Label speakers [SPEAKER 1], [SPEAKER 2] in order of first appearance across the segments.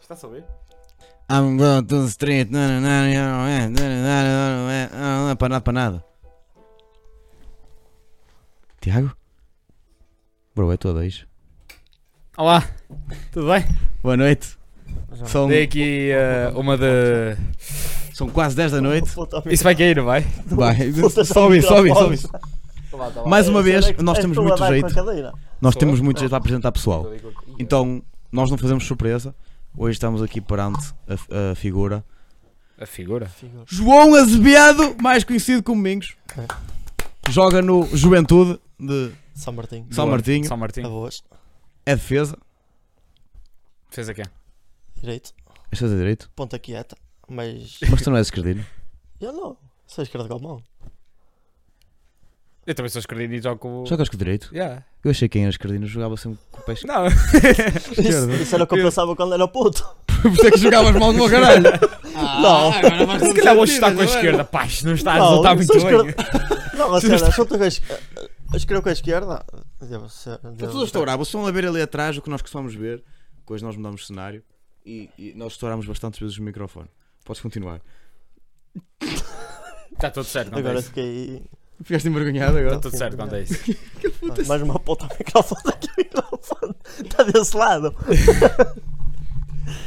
[SPEAKER 1] Estás a ouvir?
[SPEAKER 2] Então, I'm going to the street. Não, não, não, não, não, não, não, não, não, não é para nada, para nada. Tiago? Bro, é tu a dois.
[SPEAKER 3] Olá, tudo bem?
[SPEAKER 2] Boa noite.
[SPEAKER 1] Já.
[SPEAKER 2] São,
[SPEAKER 3] Dei aqui eh, uma de.
[SPEAKER 2] são quase 10 da noite.
[SPEAKER 3] Isso vai cair, não vai?
[SPEAKER 2] Vai, sobe, sobe, sobe. Mais
[SPEAKER 1] É,
[SPEAKER 2] uma vez, nós temos muito jeito. Nós
[SPEAKER 3] Sou
[SPEAKER 2] temos
[SPEAKER 3] eu?
[SPEAKER 2] muito jeito a apresentar pessoal. Então, nós não fazemos surpresa. Hoje estamos aqui perante a, a figura
[SPEAKER 3] A figura.
[SPEAKER 2] João Azevedo, mais conhecido como Mingos. Joga no Juventude de
[SPEAKER 1] São Martinho.
[SPEAKER 2] São Martinho.
[SPEAKER 3] São Martinho.
[SPEAKER 1] Arroz.
[SPEAKER 2] É defesa.
[SPEAKER 3] Fez aqui.
[SPEAKER 1] Direito.
[SPEAKER 2] Estás a direito?
[SPEAKER 1] Ponta quieta. Mas.
[SPEAKER 2] Mas tu não és esquerdino.
[SPEAKER 1] Eu não. Sou esquerda de Galmão.
[SPEAKER 3] Eu também sou esquerdino e jogo com. o-
[SPEAKER 2] Jogas com o direito?
[SPEAKER 3] Yeah.
[SPEAKER 2] Eu achei que quem era esquerdino jogava sempre com o pé esquerdo.
[SPEAKER 3] Não,
[SPEAKER 1] Isso, isso era o que eu pensava quando era puto.
[SPEAKER 2] Por isso é que jogavas mal do meu caralho. Ah.
[SPEAKER 1] Não.
[SPEAKER 3] se é. calhar vou chutar com a esquerda. Pá, isto não está a resultar muito
[SPEAKER 1] sou
[SPEAKER 3] bem.
[SPEAKER 1] esquerda- Não, a cena, chuta com a esquerda. Escreva eh, com a esquerda. eh, Devo ser.
[SPEAKER 2] Está
[SPEAKER 1] devo-
[SPEAKER 2] tudo a estourar. Vocês estão a ver ali atrás o que nós costumamos ver. Depois nós mudamos de cenário e, e nós estouramos bastantes vezes o microfone. Podes continuar.
[SPEAKER 3] Está tudo certo, não
[SPEAKER 1] eh, Agora
[SPEAKER 3] é isso?
[SPEAKER 1] fiquei.
[SPEAKER 2] Ficaste envergonhado agora?
[SPEAKER 3] Está tudo certo, não é isso?
[SPEAKER 1] eh, Mais uma ponta ao microfone aqui. o microfone Está desse lado.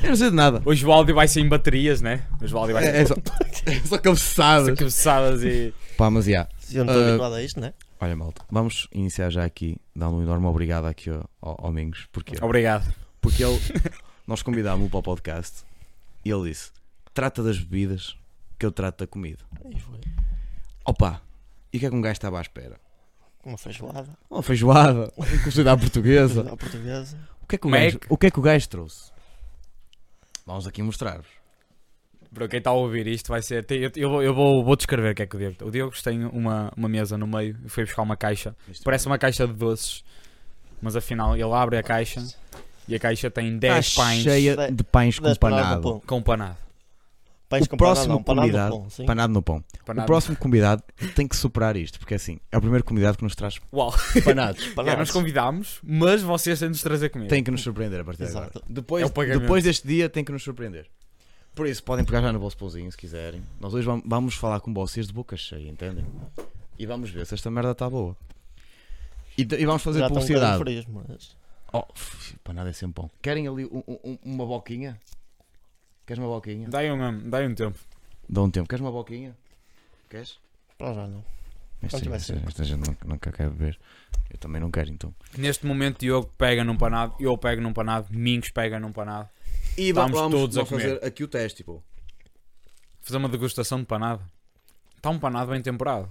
[SPEAKER 2] Eu não sei de nada.
[SPEAKER 3] Hoje o áudio vai sem baterias, né? Hoje o áudio vai
[SPEAKER 2] É,
[SPEAKER 3] ser
[SPEAKER 2] é só, é só cabeçadas.
[SPEAKER 3] cabeçadas e.
[SPEAKER 2] Pá, mas já.
[SPEAKER 1] Eu não
[SPEAKER 3] Eh,
[SPEAKER 1] estou
[SPEAKER 2] Ah.
[SPEAKER 1] habituado a isto, né?
[SPEAKER 2] Olha, malta, vamos iniciar já aqui, dando um enorme obrigado aqui ao, ao, ao Mingos, porque,
[SPEAKER 3] Obrigado.
[SPEAKER 2] porque ele, nós convidámos-o para o podcast e ele disse: trata das bebidas que eu trato da comida.
[SPEAKER 1] Aí foi.
[SPEAKER 2] Opa, e o que é que um gajo estava à espera?
[SPEAKER 1] Uma feijoada.
[SPEAKER 2] Uma feijoada, cozida à portuguesa.
[SPEAKER 1] À portuguesa.
[SPEAKER 2] O que é que o,
[SPEAKER 3] Mac.
[SPEAKER 2] gajo, o que é que o gajo trouxe? Vamos aqui mostrar-vos.
[SPEAKER 3] Para quem está a ouvir isto, vai ser. tem- Eu, eu vou- eu vou, vou descrever o que é que o Diego. O Diego tem uma, uma mesa no meio e foi buscar uma caixa.
[SPEAKER 2] é
[SPEAKER 3] Parece uma caixa de doces, mas afinal ele abre a caixa e a caixa tem 10
[SPEAKER 2] Está
[SPEAKER 3] pães
[SPEAKER 2] Tá cheia de pães com
[SPEAKER 1] Dez panadas no
[SPEAKER 2] panado.
[SPEAKER 1] pão.
[SPEAKER 3] com panado.
[SPEAKER 1] Pães
[SPEAKER 2] O
[SPEAKER 1] com panado,
[SPEAKER 2] próximo
[SPEAKER 1] não. Panado
[SPEAKER 2] convidado,
[SPEAKER 1] com pão, sim.
[SPEAKER 2] panado no pão. O
[SPEAKER 3] Panado.
[SPEAKER 2] próximo convidado tem que superar isto, porque assim, é o primeiro convidado que nos traz
[SPEAKER 3] Uau!
[SPEAKER 2] panados.
[SPEAKER 3] É, nós
[SPEAKER 1] Panados.
[SPEAKER 3] convidámos, mas vocês têm de nos trazer comida.
[SPEAKER 2] Tem que nos surpreender a partir de
[SPEAKER 1] Exato.
[SPEAKER 2] agora.
[SPEAKER 3] É
[SPEAKER 2] Depois,
[SPEAKER 3] o pagamento.
[SPEAKER 2] depois deste dia tem que nos surpreender. Por isso, podem pegar já no vosso pãozinho se quiserem. Nós hoje vam- vamos falar com vocês de boca cheia, entendem? E vamos ver se esta merda está boa. E, d- e vamos fazer
[SPEAKER 1] Já estão um bocadinho
[SPEAKER 2] publicidade.
[SPEAKER 1] frios, mas...
[SPEAKER 2] Oh, f- panada é sempre bom. Querem ali um- um- uma boquinha? Queres uma boquinha?
[SPEAKER 3] Dai um, dai um tempo.
[SPEAKER 2] Dá um tempo. Queres uma boquinha? Queres?
[SPEAKER 1] Para já não.
[SPEAKER 2] Esta,
[SPEAKER 1] tiver
[SPEAKER 2] esta,
[SPEAKER 1] sempre.
[SPEAKER 2] esta gente nunca, nunca quer beber. Eu também não quero, então.
[SPEAKER 3] Neste momento, Diogo pega num panado, eu pego num panado, Mingos pega num panado.
[SPEAKER 2] E
[SPEAKER 3] va- Estamos vamos- todos a vamos comer. fazer
[SPEAKER 2] aqui o teste, tipo.
[SPEAKER 3] Fazer uma degustação de panado. Está um panado bem temperado.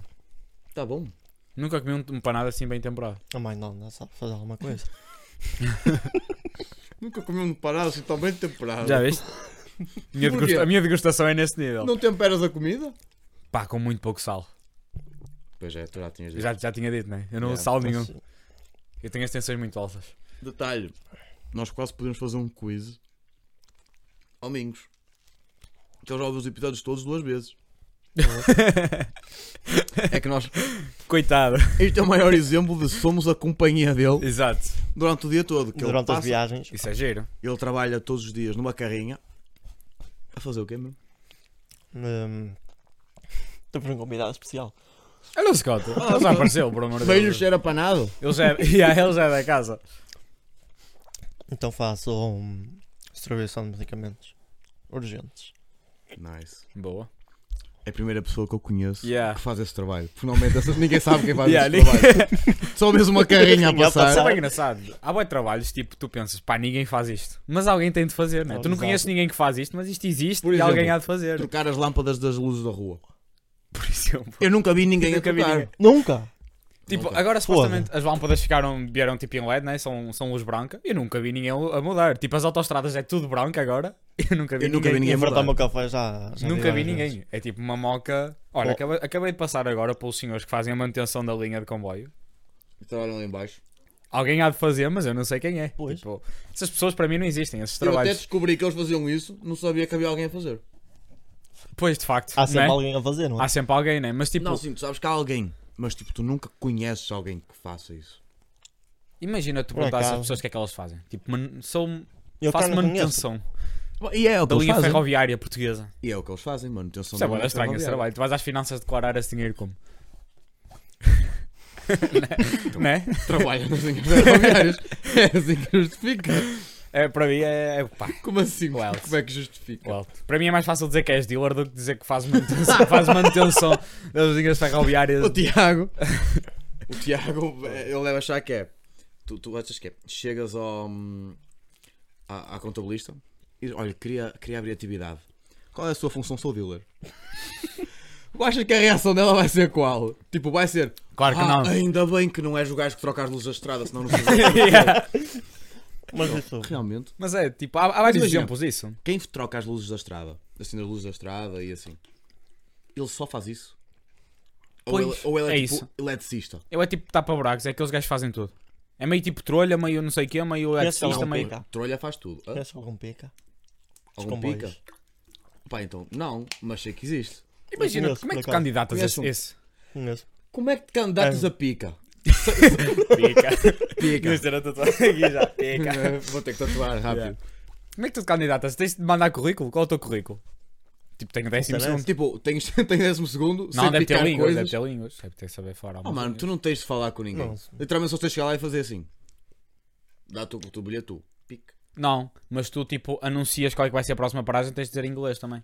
[SPEAKER 2] Tá bom.
[SPEAKER 3] Nunca comi um, um panado assim bem temperado.
[SPEAKER 1] A mãe não, não sabe fazer alguma coisa.
[SPEAKER 2] Nunca comi um parado assim tão bem temperado.
[SPEAKER 3] Já viste? Minha
[SPEAKER 2] Porquê?
[SPEAKER 3] degusta- a minha degustação é nesse
[SPEAKER 2] Então.
[SPEAKER 3] nível.
[SPEAKER 2] temperas a comida?
[SPEAKER 3] Pá, com muito pouco sal.
[SPEAKER 2] Pois é, tu já tinhas
[SPEAKER 3] Eu já, já tinha dito, né? Eu não
[SPEAKER 2] É,
[SPEAKER 3] uso sal
[SPEAKER 1] Mas,
[SPEAKER 3] nenhum.
[SPEAKER 1] sim,
[SPEAKER 3] Eu tenho as tensões muito altas.
[SPEAKER 2] Detalhe: nós quase podemos fazer um quiz ao Mingos. Que ele já ouviu os episódios todos duas vezes. é que nós.
[SPEAKER 3] Coitado.
[SPEAKER 2] Este é o maior exemplo de somos a companhia dele
[SPEAKER 3] Exato.
[SPEAKER 2] durante o dia todo. Que
[SPEAKER 1] Durante
[SPEAKER 2] ele,
[SPEAKER 1] as
[SPEAKER 2] passa-
[SPEAKER 1] viagens,
[SPEAKER 3] Isso é giro.
[SPEAKER 2] ele trabalha todos os dias numa carrinha a fazer o quê mesmo?
[SPEAKER 1] hum, temos um convidado especial.
[SPEAKER 3] Olha o Scott. Ele já apareceu, por amor de
[SPEAKER 2] Veio
[SPEAKER 3] Deus.
[SPEAKER 2] cheira panado.
[SPEAKER 3] Ele já, é, Yeah, ele já é da casa.
[SPEAKER 1] Então faço um, distribuição de medicamentos urgentes.
[SPEAKER 2] Nice.
[SPEAKER 3] Boa.
[SPEAKER 2] É a primeira pessoa que eu conheço
[SPEAKER 3] Yeah.
[SPEAKER 2] que faz esse trabalho. Finalmente, essa- ninguém sabe quem faz
[SPEAKER 3] Yeah,
[SPEAKER 2] esse trabalho. Só mesmo uma carrinha a
[SPEAKER 1] Ninguém a
[SPEAKER 2] passar.
[SPEAKER 3] Isso é bem engraçado. Há boi trabalhos, tipo, tu pensas, pá, ninguém faz isto. Mas alguém tem de fazer, né? Tu não
[SPEAKER 1] Exato.
[SPEAKER 3] conheces ninguém que faz isto, mas isto existe
[SPEAKER 2] Por
[SPEAKER 3] e
[SPEAKER 2] exemplo,
[SPEAKER 3] alguém há de fazer.
[SPEAKER 2] trocar as lâmpadas das luzes da rua.
[SPEAKER 3] Por exemplo.
[SPEAKER 2] Eu nunca vi ninguém
[SPEAKER 3] Nunca
[SPEAKER 2] a
[SPEAKER 3] vi
[SPEAKER 2] trocar.
[SPEAKER 3] ninguém.
[SPEAKER 1] Nunca!
[SPEAKER 3] Tipo,
[SPEAKER 2] Nunca.
[SPEAKER 3] agora supostamente as lâmpadas ficaram, vieram tipo em LED, né? São, são luz branca. Eu nunca vi ninguém a mudar. Tipo, as autostradas é tudo branco agora. Eu nunca vi ninguém.
[SPEAKER 2] Eu nunca vi
[SPEAKER 1] E
[SPEAKER 2] ninguém mudar.
[SPEAKER 1] enfrentar o meu café já. já
[SPEAKER 3] É Nunca vi
[SPEAKER 1] várias vezes.
[SPEAKER 3] ninguém. É tipo uma moca. Olha,
[SPEAKER 1] Oh.
[SPEAKER 3] acabei, acabei de passar agora pelos senhores que fazem a manutenção da linha de comboio.
[SPEAKER 2] Trabalham lá em baixo.
[SPEAKER 3] Alguém há de fazer, mas eu não sei quem é.
[SPEAKER 1] Pois.
[SPEAKER 3] Tipo, essas pessoas para mim não existem, esses
[SPEAKER 2] Eu até
[SPEAKER 3] trabalhos.
[SPEAKER 2] descobri que eles faziam isso, não sabia que havia alguém a fazer.
[SPEAKER 3] Pois, de facto.
[SPEAKER 1] Há sempre
[SPEAKER 3] né?
[SPEAKER 1] alguém a fazer, não é?
[SPEAKER 3] Há sempre alguém, né? Mas tipo,
[SPEAKER 2] Não, sim, assim, tu sabes que há alguém. Mas tipo, tu nunca conheces alguém que faça isso.
[SPEAKER 3] imagina tu
[SPEAKER 1] Por
[SPEAKER 3] perguntar às
[SPEAKER 1] acaso.
[SPEAKER 3] pessoas o que é que elas fazem. Tipo, man... sou.
[SPEAKER 1] Eu cá
[SPEAKER 3] faço
[SPEAKER 1] não conheço.
[SPEAKER 3] manutenção.
[SPEAKER 2] E é o que
[SPEAKER 3] da
[SPEAKER 2] eles
[SPEAKER 3] linha
[SPEAKER 2] fazem.
[SPEAKER 3] ferroviária portuguesa.
[SPEAKER 2] E é o que eles fazem, manutenção
[SPEAKER 3] Isso é
[SPEAKER 2] da
[SPEAKER 3] bué
[SPEAKER 2] linha
[SPEAKER 3] estranho esse trabalho.
[SPEAKER 2] ferroviária.
[SPEAKER 3] Tu vais às finanças declarar esse dinheiro como? né? Né?
[SPEAKER 2] Trabalham nas linhas ferroviárias. É assim que justifica.
[SPEAKER 3] É, para mim é, é pá,
[SPEAKER 2] Como assim?
[SPEAKER 3] Wild.
[SPEAKER 2] Como é que justifica?
[SPEAKER 3] well, Para mim é mais fácil dizer que és dealer do que dizer que fazes manutenção, fazes manutenção das linhas ferroviárias.
[SPEAKER 2] O Tiago. o Tiago, eh, ele deve achar que é. Tu, tu achas que é. Chegas ao. hum, à, à contabilista e diz: Olha, queria, queria abrir atividade. Qual é a sua função? Sou dealer. Achas que a reação dela vai ser qual? Tipo, vai ser.
[SPEAKER 3] Claro que
[SPEAKER 2] "Ah,
[SPEAKER 3] não.
[SPEAKER 2] Ainda bem que não és o gajo que troca as luzes da estrada, senão não se
[SPEAKER 3] Yeah.
[SPEAKER 1] Mas isso.
[SPEAKER 2] Realmente.
[SPEAKER 3] Mas é, tipo, há, há vários
[SPEAKER 2] Imagina.
[SPEAKER 3] exemplos disso.
[SPEAKER 2] Quem troca as luzes da estrada, assim, as luzes da estrada e assim, ele só faz isso? Ou
[SPEAKER 3] Pois,
[SPEAKER 2] ele, ou ele é,
[SPEAKER 3] é
[SPEAKER 2] tipo
[SPEAKER 3] isso.
[SPEAKER 2] eletricista?
[SPEAKER 3] Eu é tipo tapa buracos, é que os gajos fazem tudo. É meio tipo trolha, meio não sei o quê, meio
[SPEAKER 1] Conheces
[SPEAKER 3] artista,
[SPEAKER 1] algum
[SPEAKER 3] meio.
[SPEAKER 1] pica?
[SPEAKER 2] Trolha faz tudo. Hã?
[SPEAKER 1] Conheces algum pica? Os
[SPEAKER 2] Algum pica?
[SPEAKER 1] comboios.
[SPEAKER 2] Pá, então, não, mas sei que existe.
[SPEAKER 3] Imagina,
[SPEAKER 1] Conheço,
[SPEAKER 3] como é que
[SPEAKER 1] por
[SPEAKER 3] te
[SPEAKER 1] acaso.
[SPEAKER 3] candidatas a
[SPEAKER 2] Conheço um.
[SPEAKER 3] esse? esse?
[SPEAKER 1] Conheço.
[SPEAKER 2] Como é que te candidatas
[SPEAKER 1] É.
[SPEAKER 2] a pica?
[SPEAKER 3] Pica.
[SPEAKER 2] Pica.
[SPEAKER 3] Ias ter a tatuagem aqui já, pica.
[SPEAKER 2] Vou ter que tatuar rápido.
[SPEAKER 3] Como é que tu te candidatas? Tens de mandar currículo? Qual é o teu currículo? Tipo, tenho décimo
[SPEAKER 1] Interessa.
[SPEAKER 3] segundo.
[SPEAKER 2] Tipo, tens, tens décimo segundo,
[SPEAKER 3] Não,
[SPEAKER 2] sei
[SPEAKER 3] deve ter
[SPEAKER 2] picar
[SPEAKER 3] línguas, deve
[SPEAKER 2] coisas.
[SPEAKER 3] ter línguas. Deve ter saber falar.
[SPEAKER 2] Oh, mano, tu não tens de falar com ninguém.
[SPEAKER 1] Não.
[SPEAKER 2] Literalmente só tens de chegar lá e fazer assim. Dá-te o o teu bilhete, tu. Pica.
[SPEAKER 3] Não, mas tu, tipo, anuncias qual é que vai ser a próxima paragem, tens de dizer em inglês também.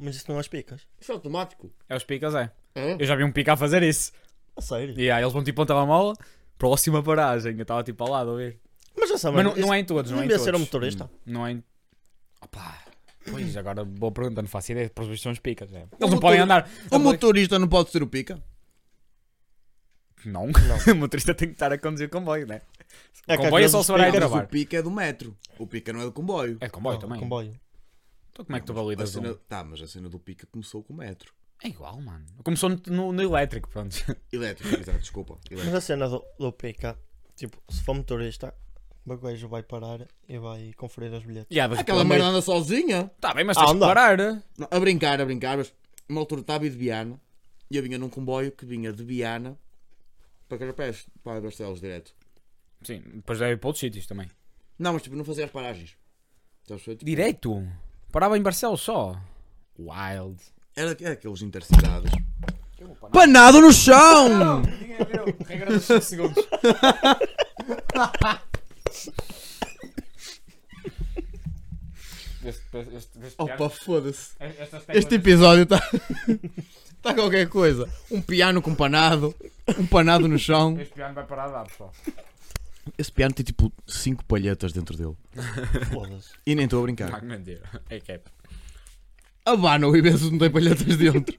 [SPEAKER 1] Mas isso não é as picas.
[SPEAKER 2] Isso é automático.
[SPEAKER 3] É os picas, é.
[SPEAKER 2] É?
[SPEAKER 3] Eu já vi um pica a fazer isso.
[SPEAKER 1] A sério.
[SPEAKER 3] E aí eles vão, tipo, para um telemóla, próxima paragem. Eu estava, tipo, ao lado a ouvir.
[SPEAKER 1] Mas já sabem.
[SPEAKER 3] Mas não, não é em todos, não é em
[SPEAKER 1] devia
[SPEAKER 3] todos.
[SPEAKER 1] ser um motorista.
[SPEAKER 3] Não é em... Opa... Pois,
[SPEAKER 1] Hum.
[SPEAKER 3] agora boa pergunta, não faço ideia. Para os bichos são os picas, é. Eles não
[SPEAKER 2] motor-
[SPEAKER 3] podem andar.
[SPEAKER 2] O motorista não pode ser o pica?
[SPEAKER 3] Não, não. o motorista tem que estar a conduzir o comboio, né?
[SPEAKER 1] É que às
[SPEAKER 3] comboio é só
[SPEAKER 1] vezes
[SPEAKER 3] se vai
[SPEAKER 1] pega-
[SPEAKER 3] gravar.
[SPEAKER 2] Mas o
[SPEAKER 3] Trabalho.
[SPEAKER 2] pica é do metro. O pica não é do comboio.
[SPEAKER 3] É de comboio também.
[SPEAKER 1] Oh, Comboio.
[SPEAKER 3] Então como é que tu
[SPEAKER 2] A
[SPEAKER 3] validas
[SPEAKER 2] cena...
[SPEAKER 3] um?
[SPEAKER 2] Tá, mas a cena do pica começou com o metro.
[SPEAKER 3] É igual, mano. Começou no, no, no elétrico, pronto.
[SPEAKER 2] Elétrico, exato, desculpa.
[SPEAKER 1] Mas
[SPEAKER 2] Elétrico.
[SPEAKER 1] a cena do, do pica, tipo, se for motorista, o gajo vai parar e vai conferir os bilhetes.
[SPEAKER 3] Yeah, mas
[SPEAKER 2] Aquela
[SPEAKER 3] pelo meio-
[SPEAKER 2] merda anda sozinha.
[SPEAKER 3] Tá bem, mas
[SPEAKER 1] Ah,
[SPEAKER 3] tens que
[SPEAKER 1] anda.
[SPEAKER 3] parar.
[SPEAKER 2] Não, a brincar, a brincar, mas uma altura estava a ir de Viana e eu vinha num comboio que vinha de Viana para Carapés, para Barcelos direto.
[SPEAKER 3] Sim, depois deve ir para outros sítios também.
[SPEAKER 2] Não, mas tipo, não fazia as paragens. Estás a perceber? Tipo,
[SPEAKER 3] Direito. Parava em Barcelos só. Wild.
[SPEAKER 2] Era, era aqueles intercidades. Panado no chão!
[SPEAKER 3] Regra dos 5 segundos.
[SPEAKER 2] Opa, foda-se.
[SPEAKER 3] Estas
[SPEAKER 2] Este episódio está. Está qualquer coisa. Um piano com panado. Um panado no chão.
[SPEAKER 3] Este piano vai parar de dar, pessoal.
[SPEAKER 2] Esse piano tem tipo 5 palhetas dentro dele.
[SPEAKER 1] Foda-se.
[SPEAKER 2] E nem estou a brincar.
[SPEAKER 3] Ah, que mentira. É que é.
[SPEAKER 2] A Habana o Ibenzo não tem palhetas dentro.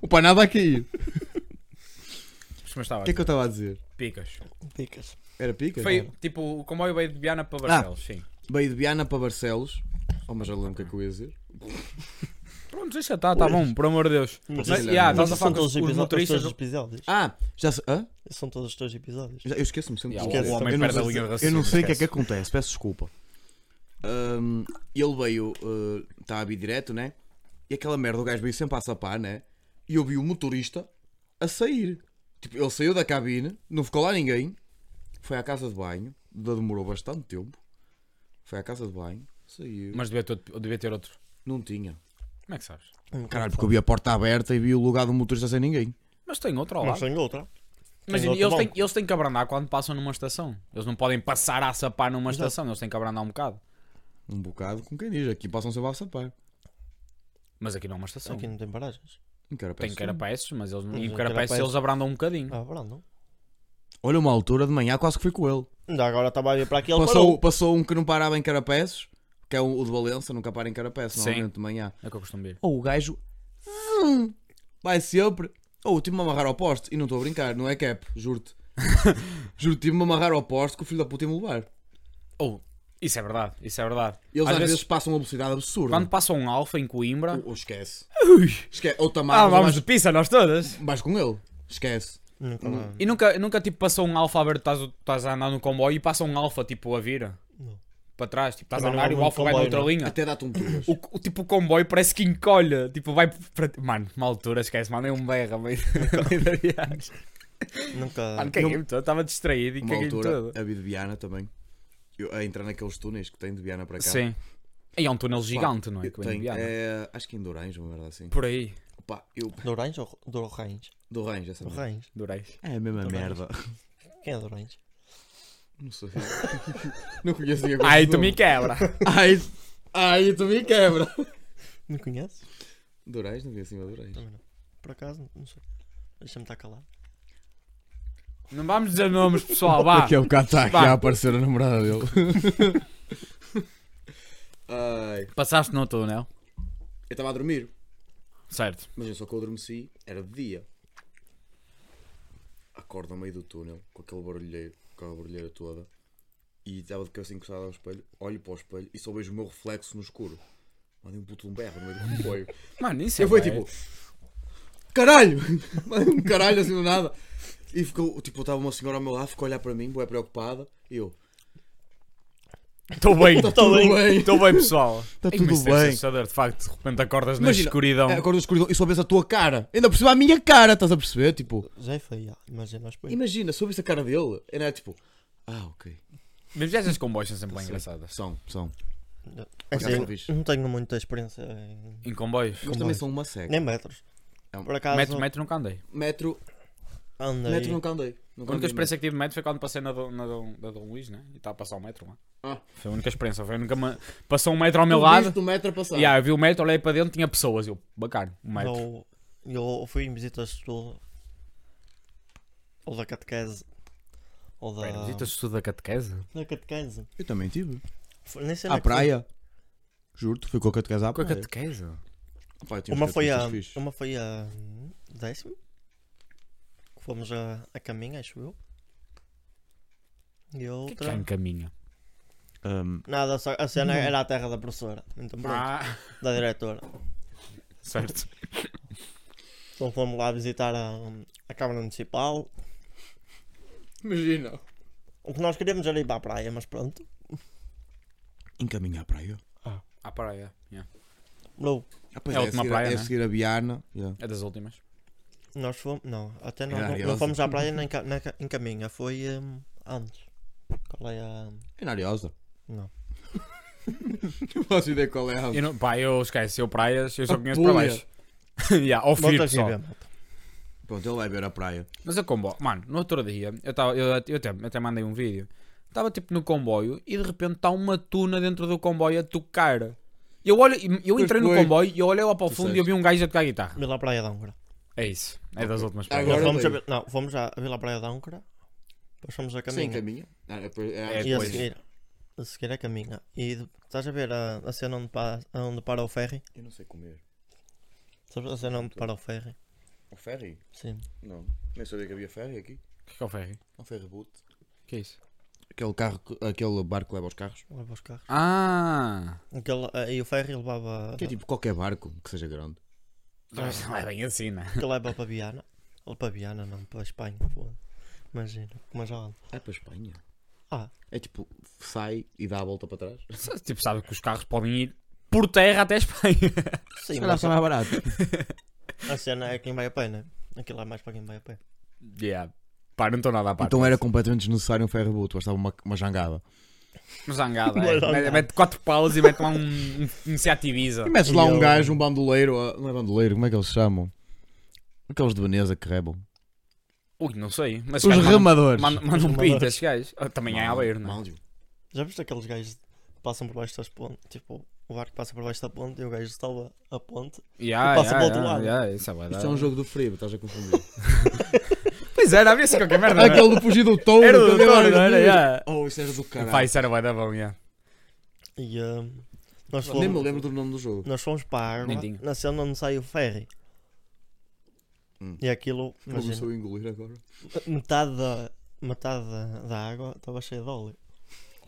[SPEAKER 2] O panado a cair. O
[SPEAKER 3] Mas estava.
[SPEAKER 2] que é que eu estava a dizer?
[SPEAKER 3] Picas.
[SPEAKER 1] Picas.
[SPEAKER 2] Era pica?
[SPEAKER 3] Foi
[SPEAKER 2] Era.
[SPEAKER 3] tipo o comboio veio de Viana para Barcelos, sim.
[SPEAKER 2] Veio de Viana para Barcelos. Oh, mas já lembro o que é que eu ia dizer.
[SPEAKER 3] Pronto, deixa estar, tá bom, por amor de Deus. Mas,
[SPEAKER 1] Mas
[SPEAKER 2] isso-
[SPEAKER 3] yeah, estás
[SPEAKER 1] Mas
[SPEAKER 3] a
[SPEAKER 1] isso
[SPEAKER 3] falar
[SPEAKER 1] são
[SPEAKER 3] com os,
[SPEAKER 1] todos os
[SPEAKER 3] os
[SPEAKER 1] episódios.
[SPEAKER 3] motoristas.
[SPEAKER 1] todos os episódios.
[SPEAKER 2] Ah, já se. Hã?
[SPEAKER 1] Esses São todos os teus episódios.
[SPEAKER 2] Já- Eu esqueço-me sempre.
[SPEAKER 3] Yeah,
[SPEAKER 2] de
[SPEAKER 1] o
[SPEAKER 2] esquecer.
[SPEAKER 1] homem
[SPEAKER 2] eu não
[SPEAKER 3] perde
[SPEAKER 2] sei
[SPEAKER 3] a linha
[SPEAKER 2] se-
[SPEAKER 3] de raciocínio,
[SPEAKER 2] Eu não sei o que é que
[SPEAKER 3] esquece.
[SPEAKER 2] acontece, peço desculpa. Ahm, Hum, ele veio, está a vir direto, né? E aquela merda, o gajo veio sempre a sapar, né? E eu vi o motorista a sair. Tipo, ele saiu da cabine, não ficou lá ninguém. Foi à casa de banho, demorou bastante tempo. Foi à casa de banho, saiu.
[SPEAKER 3] Mas devia ter, devia ter outro.
[SPEAKER 2] Não tinha.
[SPEAKER 3] Como é que sabes?
[SPEAKER 2] Caralho, porque eu vi a porta aberta e vi o lugar do motorista sem ninguém.
[SPEAKER 3] Mas tem outro ao
[SPEAKER 1] Mas
[SPEAKER 3] lado.
[SPEAKER 1] sem outra.
[SPEAKER 3] Mas
[SPEAKER 1] Tem outro
[SPEAKER 3] eles têm,
[SPEAKER 1] banco.
[SPEAKER 3] eles têm que abrandar quando passam numa estação. Eles não podem passar a sapar numa estação, eles têm que abrandar um bocado.
[SPEAKER 2] Um bocado com quem diz, aqui passam sempre a sapar.
[SPEAKER 3] Mas aqui não é uma estação.
[SPEAKER 1] Aqui não tem paragens.
[SPEAKER 2] Em Carapés.
[SPEAKER 3] Tem carapaços, mas eles não.
[SPEAKER 1] Mas
[SPEAKER 3] Em
[SPEAKER 1] em
[SPEAKER 3] carapaços
[SPEAKER 1] Uhum. Carapaços-
[SPEAKER 3] eles abrandam um bocadinho.
[SPEAKER 1] Ah, Brando. não.
[SPEAKER 2] Olha, uma altura de manhã quase que fui com ele.
[SPEAKER 1] Ainda agora estava a vir para aqui, ele
[SPEAKER 2] Passou,
[SPEAKER 1] parou.
[SPEAKER 2] passou um que não parava em Carapeços, que é o, o de Valença, nunca para em Carapeços,
[SPEAKER 3] Sim.
[SPEAKER 2] normalmente de manhã.
[SPEAKER 3] É o que eu costumo ver.
[SPEAKER 2] Ou o gajo zum, vai sempre. Ou tive-me a amarrar ao poste, e não estou a brincar, não é cap, juro-te. juro-te, tive-me a amarrar ao poste que o filho da puta ia-me levar.
[SPEAKER 3] Oh, isso é verdade, isso é verdade.
[SPEAKER 2] Eles
[SPEAKER 3] Às
[SPEAKER 2] às, vezes,
[SPEAKER 3] vezes-
[SPEAKER 2] passam uma velocidade absurda.
[SPEAKER 3] Quando passa um alfa em Coimbra.
[SPEAKER 1] Ah,
[SPEAKER 2] Ou, ou esquece. esquece. Ou te amarras,
[SPEAKER 3] Ah,
[SPEAKER 2] ou
[SPEAKER 3] vamos de
[SPEAKER 2] vais,
[SPEAKER 3] pizza nós todas!
[SPEAKER 2] vais com ele. Esquece.
[SPEAKER 1] Nunca mais.
[SPEAKER 3] E nunca, nunca tipo passou um alfa aberto, estás, estás a andar no comboio e passa um alfa tipo a vira.
[SPEAKER 1] Não.
[SPEAKER 3] Para trás, tipo, estás a
[SPEAKER 1] Também não
[SPEAKER 3] andar
[SPEAKER 1] há
[SPEAKER 3] e o
[SPEAKER 1] muito
[SPEAKER 3] alfa vai na
[SPEAKER 1] comboio,
[SPEAKER 3] outra
[SPEAKER 1] não.
[SPEAKER 3] linha.
[SPEAKER 2] Até dá-te um pulas.
[SPEAKER 3] O, o tipo o comboio parece que encolhe, tipo vai para. Mano, uma altura, esquece, mano, é um berra, meio no meio da viagem. Mano, é
[SPEAKER 1] Nunca.
[SPEAKER 3] caguei-me todo, estava distraído e
[SPEAKER 2] Uma
[SPEAKER 3] caguei-me
[SPEAKER 2] altura,
[SPEAKER 3] todo.
[SPEAKER 2] a vida de Viana também. Eu, a entrar naqueles túneis que tem de Viana para cá.
[SPEAKER 3] Sim. Aí é um túnel gigante, não é? Com a
[SPEAKER 2] Tem,
[SPEAKER 3] NBA, não é?
[SPEAKER 2] é, acho que em Dourange, uma merda assim.
[SPEAKER 3] Por aí,
[SPEAKER 2] Opa, eu.
[SPEAKER 1] Dourange ou Dourange?
[SPEAKER 2] Dourange, essa merda.
[SPEAKER 1] Dourange.
[SPEAKER 3] Durais.
[SPEAKER 2] É a mesma
[SPEAKER 1] Dourange.
[SPEAKER 2] merda.
[SPEAKER 1] Quem é Dourange?
[SPEAKER 2] Não sei. não conheço ninguém com
[SPEAKER 3] Ai,
[SPEAKER 2] esse
[SPEAKER 3] tu
[SPEAKER 2] nome.
[SPEAKER 3] me quebra.
[SPEAKER 2] Ai, ai, tu me quebra.
[SPEAKER 1] Não conheces?
[SPEAKER 2] Dourange, não vi assim, mas Dourange.
[SPEAKER 1] Também não. Por acaso, não sei. Deixa-me estar calado.
[SPEAKER 3] não vamos dizer nomes, pessoal, vá.
[SPEAKER 2] Daqui a bocado está aqui
[SPEAKER 3] Ah. Vá.
[SPEAKER 2] a aparecer a namorada dele. Ai,
[SPEAKER 3] Passaste no túnel,
[SPEAKER 2] eu estava a dormir,
[SPEAKER 3] certo.
[SPEAKER 2] mas eu só que eu adormeci, era de dia. Acordo no meio do túnel, com aquele barulheiro, com aquela barulheira toda, e estava de cabeça encostada ao espelho, olho para o espelho e só vejo o meu reflexo no escuro. Mandei um puto um berro no meio do comboio.
[SPEAKER 3] Mano, isso é.
[SPEAKER 2] Eu fui
[SPEAKER 3] bué.
[SPEAKER 2] tipo, caralho! Mandei um caralho assim do nada. E ficou, tipo, estava uma senhora ao meu lado, ficou a olhar para mim, boé preocupada, e eu,
[SPEAKER 3] Estou bem,
[SPEAKER 2] Tá tudo bem.
[SPEAKER 3] estou bem, pessoal.
[SPEAKER 2] Tá
[SPEAKER 3] Ei,
[SPEAKER 2] tudo
[SPEAKER 3] mas isso
[SPEAKER 2] bem.
[SPEAKER 3] É assustador, de facto, de repente acordas na
[SPEAKER 2] Imagina,
[SPEAKER 3] escuridão.
[SPEAKER 2] É, acordas na escuridão e só vês a tua cara. Ainda por cima a minha cara, estás a perceber? Tipo,
[SPEAKER 1] Já é feio, ah, imagina o espelho.
[SPEAKER 2] imagina, só vês a cara dele. E não é tipo, ah, ok.
[SPEAKER 3] É Mas viagens com comboios são sempre bem engraçadas.
[SPEAKER 2] São, são.
[SPEAKER 1] É
[SPEAKER 2] acaso não
[SPEAKER 1] assim,
[SPEAKER 2] fiz.
[SPEAKER 1] não tenho muita experiência em...
[SPEAKER 3] Em comboios?
[SPEAKER 2] Mas também
[SPEAKER 1] Comboios.
[SPEAKER 2] são uma seca.
[SPEAKER 1] nem metros.
[SPEAKER 2] É um-
[SPEAKER 1] Por acaso,
[SPEAKER 3] Metro, metro nunca andei.
[SPEAKER 2] Metro,
[SPEAKER 1] andei...
[SPEAKER 2] metro nunca andei.
[SPEAKER 3] A
[SPEAKER 2] Nunca
[SPEAKER 3] única
[SPEAKER 2] andei
[SPEAKER 3] experiência que tive de metro foi quando passei na Dom, na Dom, da Dom Luís, né? E estava a passar o metro lá.
[SPEAKER 2] Ah.
[SPEAKER 3] Foi a única experiência. Foi a única ma- Passou um metro ao meu
[SPEAKER 2] metro. Tu
[SPEAKER 3] lado.
[SPEAKER 2] viste o metro a passar.
[SPEAKER 3] E ah, eu vi o metro, olhei para dentro, tinha pessoas. Eu, bacana, um metro.
[SPEAKER 1] Eu, eu fui em visitas de estudo. Ou da catequese. Ou da.
[SPEAKER 3] Pera, Visitas de estudo da catequese?
[SPEAKER 1] Da catequese.
[SPEAKER 2] Eu também tive.
[SPEAKER 1] Foi- Nem sei
[SPEAKER 2] À
[SPEAKER 1] onde é que foi.
[SPEAKER 2] Ah, praia. Juro-te, foi com a catequese à
[SPEAKER 3] Com a
[SPEAKER 2] praia.
[SPEAKER 3] catequese?
[SPEAKER 2] Pá, eu tinha uns
[SPEAKER 1] Uma foi a.
[SPEAKER 2] catequistas fixes.
[SPEAKER 1] Uma foi a. hum, Décimo. Que fomos a, a caminho, acho eu. E
[SPEAKER 3] Que é
[SPEAKER 1] outra.
[SPEAKER 3] em caminho.
[SPEAKER 2] Ahm,
[SPEAKER 1] Nada, só, a
[SPEAKER 2] Uhum.
[SPEAKER 1] cena era a terra da professora. Então pronto,
[SPEAKER 3] Ah,
[SPEAKER 1] da diretora.
[SPEAKER 3] certo.
[SPEAKER 1] Então fomos lá visitar a, a Câmara Municipal.
[SPEAKER 2] Imagina.
[SPEAKER 1] O que nós queríamos era ir para a praia, mas pronto.
[SPEAKER 2] Encaminhar à praia.
[SPEAKER 3] Ah, para aí, é. Yeah.
[SPEAKER 1] Não,
[SPEAKER 2] Ah, pois
[SPEAKER 3] É a última
[SPEAKER 2] a seguir,
[SPEAKER 3] praia,
[SPEAKER 2] É
[SPEAKER 3] né?
[SPEAKER 2] a seguir a Biana. Yeah.
[SPEAKER 3] É das últimas.
[SPEAKER 1] Nós fomos. Não, até nós
[SPEAKER 2] Era
[SPEAKER 1] não,
[SPEAKER 2] Ariosa.
[SPEAKER 1] não fomos à praia nem ca- na ca- em caminha, foi hum, antes. Qual é a.
[SPEAKER 2] É na Ariosa.
[SPEAKER 1] Não.
[SPEAKER 2] não faço ideia qual é a
[SPEAKER 3] Eu não, pá, eu esqueci, eu praias, eu só
[SPEAKER 2] A
[SPEAKER 3] conheço para
[SPEAKER 2] Puglia.
[SPEAKER 3] baixo. yeah, ao frio,
[SPEAKER 1] Volta aqui,
[SPEAKER 3] pessoal.
[SPEAKER 1] vê, malta.
[SPEAKER 2] Pronto, ele vai ver a praia.
[SPEAKER 3] Mas o comboio, mano, no outro dia, eu, tava, eu, eu até, eu até mandei um vídeo. Estava tipo no comboio e de repente está uma tuna dentro do comboio a tocar. Eu olho, eu
[SPEAKER 2] Pois
[SPEAKER 3] entrei no
[SPEAKER 2] foi.
[SPEAKER 3] comboio e eu olhei lá para o
[SPEAKER 2] Tu
[SPEAKER 3] fundo e eu
[SPEAKER 2] disseste.
[SPEAKER 3] vi um gajo a tocar guitarra.
[SPEAKER 1] Vila Praia de Âncora.
[SPEAKER 3] É isso, é das últimas
[SPEAKER 1] Nós
[SPEAKER 2] Agora
[SPEAKER 3] pragas.
[SPEAKER 1] fomos a
[SPEAKER 2] veio.
[SPEAKER 1] Vi- não, fomos à Vila Praia de Âncora, depois fomos a
[SPEAKER 2] Sem
[SPEAKER 1] caminha.
[SPEAKER 2] caminha. Ah, é por-
[SPEAKER 3] É,
[SPEAKER 2] é-
[SPEAKER 1] e a
[SPEAKER 3] depois.
[SPEAKER 1] seguir, a seguir a caminha. E de- estás a ver a, a cena onde, pa, onde para o ferry?
[SPEAKER 2] Eu não sei comer.
[SPEAKER 1] Sabes a cena onde para o ferry?
[SPEAKER 2] O ferry?
[SPEAKER 1] Sim.
[SPEAKER 2] Não. Nem sabia que havia ferry aqui.
[SPEAKER 3] O que é que é o ferry?
[SPEAKER 2] Um ferry boot.
[SPEAKER 3] O que é isso?
[SPEAKER 2] Aquele carro, que- aquele barco que leva os carros.
[SPEAKER 1] Leva os carros.
[SPEAKER 3] Ah!
[SPEAKER 1] Aquele, eh, e o ferry levava.
[SPEAKER 2] Que é
[SPEAKER 1] Que,
[SPEAKER 2] tipo qualquer barco que seja grande.
[SPEAKER 3] Mas não é bem assim, né?
[SPEAKER 1] leva para Viana. Ou para Viana, não, para Espanha. foda. Imagina, mas já
[SPEAKER 2] É para a Espanha.
[SPEAKER 1] Ah.
[SPEAKER 2] É tipo, sai e dá a volta para trás.
[SPEAKER 3] Sabe- Tipo, sabe que os carros podem ir por terra até a Espanha.
[SPEAKER 1] Sim, mas
[SPEAKER 2] mais barato.
[SPEAKER 1] a cena é quem vai a pé, né? Aquilo é mais para quem vai a pé.
[SPEAKER 3] yeah. Pá, não estou nada a par.
[SPEAKER 2] Então era completamente desnecessário um ferry boot. Bastava uma, uma jangada.
[SPEAKER 3] Zangada,
[SPEAKER 1] Uma
[SPEAKER 3] é.
[SPEAKER 1] zangada.
[SPEAKER 3] Mete- Mete quatro paus e mete lá um, um, um Seat Ibiza.
[SPEAKER 2] E metes lá
[SPEAKER 1] E
[SPEAKER 2] um
[SPEAKER 1] eu-
[SPEAKER 2] gajo, um bandoleiro. ah, Não é bandoleiro, como é que eles se chamam? Aqueles de Veneza que rebam.
[SPEAKER 3] Ui, não sei. Mas
[SPEAKER 2] Os
[SPEAKER 3] se calhar mandam-
[SPEAKER 2] remadores.
[SPEAKER 3] Mandam,
[SPEAKER 1] Os
[SPEAKER 3] mandam pinta,
[SPEAKER 1] remadores.
[SPEAKER 3] esses gajos. Ah, Também é Aveiro, não é?
[SPEAKER 2] Máudio.
[SPEAKER 1] Já viste aqueles gajos que passam por baixo das pontes? Tipo, o barco passa por baixo da ponte e o gajo salva a ponte.
[SPEAKER 3] Yeah,
[SPEAKER 1] E passa
[SPEAKER 3] yeah,
[SPEAKER 1] para o outro
[SPEAKER 3] yeah,
[SPEAKER 1] lado.
[SPEAKER 3] yeah, isso é bué
[SPEAKER 2] Isto
[SPEAKER 3] da-
[SPEAKER 2] é um jogo do frio, estás a confundir.
[SPEAKER 3] Pois era, havia-se qualquer merda. não é?
[SPEAKER 2] Aquele do fugir do touro.
[SPEAKER 3] Era do
[SPEAKER 2] aquele
[SPEAKER 3] touro,
[SPEAKER 2] gajo-
[SPEAKER 3] não era? Yeah.
[SPEAKER 2] Oh, isso era do caralho.
[SPEAKER 3] Pá, isso era bué da bom, yeah.
[SPEAKER 1] E hum, nós,
[SPEAKER 2] Nem me
[SPEAKER 1] fomos,
[SPEAKER 2] lembro do nome do jogo.
[SPEAKER 1] nós fomos para a
[SPEAKER 3] Nem
[SPEAKER 1] água,
[SPEAKER 3] tinha.
[SPEAKER 1] na cena onde sai o ferry.
[SPEAKER 2] Hum.
[SPEAKER 1] E aquilo, imagina,
[SPEAKER 2] Começou a engolir agora.
[SPEAKER 1] metade da, metade da, da água estava cheia de óleo.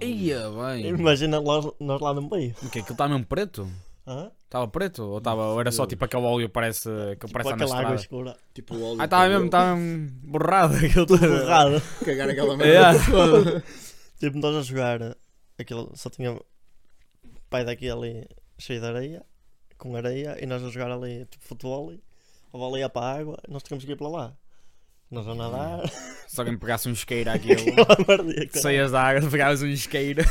[SPEAKER 3] Ia bem.
[SPEAKER 1] Imagina nós, nós lá no meio.
[SPEAKER 3] O que é? Aquilo estava mesmo preto?
[SPEAKER 1] Hã?
[SPEAKER 3] Estava preto? Ou, tava, ou era só tipo aquele óleo que parece, que
[SPEAKER 1] Tipo
[SPEAKER 3] parece na
[SPEAKER 1] aquela água
[SPEAKER 3] estrada?
[SPEAKER 1] escura.
[SPEAKER 2] Tipo o óleo.
[SPEAKER 3] Ah, estava mesmo, estava borrado aquilo tudo.
[SPEAKER 1] Borrada.
[SPEAKER 2] Cagar aquela
[SPEAKER 3] Yeah.
[SPEAKER 1] tipo, nós a jogar, aquilo só tinha pai daqui ali cheio de areia, com areia, e nós a jogar ali tipo futebol, e a bola ia para a água, e nós tínhamos que ir para lá. Nós vamos
[SPEAKER 3] Hum.
[SPEAKER 1] nadar.
[SPEAKER 3] Se alguém pegasse um isqueiro aqui, eu...
[SPEAKER 1] Ela mordia, cara.
[SPEAKER 3] saias da água, pegavas um isqueiro.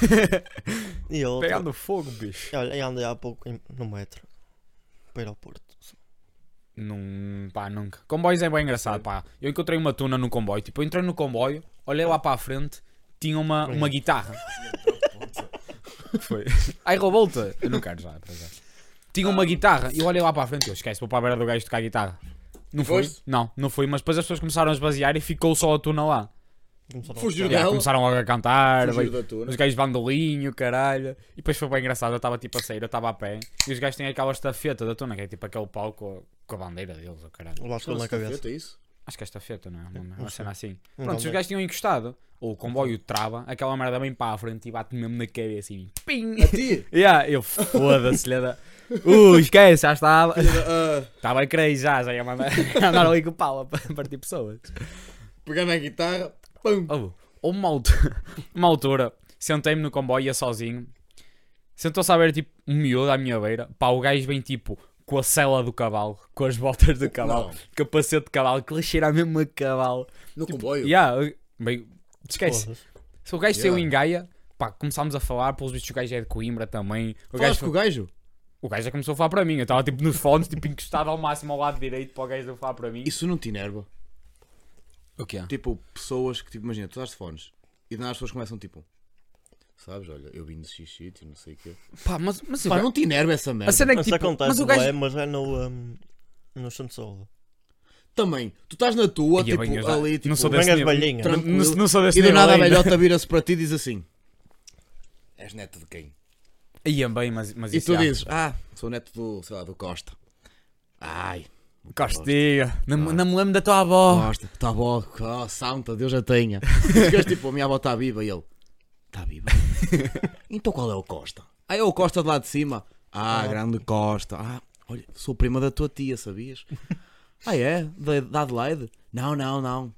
[SPEAKER 1] E eu,
[SPEAKER 3] Pegar no fogo, bicho.
[SPEAKER 1] olha, eu andei há pouco em- no metro para ir ao Porto.
[SPEAKER 3] Num, pá, nunca. Comboios é bem engraçado, pá. Eu encontrei uma tuna no comboio. Tipo, eu entrei no comboio, olhei lá para a frente, tinha uma, uma guitarra. Foi. Ai, roubou-te. Eu não quero já, para já. Tinha uma guitarra. Eu olhei lá para a frente, eu esquece, vou para a beira do gajo tocar a guitarra. Não fui?
[SPEAKER 2] Foste?
[SPEAKER 3] Não, não fui, mas depois as pessoas começaram a esvaziar e ficou só a tuna lá.
[SPEAKER 1] Começaram a
[SPEAKER 2] Fugiu
[SPEAKER 1] tocar.
[SPEAKER 3] Yeah,
[SPEAKER 2] Ela-
[SPEAKER 3] começaram logo a cantar,
[SPEAKER 2] Fugiu
[SPEAKER 3] bem-
[SPEAKER 2] da tuna.
[SPEAKER 3] os gajos bandolinho, caralho. E depois foi bem engraçado, eu estava tipo a sair, eu estava a pé. E os gajos têm aquela estafeta da tuna, que é tipo aquele pau com a, com a bandeira deles, oh, caralho.
[SPEAKER 1] Levar com um na cabeça.
[SPEAKER 2] É isso?
[SPEAKER 3] Acho que é estafeta, não é? Uma, uma
[SPEAKER 1] não
[SPEAKER 3] cena assim.
[SPEAKER 1] Não
[SPEAKER 3] Pronto, os
[SPEAKER 1] sei.
[SPEAKER 3] gajos tinham encostado, o comboio trava, aquela merda bem para a frente e bate mesmo na cabeça e pim!
[SPEAKER 2] A ti?
[SPEAKER 3] yeah, eu foda-se, lhe da. Uh, esquece, já estava.
[SPEAKER 2] Ah,
[SPEAKER 3] Estava a crer já, já ia mandar andar ali com o pau a partir pessoas.
[SPEAKER 2] pegar na guitarra, pum.
[SPEAKER 3] Houve Oh, houve uma altura, uma altura sentei-me no comboio ia sozinho. Sentou-se a ver tipo um miúdo à minha beira. Pá, o gajo vem tipo com a cela do cavalo, com as botas do cavalo, capacete de cavalo, que lhe cheira mesmo a cavalo.
[SPEAKER 2] No comboio.
[SPEAKER 3] tipo, Yeah, bem, esquece.
[SPEAKER 1] Foda-se.
[SPEAKER 3] Se o gajo saiu
[SPEAKER 2] Yeah.
[SPEAKER 3] em Gaia, pá, começámos a falar, pelos bichos o gajo é de Coimbra também. O
[SPEAKER 2] Falaste
[SPEAKER 3] gajo,
[SPEAKER 2] com o gajo?
[SPEAKER 3] o gajo já começou a falar para mim. Eu estava tipo nos fones, tipo encostado ao máximo ao lado direito para o gajo falar para mim.
[SPEAKER 2] Isso não te enerva?
[SPEAKER 3] O que é?
[SPEAKER 2] Tipo, pessoas que, tipo, imagina, tu dás fones e de nada as pessoas começam, tipo, sabes, olha, eu vim de xixi, não sei o quê.
[SPEAKER 3] Pá, mas, mas,
[SPEAKER 2] Pá, não te enerva essa merda.
[SPEAKER 3] a cena é que
[SPEAKER 1] Mas
[SPEAKER 3] tipo,
[SPEAKER 1] acontece,
[SPEAKER 3] mas o
[SPEAKER 1] não
[SPEAKER 3] gajo
[SPEAKER 1] é? Mas é no, um, no Santo Saúde.
[SPEAKER 2] Também, tu estás na tua,
[SPEAKER 3] Ia
[SPEAKER 2] tipo,
[SPEAKER 3] bem, eu já-
[SPEAKER 2] ali,
[SPEAKER 3] não
[SPEAKER 2] tipo,
[SPEAKER 3] sou desse
[SPEAKER 1] Mangas
[SPEAKER 3] nível.
[SPEAKER 1] velhinhas.
[SPEAKER 2] Tra-
[SPEAKER 3] Não, não- não sou desse
[SPEAKER 2] e do
[SPEAKER 3] nível
[SPEAKER 2] nada a
[SPEAKER 3] ainda.
[SPEAKER 2] velhota vira-se para ti e diz assim: És neto de quem?
[SPEAKER 3] Ia é bem, mas, mas
[SPEAKER 2] E
[SPEAKER 3] isso
[SPEAKER 2] tu
[SPEAKER 3] já-
[SPEAKER 2] dizes: Ah, sou neto do, sei lá, do Costa. Ai,
[SPEAKER 3] Costinha, não, me- não me lembro da tua avó.
[SPEAKER 2] Costa, tá bom, oh, santa, Deus a tenha. E Ficas tipo, a minha avó está viva e ele. Está viva. então qual é o Costa? Ah, é o Costa de lá de cima. Ah, grande Costa. Ah, olha, sou prima da tua tia, sabias? Ah, é? Da, da Adelaide? Não, não, não.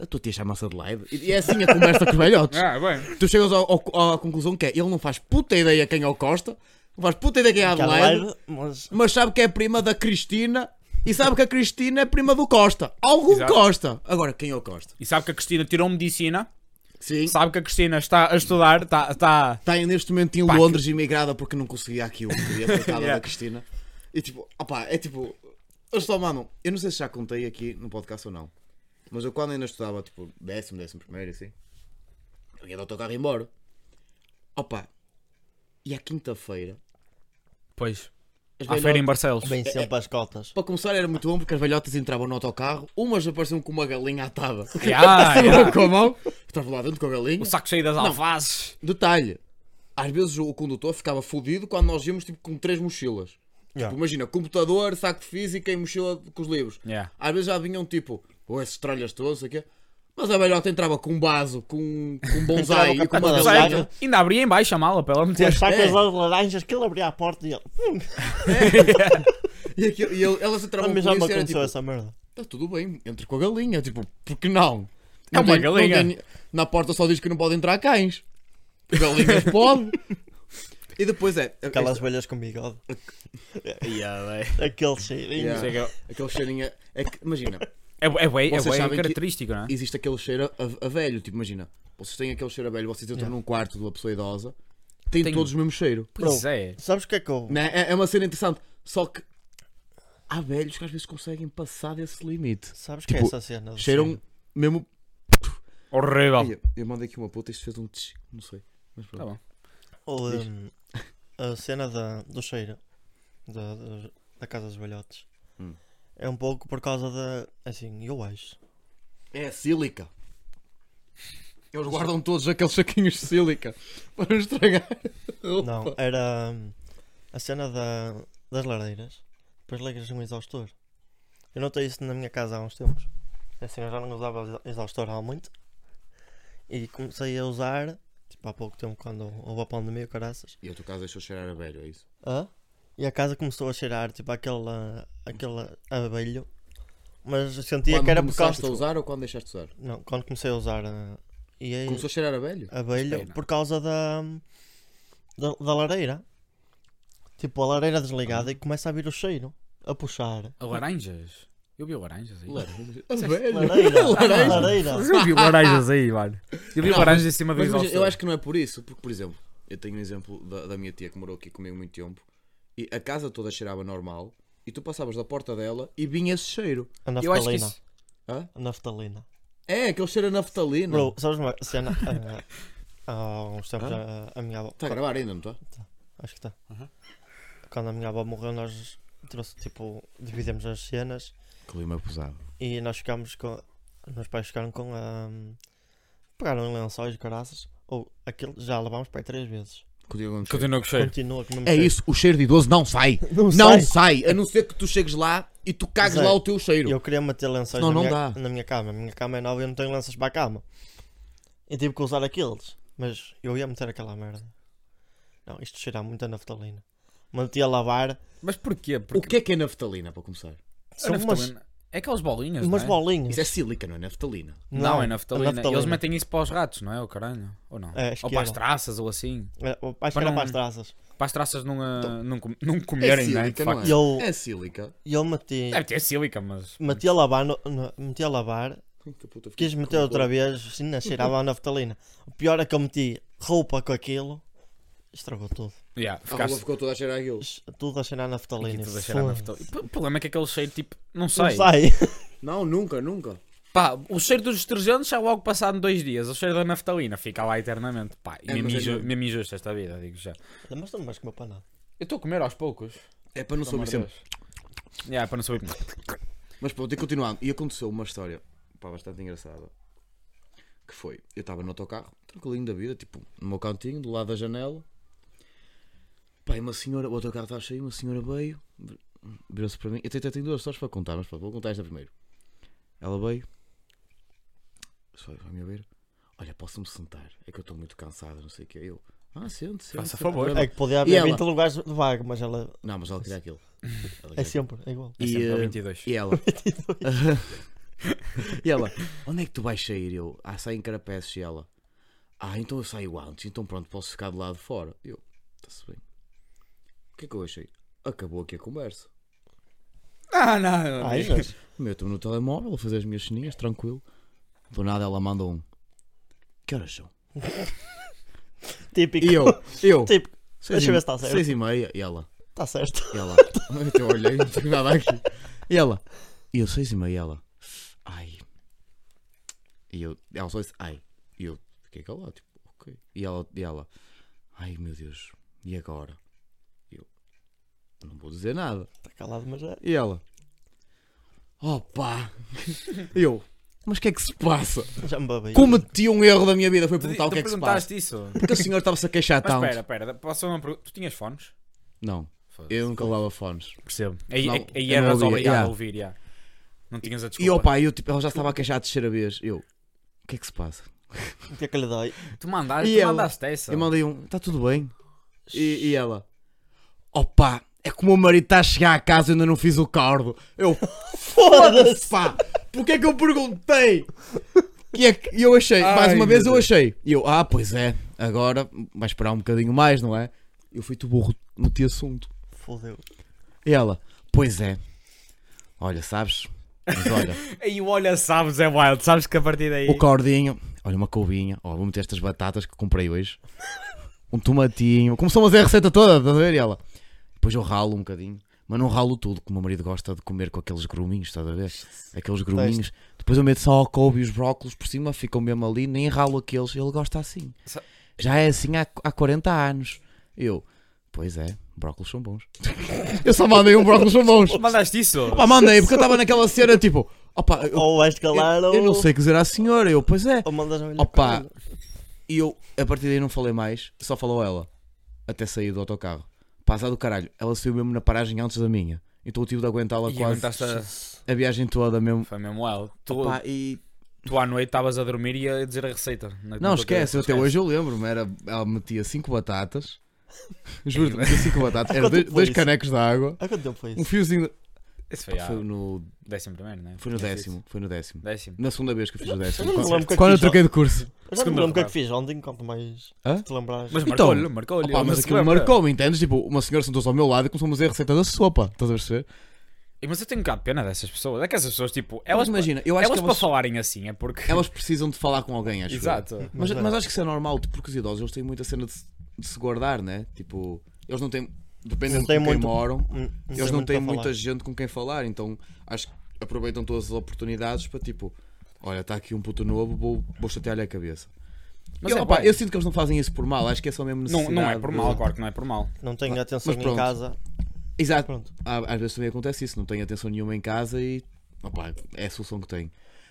[SPEAKER 2] A tua tia chama-se Adelaide. E e é assim a conversa com os velhotes.
[SPEAKER 3] Ah, bem.
[SPEAKER 2] Tu chegas ao- ao- à conclusão que é, ele não faz puta ideia quem é o Costa, não faz puta ideia quem é a
[SPEAKER 1] Que há
[SPEAKER 2] Adelaide,
[SPEAKER 1] live, mas
[SPEAKER 2] mas sabe que é prima da Cristina e sabe que a Cristina é prima do Costa. Algum
[SPEAKER 3] Exato.
[SPEAKER 2] Costa. Agora, quem é o Costa?
[SPEAKER 3] E sabe que a Cristina tirou medicina,
[SPEAKER 2] Sim.
[SPEAKER 3] sabe que a Cristina está a estudar, está. está...
[SPEAKER 2] Está neste momento em
[SPEAKER 3] Pá,
[SPEAKER 2] Londres imigrada porque não conseguia aqui o que queria, coitada
[SPEAKER 3] Yeah.
[SPEAKER 2] da Cristina. E tipo, opá, é tipo, eles só mandam. Eu não sei se já contei aqui no podcast ou não, mas eu quando ainda estudava, tipo, décimo, décimo primeiro, assim, eu ia do autocarro embora. Opá, e à quinta-feira.
[SPEAKER 3] Pois.
[SPEAKER 2] as
[SPEAKER 3] À
[SPEAKER 2] velhotas-
[SPEAKER 3] feira em Barcelos.
[SPEAKER 1] vem sempre às cotas.
[SPEAKER 2] Para começar era muito bom porque as velhotas entravam no autocarro, umas apareciam com uma galinha atada.
[SPEAKER 3] Ah, yeah.
[SPEAKER 2] com a mão, estavam lá dentro com a galinha.
[SPEAKER 3] O saco cheio das alfaces.
[SPEAKER 2] Detalhe, às vezes o condutor ficava fodido quando nós íamos tipo, com três mochilas.
[SPEAKER 1] Yeah.
[SPEAKER 2] Tipo, imagina, computador, saco de física e mochila de- com os livros.
[SPEAKER 3] Yeah.
[SPEAKER 2] Às vezes já vinham tipo, ou esses tralhas todos, aqui. Mas a velhota entrava com um vaso, com, com um bonsai
[SPEAKER 1] Entrava
[SPEAKER 2] e
[SPEAKER 1] com
[SPEAKER 2] com
[SPEAKER 1] a
[SPEAKER 2] uma
[SPEAKER 1] pata de
[SPEAKER 2] galinha.
[SPEAKER 1] gato.
[SPEAKER 3] Ainda abria em baixo a mala para ela meter.
[SPEAKER 1] Mas sai com
[SPEAKER 2] É.
[SPEAKER 1] as laranjas que ele abria a porta e ele. Hum,
[SPEAKER 2] E, aquilo- e ele- elas entravam
[SPEAKER 1] a
[SPEAKER 2] com
[SPEAKER 1] mim
[SPEAKER 2] isso
[SPEAKER 1] já me
[SPEAKER 2] e era
[SPEAKER 1] aconteceu
[SPEAKER 2] tipo,
[SPEAKER 1] essa merda.
[SPEAKER 2] tá tudo bem, entre com a galinha. Tipo, porque não?
[SPEAKER 3] É uma galinha.
[SPEAKER 2] na porta só diz que não pode entrar cães. Galinhas pode. E depois é.
[SPEAKER 1] Aquelas velhas com bigode. Aquele cheirinho.
[SPEAKER 2] Yeah.
[SPEAKER 3] Chega-
[SPEAKER 2] Aquele cheirinho. a- É que, imagina,
[SPEAKER 3] É, é, bem, é
[SPEAKER 2] Vocês
[SPEAKER 3] bem
[SPEAKER 2] sabem que-
[SPEAKER 3] característico, não é?
[SPEAKER 2] existe aquele cheiro a, a velho. Tipo, imagina, vocês têm aquele cheiro a velho, vocês entram num quarto de uma pessoa idosa, têm
[SPEAKER 3] Tenho.
[SPEAKER 2] todos o mesmo cheiro.
[SPEAKER 3] Pois
[SPEAKER 1] Bro,
[SPEAKER 3] é.
[SPEAKER 1] Sabes o que é que eu.
[SPEAKER 2] Né? É, é uma cena interessante. Só que há velhos que às vezes conseguem passar desse limite.
[SPEAKER 1] Sabes o que é
[SPEAKER 2] Tipo,
[SPEAKER 1] essa cena? do
[SPEAKER 2] Cheiram
[SPEAKER 1] cheiro?
[SPEAKER 2] mesmo.
[SPEAKER 1] Oh.
[SPEAKER 3] Horrível.
[SPEAKER 2] Olha, eu mandei aqui uma puta, isto fez um tch, não sei. Mas
[SPEAKER 3] Tá
[SPEAKER 2] pronto.
[SPEAKER 3] bom.
[SPEAKER 1] Ou, hum, a cena da, do cheiro da, da, da Casa dos Velhotes
[SPEAKER 2] Hum.
[SPEAKER 1] é um pouco por causa da. Assim, eu acho.
[SPEAKER 2] É a sílica. Eles guardam todos aqueles saquinhos de sílica para não estragar.
[SPEAKER 1] Não, era hum, a cena da, das lareiras. Depois ligas um exaustor. Eu notei isso na minha casa há uns tempos. Assim, eu já não usava exa- exaustor há muito. E comecei a usar, tipo, há pouco tempo, quando houve a pandemia, caraças.
[SPEAKER 2] E a tua casa deixou cheirar a velho, é isso?
[SPEAKER 1] Hã? E a casa começou a cheirar, tipo, aquele, aquele abelho. Mas eu sentia
[SPEAKER 2] quando
[SPEAKER 1] que era por
[SPEAKER 2] começaste
[SPEAKER 1] causa.
[SPEAKER 2] a usar ou quando deixaste de usar?
[SPEAKER 1] Não, quando comecei a usar. ah, E aí,
[SPEAKER 2] Começou a cheirar a velho?
[SPEAKER 1] abelha
[SPEAKER 3] Espera.
[SPEAKER 1] por causa da, da, da lareira. Tipo, a lareira desligada e começa a vir o cheiro, a puxar.
[SPEAKER 3] Laranjas. Eu vi laranjas aí.
[SPEAKER 2] Laranja.
[SPEAKER 1] Lareira.
[SPEAKER 2] Laranja.
[SPEAKER 1] Lareira.
[SPEAKER 3] Mas eu vi laranjas aí, mano. Eu vi
[SPEAKER 2] Não,
[SPEAKER 3] laranjas em cima do
[SPEAKER 2] Mas imagina,
[SPEAKER 3] exaustor.
[SPEAKER 2] eu acho que não é por isso, porque, por exemplo, eu tenho um exemplo da, da minha tia que morou aqui comigo muito tempo e a casa toda cheirava normal e tu passavas da porta dela e vinha esse cheiro.
[SPEAKER 1] A
[SPEAKER 3] Eu acho que
[SPEAKER 1] naftalina.
[SPEAKER 3] isso...
[SPEAKER 2] Hã?
[SPEAKER 1] A naftalina.
[SPEAKER 2] É, aquele cheiro a naftalina.
[SPEAKER 1] Bro, sabes uma cena? Ah, Há uns tempos a, a minha avó.
[SPEAKER 3] Tá.
[SPEAKER 2] Está a gravar Tá, ainda, não está?
[SPEAKER 1] Acho que está. Quando a minha avó morreu, nós trouxe, tipo, dividimos as cenas
[SPEAKER 2] Clima pesado.
[SPEAKER 1] e nós ficámos com. Os meus pais ficaram com a. pegaram em lençóis, caraças. Ou aquilo já lavámos para aí três vezes.
[SPEAKER 2] Continua com
[SPEAKER 3] Continua com
[SPEAKER 2] o cheiro.
[SPEAKER 3] o cheiro.
[SPEAKER 1] Continua com o mesmo
[SPEAKER 2] É
[SPEAKER 1] um cheiro.
[SPEAKER 2] isso, o cheiro de idoso não sai.
[SPEAKER 1] Não
[SPEAKER 2] Não
[SPEAKER 1] sai.
[SPEAKER 2] sai, a não ser que tu chegues lá e tu cagues
[SPEAKER 1] Sei.
[SPEAKER 2] lá o teu cheiro.
[SPEAKER 1] Eu queria meter lençóis
[SPEAKER 2] Senão
[SPEAKER 1] na,
[SPEAKER 2] não
[SPEAKER 1] minha,
[SPEAKER 2] dá.
[SPEAKER 1] na minha cama. A minha cama é nova e eu não tenho lenças para a cama. Eu tive que usar aqueles. Mas eu ia meter aquela merda. Não, isto cheira muito a naftalina. Mantia a lavar.
[SPEAKER 3] Mas porquê?
[SPEAKER 2] O
[SPEAKER 3] Porque
[SPEAKER 2] que é que é naftalina, para começar?
[SPEAKER 1] São
[SPEAKER 3] a
[SPEAKER 1] umas,
[SPEAKER 3] naftalina- É aquelas bolinhas,
[SPEAKER 1] umas
[SPEAKER 3] não é?
[SPEAKER 1] bolinhas.
[SPEAKER 2] Isso é sílica, não é naftalina.
[SPEAKER 3] Não, é naftalina. Eles metem isso para os ratos, não é? O caralho. Ou não?
[SPEAKER 1] É, acho
[SPEAKER 3] ou
[SPEAKER 1] que
[SPEAKER 3] para as
[SPEAKER 1] era.
[SPEAKER 3] traças, ou assim.
[SPEAKER 1] É, acho que
[SPEAKER 3] Para
[SPEAKER 1] era
[SPEAKER 3] não-
[SPEAKER 1] para as traças.
[SPEAKER 3] Para as traças não, ah, não, com- não
[SPEAKER 2] É
[SPEAKER 3] comerem, não é? De
[SPEAKER 2] sílica, não
[SPEAKER 3] facto.
[SPEAKER 2] é?
[SPEAKER 1] Eu-
[SPEAKER 2] É sílica.
[SPEAKER 1] E eu meti.
[SPEAKER 3] Deve ter sílica, mas.
[SPEAKER 1] Meti a lavar. No, no- meti a lavar.
[SPEAKER 2] Que puta, fiquei
[SPEAKER 1] Quis meter
[SPEAKER 2] com
[SPEAKER 1] outra
[SPEAKER 2] dor.
[SPEAKER 1] vez. Assim, não cheirava a naftalina. O pior é que eu meti roupa com aquilo. Estragou tudo.
[SPEAKER 3] Yeah,
[SPEAKER 2] A roupa
[SPEAKER 3] ficaste
[SPEAKER 2] ficou toda a cheirar aquilo.
[SPEAKER 1] Tudo a cheirar a
[SPEAKER 3] aqui
[SPEAKER 1] naftalina.
[SPEAKER 3] tudo a cheirar a
[SPEAKER 1] Foda-se.
[SPEAKER 3] naftalina. O problema é que aquele cheiro, tipo, não sei.
[SPEAKER 1] Não sai.
[SPEAKER 2] Não, nunca, nunca.
[SPEAKER 3] Pá, o cheiro dos detergentes já logo passado dois dias. O cheiro da naftalina fica lá eternamente. Pá, e
[SPEAKER 2] É,
[SPEAKER 3] mesmo
[SPEAKER 2] mas é
[SPEAKER 3] inju-
[SPEAKER 2] doido.
[SPEAKER 3] mesmo injusto esta vida, digo já.
[SPEAKER 1] Mas tu não vais comer para nada.
[SPEAKER 3] Eu estou a comer aos poucos.
[SPEAKER 2] É para não
[SPEAKER 3] pelo amor
[SPEAKER 2] saber
[SPEAKER 3] de
[SPEAKER 2] sempre.
[SPEAKER 3] Deus. Yeah, para não saber. é
[SPEAKER 2] Mas pronto, e continuando. E aconteceu uma história pá, bastante engraçada. Que foi, eu estava no autocarro, tranquilinho da vida, tipo, no meu cantinho, do lado da janela. Pá, e uma senhora, o autocarro estava cheio, uma senhora veio, vir- virou-se para mim. Eu até tenho duas histórias para contar, mas pronto, vou contar esta primeiro. Ela veio, só vai me ouvir. Olha, posso-me sentar? É que eu estou muito cansada, não sei o que. Eu, ah, sente, sente.
[SPEAKER 3] Faça
[SPEAKER 2] sente,
[SPEAKER 3] favor.
[SPEAKER 2] não há problema."
[SPEAKER 1] É que podia
[SPEAKER 2] E
[SPEAKER 1] haver
[SPEAKER 2] ela?
[SPEAKER 1] 20 lugares de vago, mas ela
[SPEAKER 2] Não, mas ela queria aquilo. Ela
[SPEAKER 1] é
[SPEAKER 2] queria
[SPEAKER 1] sempre, é igual.
[SPEAKER 3] É sempre
[SPEAKER 2] e,
[SPEAKER 3] ao
[SPEAKER 2] eh,
[SPEAKER 3] 22.
[SPEAKER 2] E ela. e ela, onde é que tu vais sair? Eu, ah, saio em Carapeças. E ela, ah, então eu saio antes, então pronto, posso ficar do lado de fora. Eu, está-se bem. O que é que eu achei? Acabou aqui a conversa.
[SPEAKER 3] Ah, não.
[SPEAKER 1] Ah, Inês,
[SPEAKER 2] Meto-me no telemóvel a fazer as minhas sininhas, tranquilo. Do nada ela manda um. Que horas são?
[SPEAKER 1] típico.
[SPEAKER 2] E eu, eu.
[SPEAKER 1] Tipo,
[SPEAKER 2] seis,
[SPEAKER 1] deixa eu ver
[SPEAKER 2] e,
[SPEAKER 1] se tá certo.
[SPEAKER 2] seis e meia. E ela,
[SPEAKER 1] está Tá certo.
[SPEAKER 2] E ela, eu olhei, não tenho nada aqui. E ela, e eu seis e meia, e ela, ai. E eu, ela só disse, ai. E eu fiquei calado, tipo, ok. E ela, e ela, ai meu Deus, e agora? E eu, não vou dizer nada.
[SPEAKER 1] Está calado, mas é.
[SPEAKER 2] E ela, opa. E eu, mas o que é que se passa?
[SPEAKER 1] já me babei.
[SPEAKER 2] Cometi um erro da minha vida, foi
[SPEAKER 3] Tu,
[SPEAKER 2] perguntar o
[SPEAKER 3] tu
[SPEAKER 2] que é que se passa.
[SPEAKER 3] Então
[SPEAKER 2] Tá
[SPEAKER 3] perguntaste isso.
[SPEAKER 2] Porque o senhor estava-se a queixar
[SPEAKER 3] Mas
[SPEAKER 2] tanto.
[SPEAKER 3] espera, espera. Posso fazer uma pergunta? Tu tinhas fones?
[SPEAKER 2] Não,
[SPEAKER 3] Foda-se.
[SPEAKER 2] eu nunca levava fones.
[SPEAKER 3] Percebo. Aí,
[SPEAKER 2] Não,
[SPEAKER 3] aí- aí
[SPEAKER 2] eu não
[SPEAKER 3] eras
[SPEAKER 2] ouvia,
[SPEAKER 3] obrigado a
[SPEAKER 2] yeah.
[SPEAKER 3] ouvir, yeah. Não tinhas a
[SPEAKER 2] E
[SPEAKER 3] desculpa.
[SPEAKER 2] opa, eu, tipo, ela já estava a queixar a terceira vez. Eu, o que é que se passa?
[SPEAKER 1] O que é que lhe dói?
[SPEAKER 3] Tu mandaste,
[SPEAKER 2] E
[SPEAKER 3] tu
[SPEAKER 2] ela?
[SPEAKER 3] mandaste essa.
[SPEAKER 2] Eu mandei um, está tudo bem? E, e ela, opa, é que o meu marido está a chegar a casa e ainda não fiz o cardo. Eu, foda-se, pá, porque é que eu perguntei? E é que- e eu achei, mais
[SPEAKER 3] Ai, meu
[SPEAKER 2] uma vez eu
[SPEAKER 3] Deus.
[SPEAKER 2] achei. E eu, ah, pois é, agora vai esperar um bocadinho mais, não é? Eu fui-te burro, meti assunto.
[SPEAKER 1] Fodeu.
[SPEAKER 2] E ela, pois é, olha, sabes, mas olha,
[SPEAKER 3] Aí o olha, sabes, é wild. Sabes que a partir daí.
[SPEAKER 2] o cordinho, olha, uma couvinha, ó, vou meter estas batatas que comprei hoje, um tomatinho, começou a fazer a receita toda, estás a ver? E ela, depois eu ralo um bocadinho, mas não ralo tudo, que o meu marido gosta de comer com aqueles gruminhos, estás a ver? Aqueles gruminhos, depois eu meto só a couve e os brócolos por cima, ficam mesmo ali, nem ralo aqueles, ele gosta assim.
[SPEAKER 3] Sa-
[SPEAKER 2] Já é assim há, há 40 anos. Eu, pois é, brócolos são bons. eu só mandei um brócolos são bons.
[SPEAKER 3] Mandaste isso?
[SPEAKER 2] Pá, mandei, porque eu estava naquela cena tipo, opa, eu,
[SPEAKER 1] Ou vais calar
[SPEAKER 2] eu,
[SPEAKER 1] ou.
[SPEAKER 2] eu não sei o que dizer à senhora, eu, pois é.
[SPEAKER 1] Ou mandas olhar
[SPEAKER 2] Opa.
[SPEAKER 1] para ela.
[SPEAKER 2] E eu, a partir daí, não falei mais, só falou ela. Até sair do autocarro. Pá, do caralho, ela saiu mesmo na paragem antes da minha. Então eu tive de aguentá-la
[SPEAKER 3] E
[SPEAKER 2] quase
[SPEAKER 3] aguentaste a-
[SPEAKER 2] a viagem toda mesmo.
[SPEAKER 3] Foi mesmo wild. Tu,
[SPEAKER 2] Pá, e...
[SPEAKER 3] tu à noite estavas a dormir e a dizer a receita. Na-
[SPEAKER 2] Não,
[SPEAKER 3] na
[SPEAKER 2] esquece, eu
[SPEAKER 3] tua cabeça.
[SPEAKER 2] até hoje eu lembro-me. Era... Ela metia 5 batatas. Juro-te, metia 5 batatas. Era
[SPEAKER 1] Quanto
[SPEAKER 2] dois,
[SPEAKER 1] foi
[SPEAKER 2] dois
[SPEAKER 1] isso?
[SPEAKER 2] canecos de água.
[SPEAKER 1] Há quanto tempo foi
[SPEAKER 2] Um
[SPEAKER 1] isso?
[SPEAKER 2] fiozinho. de-
[SPEAKER 3] Isso foi,
[SPEAKER 2] Foi
[SPEAKER 3] ah,
[SPEAKER 2] no,
[SPEAKER 3] décimo primeiro, né?
[SPEAKER 2] foi no
[SPEAKER 3] Tinhas
[SPEAKER 2] décimo.
[SPEAKER 3] dito.
[SPEAKER 2] Foi no décimo.
[SPEAKER 3] Décimo.
[SPEAKER 2] Na segunda vez que eu fiz o décimo.
[SPEAKER 1] não me lembro o que
[SPEAKER 2] Quando,
[SPEAKER 1] é que
[SPEAKER 2] quando eu
[SPEAKER 1] fiz, ó.
[SPEAKER 2] troquei de curso.
[SPEAKER 1] Eu já não me
[SPEAKER 3] Segunda
[SPEAKER 1] lembro o que é que
[SPEAKER 3] rodada.
[SPEAKER 1] fiz ontem, quanto mais
[SPEAKER 2] Hã?
[SPEAKER 1] te lembrares.
[SPEAKER 3] Mas
[SPEAKER 2] Então,
[SPEAKER 3] marcou-lhe, marcou-lhe.
[SPEAKER 2] Opa,
[SPEAKER 3] Ele
[SPEAKER 2] mas
[SPEAKER 3] se
[SPEAKER 2] aquilo
[SPEAKER 3] lembra.
[SPEAKER 2] marcou-me, entendes? Tipo, uma senhora sentou-se ao meu lado e começou a fazer a receita da sopa, estás a perceber?
[SPEAKER 3] E- Mas eu tenho um bocado de pena dessas pessoas. É que essas pessoas, tipo, elas,
[SPEAKER 2] imagina, eu acho
[SPEAKER 3] elas
[SPEAKER 2] que
[SPEAKER 3] para
[SPEAKER 2] elas,
[SPEAKER 3] falarem assim é porque.
[SPEAKER 2] elas precisam de falar com alguém, acho eu.
[SPEAKER 3] Exato.
[SPEAKER 2] Mas,
[SPEAKER 1] Mas-
[SPEAKER 2] mas acho que isso é normal, tipo, porque os idosos eles têm muita cena de, se- de se guardar, né? Tipo, eles não têm. Dependendo
[SPEAKER 1] Não têm
[SPEAKER 2] de com quem
[SPEAKER 1] muito-
[SPEAKER 2] moram,
[SPEAKER 1] Hum, não
[SPEAKER 2] eles
[SPEAKER 1] sei
[SPEAKER 2] não
[SPEAKER 1] muito
[SPEAKER 2] têm
[SPEAKER 1] para falar.
[SPEAKER 2] muita gente com quem falar, então acho que aproveitam todas as oportunidades para tipo, olha, está aqui um puto novo, vou, vou chatear-lhe a cabeça.
[SPEAKER 3] Mas
[SPEAKER 2] eu,
[SPEAKER 3] é
[SPEAKER 2] opá,
[SPEAKER 3] bem.
[SPEAKER 2] eu sinto que eles não fazem isso por mal, acho que é só mesmo
[SPEAKER 3] Não,
[SPEAKER 2] necessidade.
[SPEAKER 3] não é por mal,
[SPEAKER 2] de-
[SPEAKER 3] claro que não é por mal.
[SPEAKER 1] Não tenho atenção em
[SPEAKER 2] pronto.
[SPEAKER 1] casa.
[SPEAKER 2] Exato.
[SPEAKER 1] Pronto.
[SPEAKER 2] Há- Às vezes também acontece isso, não tenho atenção nenhuma em casa e opá, é a solução que tenho.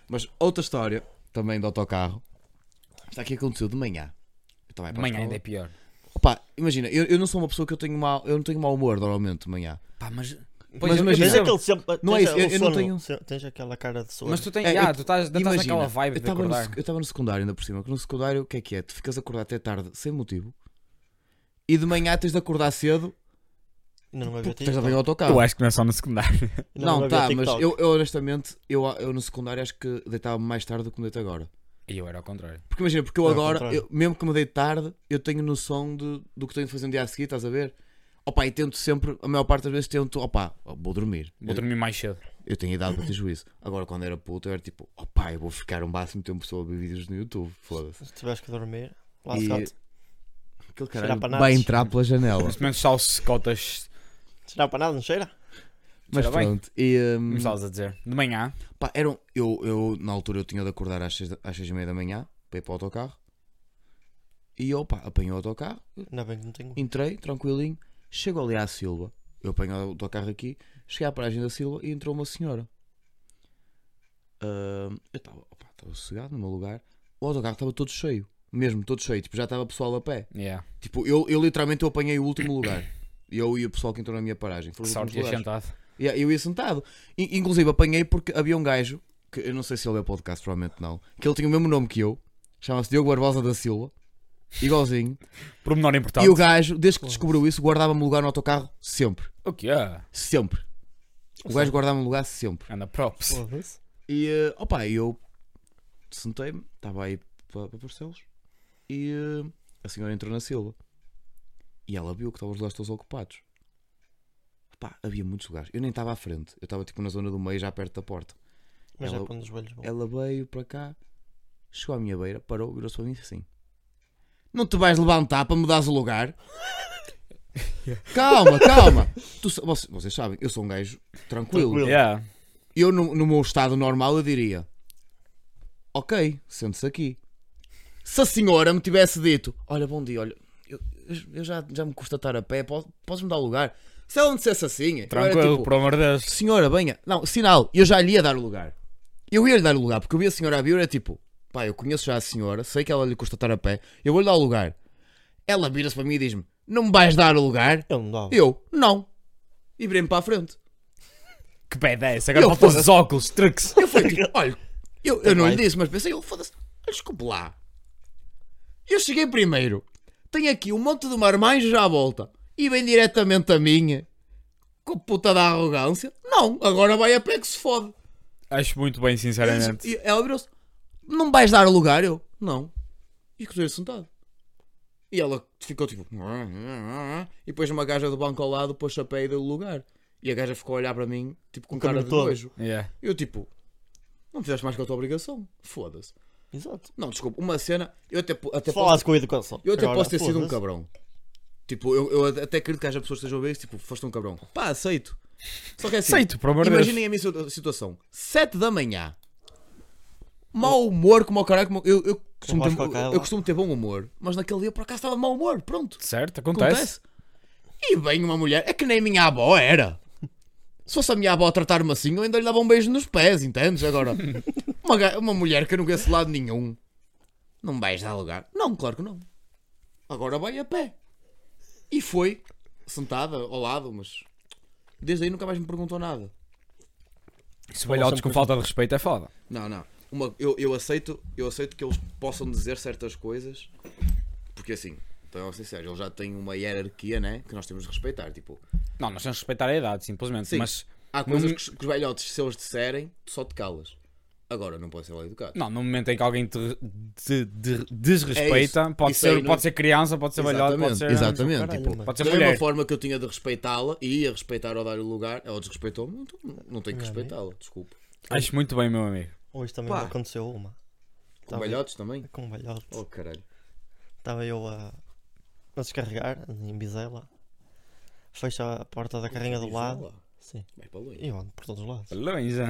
[SPEAKER 2] Mas outra história, também do autocarro, está aqui aconteceu de manhã. Eu estava a ir para a
[SPEAKER 3] Amanhã
[SPEAKER 2] escola.
[SPEAKER 3] ainda é pior.
[SPEAKER 2] Opá, imagina, eu, eu não sou uma pessoa que eu tenho mal, eu não tenho mau humor normalmente de manhã.
[SPEAKER 3] Pá, mas.
[SPEAKER 2] Mas
[SPEAKER 3] eu- eu
[SPEAKER 2] imagina-
[SPEAKER 1] Mas
[SPEAKER 3] percebo.
[SPEAKER 1] aquele sempre.
[SPEAKER 2] Não é
[SPEAKER 1] tens
[SPEAKER 2] isso, eu-
[SPEAKER 1] o
[SPEAKER 2] eu não
[SPEAKER 1] sono,
[SPEAKER 2] tenho-
[SPEAKER 1] se- Tens aquela cara de sono.
[SPEAKER 3] Mas tu tens.
[SPEAKER 2] É,
[SPEAKER 3] ah,
[SPEAKER 2] eu-
[SPEAKER 3] tu estás, ainda estás
[SPEAKER 2] Imagina,
[SPEAKER 3] naquela vibe
[SPEAKER 2] eu
[SPEAKER 3] de
[SPEAKER 2] tava no
[SPEAKER 3] acordar.
[SPEAKER 2] sec- eu estava no secundário ainda por cima, que no secundário o que é que é? Tu ficas acordado até tarde sem motivo e de manhã tens de acordar cedo
[SPEAKER 1] Ainda não vai ver
[SPEAKER 2] porque tens de
[SPEAKER 1] TikTok.
[SPEAKER 2] apanhar o autocarro.
[SPEAKER 3] Eu acho que não é só no secundário.
[SPEAKER 1] Ainda
[SPEAKER 2] não,
[SPEAKER 1] vai ver
[SPEAKER 2] tá, mas
[SPEAKER 1] TikTok.
[SPEAKER 2] eu, eu honestamente, eu, eu no secundário acho que deitava-me mais tarde do que me deito agora.
[SPEAKER 3] E eu era ao contrário.
[SPEAKER 2] Porque imagina, porque eu
[SPEAKER 1] Não, ao
[SPEAKER 2] agora,
[SPEAKER 1] contrário.
[SPEAKER 2] eu- mesmo que me deite tarde, eu tenho noção de, do que tenho de fazer no dia a seguir, estás a ver? Opa, e tento sempre, a maior parte das vezes tento, opa, vou dormir.
[SPEAKER 3] Vou dormir mais cedo.
[SPEAKER 2] Eu tenho idade para ter juízo. Agora, quando era puto, eu era tipo, opá, eu vou ficar o máximo tempo só a ver vídeos no YouTube, foda-se.
[SPEAKER 1] Se tiveres que dormir, lá
[SPEAKER 2] E-
[SPEAKER 1] se
[SPEAKER 2] Aquele
[SPEAKER 1] Cheira
[SPEAKER 2] caralho
[SPEAKER 1] a panache.
[SPEAKER 2] vai entrar pela janela.
[SPEAKER 3] Neste momento só os cotas.
[SPEAKER 1] Será para nada, não cheira?
[SPEAKER 2] Mas
[SPEAKER 3] Cheira bem.
[SPEAKER 2] pronto. E, hum,
[SPEAKER 3] Como estavas a dizer? De manhã.
[SPEAKER 2] pá, eram, eu, eu, na altura, eu tinha de acordar às seis, da- às seis e meia da manhã para ir para o autocarro. E eu, pá, apanhei o autocarro,
[SPEAKER 1] Ainda bem que não tenho.
[SPEAKER 2] entrei, tranquilinho. Chego ali à Silva. Eu apanho o autocarro aqui. Cheguei à paragem da Silva e entrou uma senhora. Hum, eu estava, opá, estava sossegado no meu lugar. O autocarro estava todo cheio. Mesmo, todo cheio. Tipo, já estava pessoal a pé.
[SPEAKER 3] Yeah.
[SPEAKER 2] Tipo, eu, eu literalmente eu apanhei o último lugar. Eu e o pessoal que entrou na minha paragem. Foram
[SPEAKER 3] Que
[SPEAKER 2] os
[SPEAKER 3] sorte
[SPEAKER 2] últimos
[SPEAKER 3] ias
[SPEAKER 2] lugares.
[SPEAKER 3] sentado.
[SPEAKER 2] Yeah, eu ia sentado. I- inclusive apanhei porque havia um gajo, que eu não sei se ele é podcast, provavelmente não, que ele tinha o mesmo nome que eu, chama-se Diogo Barbosa da Silva, igualzinho.
[SPEAKER 3] Por menor importante.
[SPEAKER 2] E o gajo, desde que descobriu isso, guardava-me lugar no autocarro sempre.
[SPEAKER 3] O que é?
[SPEAKER 2] Sempre. O gajo guardava-me lugar sempre.
[SPEAKER 3] Anda props.
[SPEAKER 1] Foda-se.
[SPEAKER 2] E eh, opa, eu sentei-me, estava aí para Barcelos e eh, a senhora entrou na Silva e ela viu que estavam os lugares todos ocupados. Opa, havia muitos lugares. Eu nem estava à frente, eu estava tipo na zona do meio, já perto da porta.
[SPEAKER 1] Mas
[SPEAKER 2] Ela-
[SPEAKER 1] é quando os joelhos vão.
[SPEAKER 2] Ela veio para cá, chegou à minha beira, parou, virou-se para mim e disse assim: Não te vais levantar para mudares o lugar? calma, calma. Tu sa- vocês, vocês sabem, eu sou um gajo tranquilo.
[SPEAKER 1] Tranquilo.
[SPEAKER 3] Yeah.
[SPEAKER 2] Eu, no, no meu estado normal, eu diria: Ok, sente-se aqui. Se a senhora me tivesse dito: Olha, bom dia, olha, eu, eu já, já me custa estar a pé, po- podes-me dar lugar? Se ela me dissesse assim, eu era
[SPEAKER 3] Tranquilo,
[SPEAKER 2] tipo,
[SPEAKER 3] por amor de Deus.
[SPEAKER 2] senhora, venha. Não, sinal, eu já lhe ia dar o lugar. Eu ia lhe dar o lugar, porque eu vi a senhora a vir, era tipo, pá, eu conheço já a senhora, sei que ela lhe custa estar a pé, eu vou-lhe dar o lugar. Ela vira-se para mim e diz-me, não me vais dar o lugar?
[SPEAKER 1] Eu não dava.
[SPEAKER 2] Eu, não. E virei-me para a frente.
[SPEAKER 3] Que badass. Agora
[SPEAKER 2] Eu,
[SPEAKER 3] faltam os
[SPEAKER 2] foda-se.
[SPEAKER 3] óculos, truques.
[SPEAKER 2] Eu fui tipo, olha, eu, eu não lhe
[SPEAKER 1] bem.
[SPEAKER 2] disse, mas pensei, eu foda-se, olha, desculpe lá. Eu cheguei primeiro, tenho aqui um monte de marmanjos à volta e vem diretamente a mim, com puta da arrogância. Não, agora vai a pé que se fode.
[SPEAKER 3] Acho muito bem, sinceramente.
[SPEAKER 2] E ela virou-se: Não vais dar lugar? Eu: Não. E que estou sentado. E ela ficou tipo. E depois uma gaja do banco ao lado pôs a pé e deu lugar. E a gaja ficou a olhar para mim, tipo, com
[SPEAKER 1] O
[SPEAKER 2] cara
[SPEAKER 1] caminho
[SPEAKER 2] de
[SPEAKER 1] todo.
[SPEAKER 2] nojo.
[SPEAKER 3] Yeah.
[SPEAKER 2] Eu, tipo, não fizeste mais que a tua obrigação. Foda-se.
[SPEAKER 1] Exato.
[SPEAKER 2] Não, desculpa, uma cena. Eu até, po- até
[SPEAKER 1] Se
[SPEAKER 2] posso,
[SPEAKER 1] falasse com a educação.
[SPEAKER 2] eu até
[SPEAKER 1] Agora,
[SPEAKER 2] posso ter sido um
[SPEAKER 1] foda-se.
[SPEAKER 2] cabrão. Tipo, eu, eu até acredito que haja pessoas que estejam a ver isso, tipo, foste um cabrão. Pá, aceito. Só que é assim,
[SPEAKER 3] Aceito, por amor de Deus.
[SPEAKER 2] Imaginem a minha situ- situação. 7 da manhã. Mau humor, como o caralho. como- Eu, eu, costumo
[SPEAKER 1] vais
[SPEAKER 2] ter,
[SPEAKER 1] para cá,
[SPEAKER 2] eu,
[SPEAKER 1] lá.
[SPEAKER 2] costumo ter bom humor, mas naquele dia por acaso estava de mau humor. Pronto.
[SPEAKER 3] Certo, acontece.
[SPEAKER 2] Acontece. E vem uma mulher, é que nem minha avó era. Se fosse a minha avó a tratar-me assim, eu ainda lhe dava um beijo nos pés, entendes? Agora, uma, ga- uma mulher que eu não conheço de lado nenhum, não me vais dar lugar? Não, claro que não. Agora vai a pé. E foi, sentada ao lado, mas desde aí nunca mais me perguntou nada.
[SPEAKER 3] Se velhotes com falta de respeito é foda.
[SPEAKER 2] Não, não. Uma- eu, eu aceito, eu aceito que eles possam dizer certas coisas, porque assim, então sinceros, eles já têm uma hierarquia, né? Que nós temos de respeitar. Tipo,
[SPEAKER 3] Não, nós temos de respeitar a idade, simplesmente.
[SPEAKER 2] Sim.
[SPEAKER 3] Mas
[SPEAKER 2] há coisas
[SPEAKER 3] Não-
[SPEAKER 2] que, os- que os velhotes, se eles disserem, tu só te calas. Agora não pode ser mal educado.
[SPEAKER 3] Não, no momento em que alguém te, te- de- desrespeita, pode,
[SPEAKER 2] É Isso aí
[SPEAKER 3] ser,
[SPEAKER 2] não-
[SPEAKER 3] pode ser criança, pode ser velhote, pode ser.
[SPEAKER 2] exatamente.
[SPEAKER 1] um caralho,
[SPEAKER 2] tipo,
[SPEAKER 1] mano.
[SPEAKER 3] Pode ser
[SPEAKER 2] da
[SPEAKER 3] mulher.
[SPEAKER 2] mesma forma que eu tinha de respeitá-la e ia respeitar ou dar o lugar, ela desrespeitou-me, então não tenho que respeitá-la, desculpe.
[SPEAKER 3] Acho muito bem, meu amigo.
[SPEAKER 1] Hoje também
[SPEAKER 2] Pá.
[SPEAKER 1] me aconteceu uma.
[SPEAKER 2] Com
[SPEAKER 1] Tá bem.
[SPEAKER 2] velhotes também?
[SPEAKER 1] Com um velhote.
[SPEAKER 2] Oh caralho.
[SPEAKER 1] Estava eu a, a descarregar em Bizela. Fecho a porta da carrinha do
[SPEAKER 2] Diz
[SPEAKER 1] lado.
[SPEAKER 2] ela,
[SPEAKER 1] Sim.
[SPEAKER 2] é Vai para longe.
[SPEAKER 1] E eu ando por todos os lados.
[SPEAKER 3] Longe.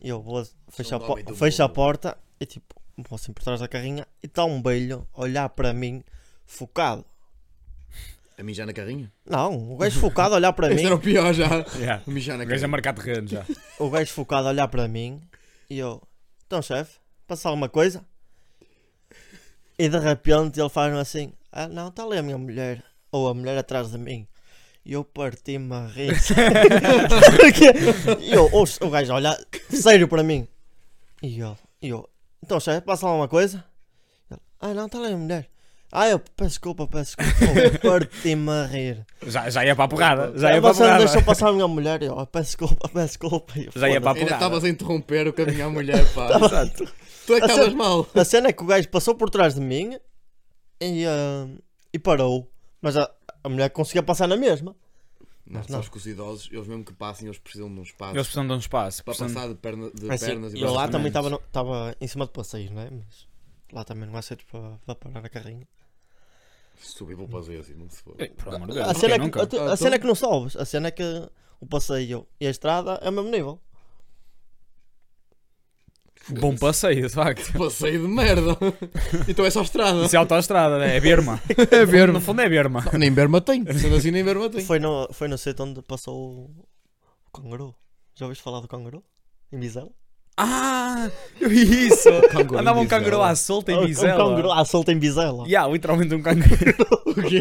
[SPEAKER 1] E eu vou, fecho, a,
[SPEAKER 2] um
[SPEAKER 1] po-
[SPEAKER 2] homem do
[SPEAKER 1] fecho a
[SPEAKER 2] mundo.
[SPEAKER 1] porta e tipo, vou assim por trás da carrinha e está um belho a olhar para mim, focado.
[SPEAKER 2] A mijar na carrinha?
[SPEAKER 1] Não, o gajo focado a olhar para mim.
[SPEAKER 2] Este era o pior já.
[SPEAKER 3] Yeah.
[SPEAKER 2] A mijar na
[SPEAKER 3] O gajo é a
[SPEAKER 2] carrinha.
[SPEAKER 3] marcar terreno já.
[SPEAKER 1] O gajo focado a olhar para mim e eu, então chefe, passa alguma coisa? E de repente ele faz-me assim: Ah, não, está ali a minha mulher, ou a mulher atrás de mim. E eu parti-me a rir. Porque- e eu, ouço, o gajo olha sério para mim. E eu, e eu então chefe, passa alguma coisa? Ele, ah, não, está ali a mulher. Ah, eu peço desculpa, peço desculpa. Eu parti-me a rir.
[SPEAKER 3] já. Já ia para a porrada. Já
[SPEAKER 1] Já
[SPEAKER 3] ia para a
[SPEAKER 1] você não deixou
[SPEAKER 3] porrada.
[SPEAKER 1] passar a minha mulher, eu, "Ah, peço desculpa, peço desculpa. E eu,
[SPEAKER 3] Já ia para a
[SPEAKER 2] Ainda
[SPEAKER 1] "Foda-se."
[SPEAKER 3] porrada.
[SPEAKER 2] estavas a interromper o caminho à mulher, pá. Tu é que
[SPEAKER 1] A
[SPEAKER 2] estavas
[SPEAKER 1] sério?
[SPEAKER 2] mal.
[SPEAKER 1] A cena é que o gajo passou por trás de mim e, ah, e parou. Mas a, a mulher conseguia passar na mesma.
[SPEAKER 2] Não,
[SPEAKER 1] não.
[SPEAKER 2] sabes que os idosos, eles mesmo que passem, eles precisam de um espaço
[SPEAKER 3] Eles precisam de um espaço.
[SPEAKER 2] para
[SPEAKER 3] precisam de-
[SPEAKER 2] passar de, perna- de
[SPEAKER 1] Assim,
[SPEAKER 2] pernas e
[SPEAKER 1] eu lá
[SPEAKER 2] braços.
[SPEAKER 1] também
[SPEAKER 3] Exatamente.
[SPEAKER 1] estava em cima de passeios, não é? Mas lá também não há sítio para, para parar a carrinha.
[SPEAKER 2] Subi vou para os vezes, irmão, se for.
[SPEAKER 3] Ei, por amor de Deus,
[SPEAKER 1] A cena, é
[SPEAKER 3] quem
[SPEAKER 1] que,
[SPEAKER 3] nunca?
[SPEAKER 1] a, te- a
[SPEAKER 2] Ah,
[SPEAKER 1] cena é
[SPEAKER 2] então-
[SPEAKER 1] que não sobes. A cena é que o passeio e a estrada é o mesmo nível.
[SPEAKER 3] Bom passeio, de facto.
[SPEAKER 2] Passeio de merda. então é só estrada.
[SPEAKER 3] Isso é autoestrada, né? é Berma. É Berma. No fundo é Berma.
[SPEAKER 2] Nem berma tem. Sendo assim, nem berma tem.
[SPEAKER 1] Foi no, foi no sítio onde passou o, o canguru. Já ouviste falar do canguru? Em Bizela?
[SPEAKER 3] Ah, eu vi isso.
[SPEAKER 2] Canguru
[SPEAKER 3] Andava um
[SPEAKER 2] em Vizela.
[SPEAKER 3] canguru à solta
[SPEAKER 1] Ah,
[SPEAKER 3] em Vizela.
[SPEAKER 1] Um canguru à solta em Bizela.
[SPEAKER 3] Yeah, literalmente um canguru.
[SPEAKER 2] O quê?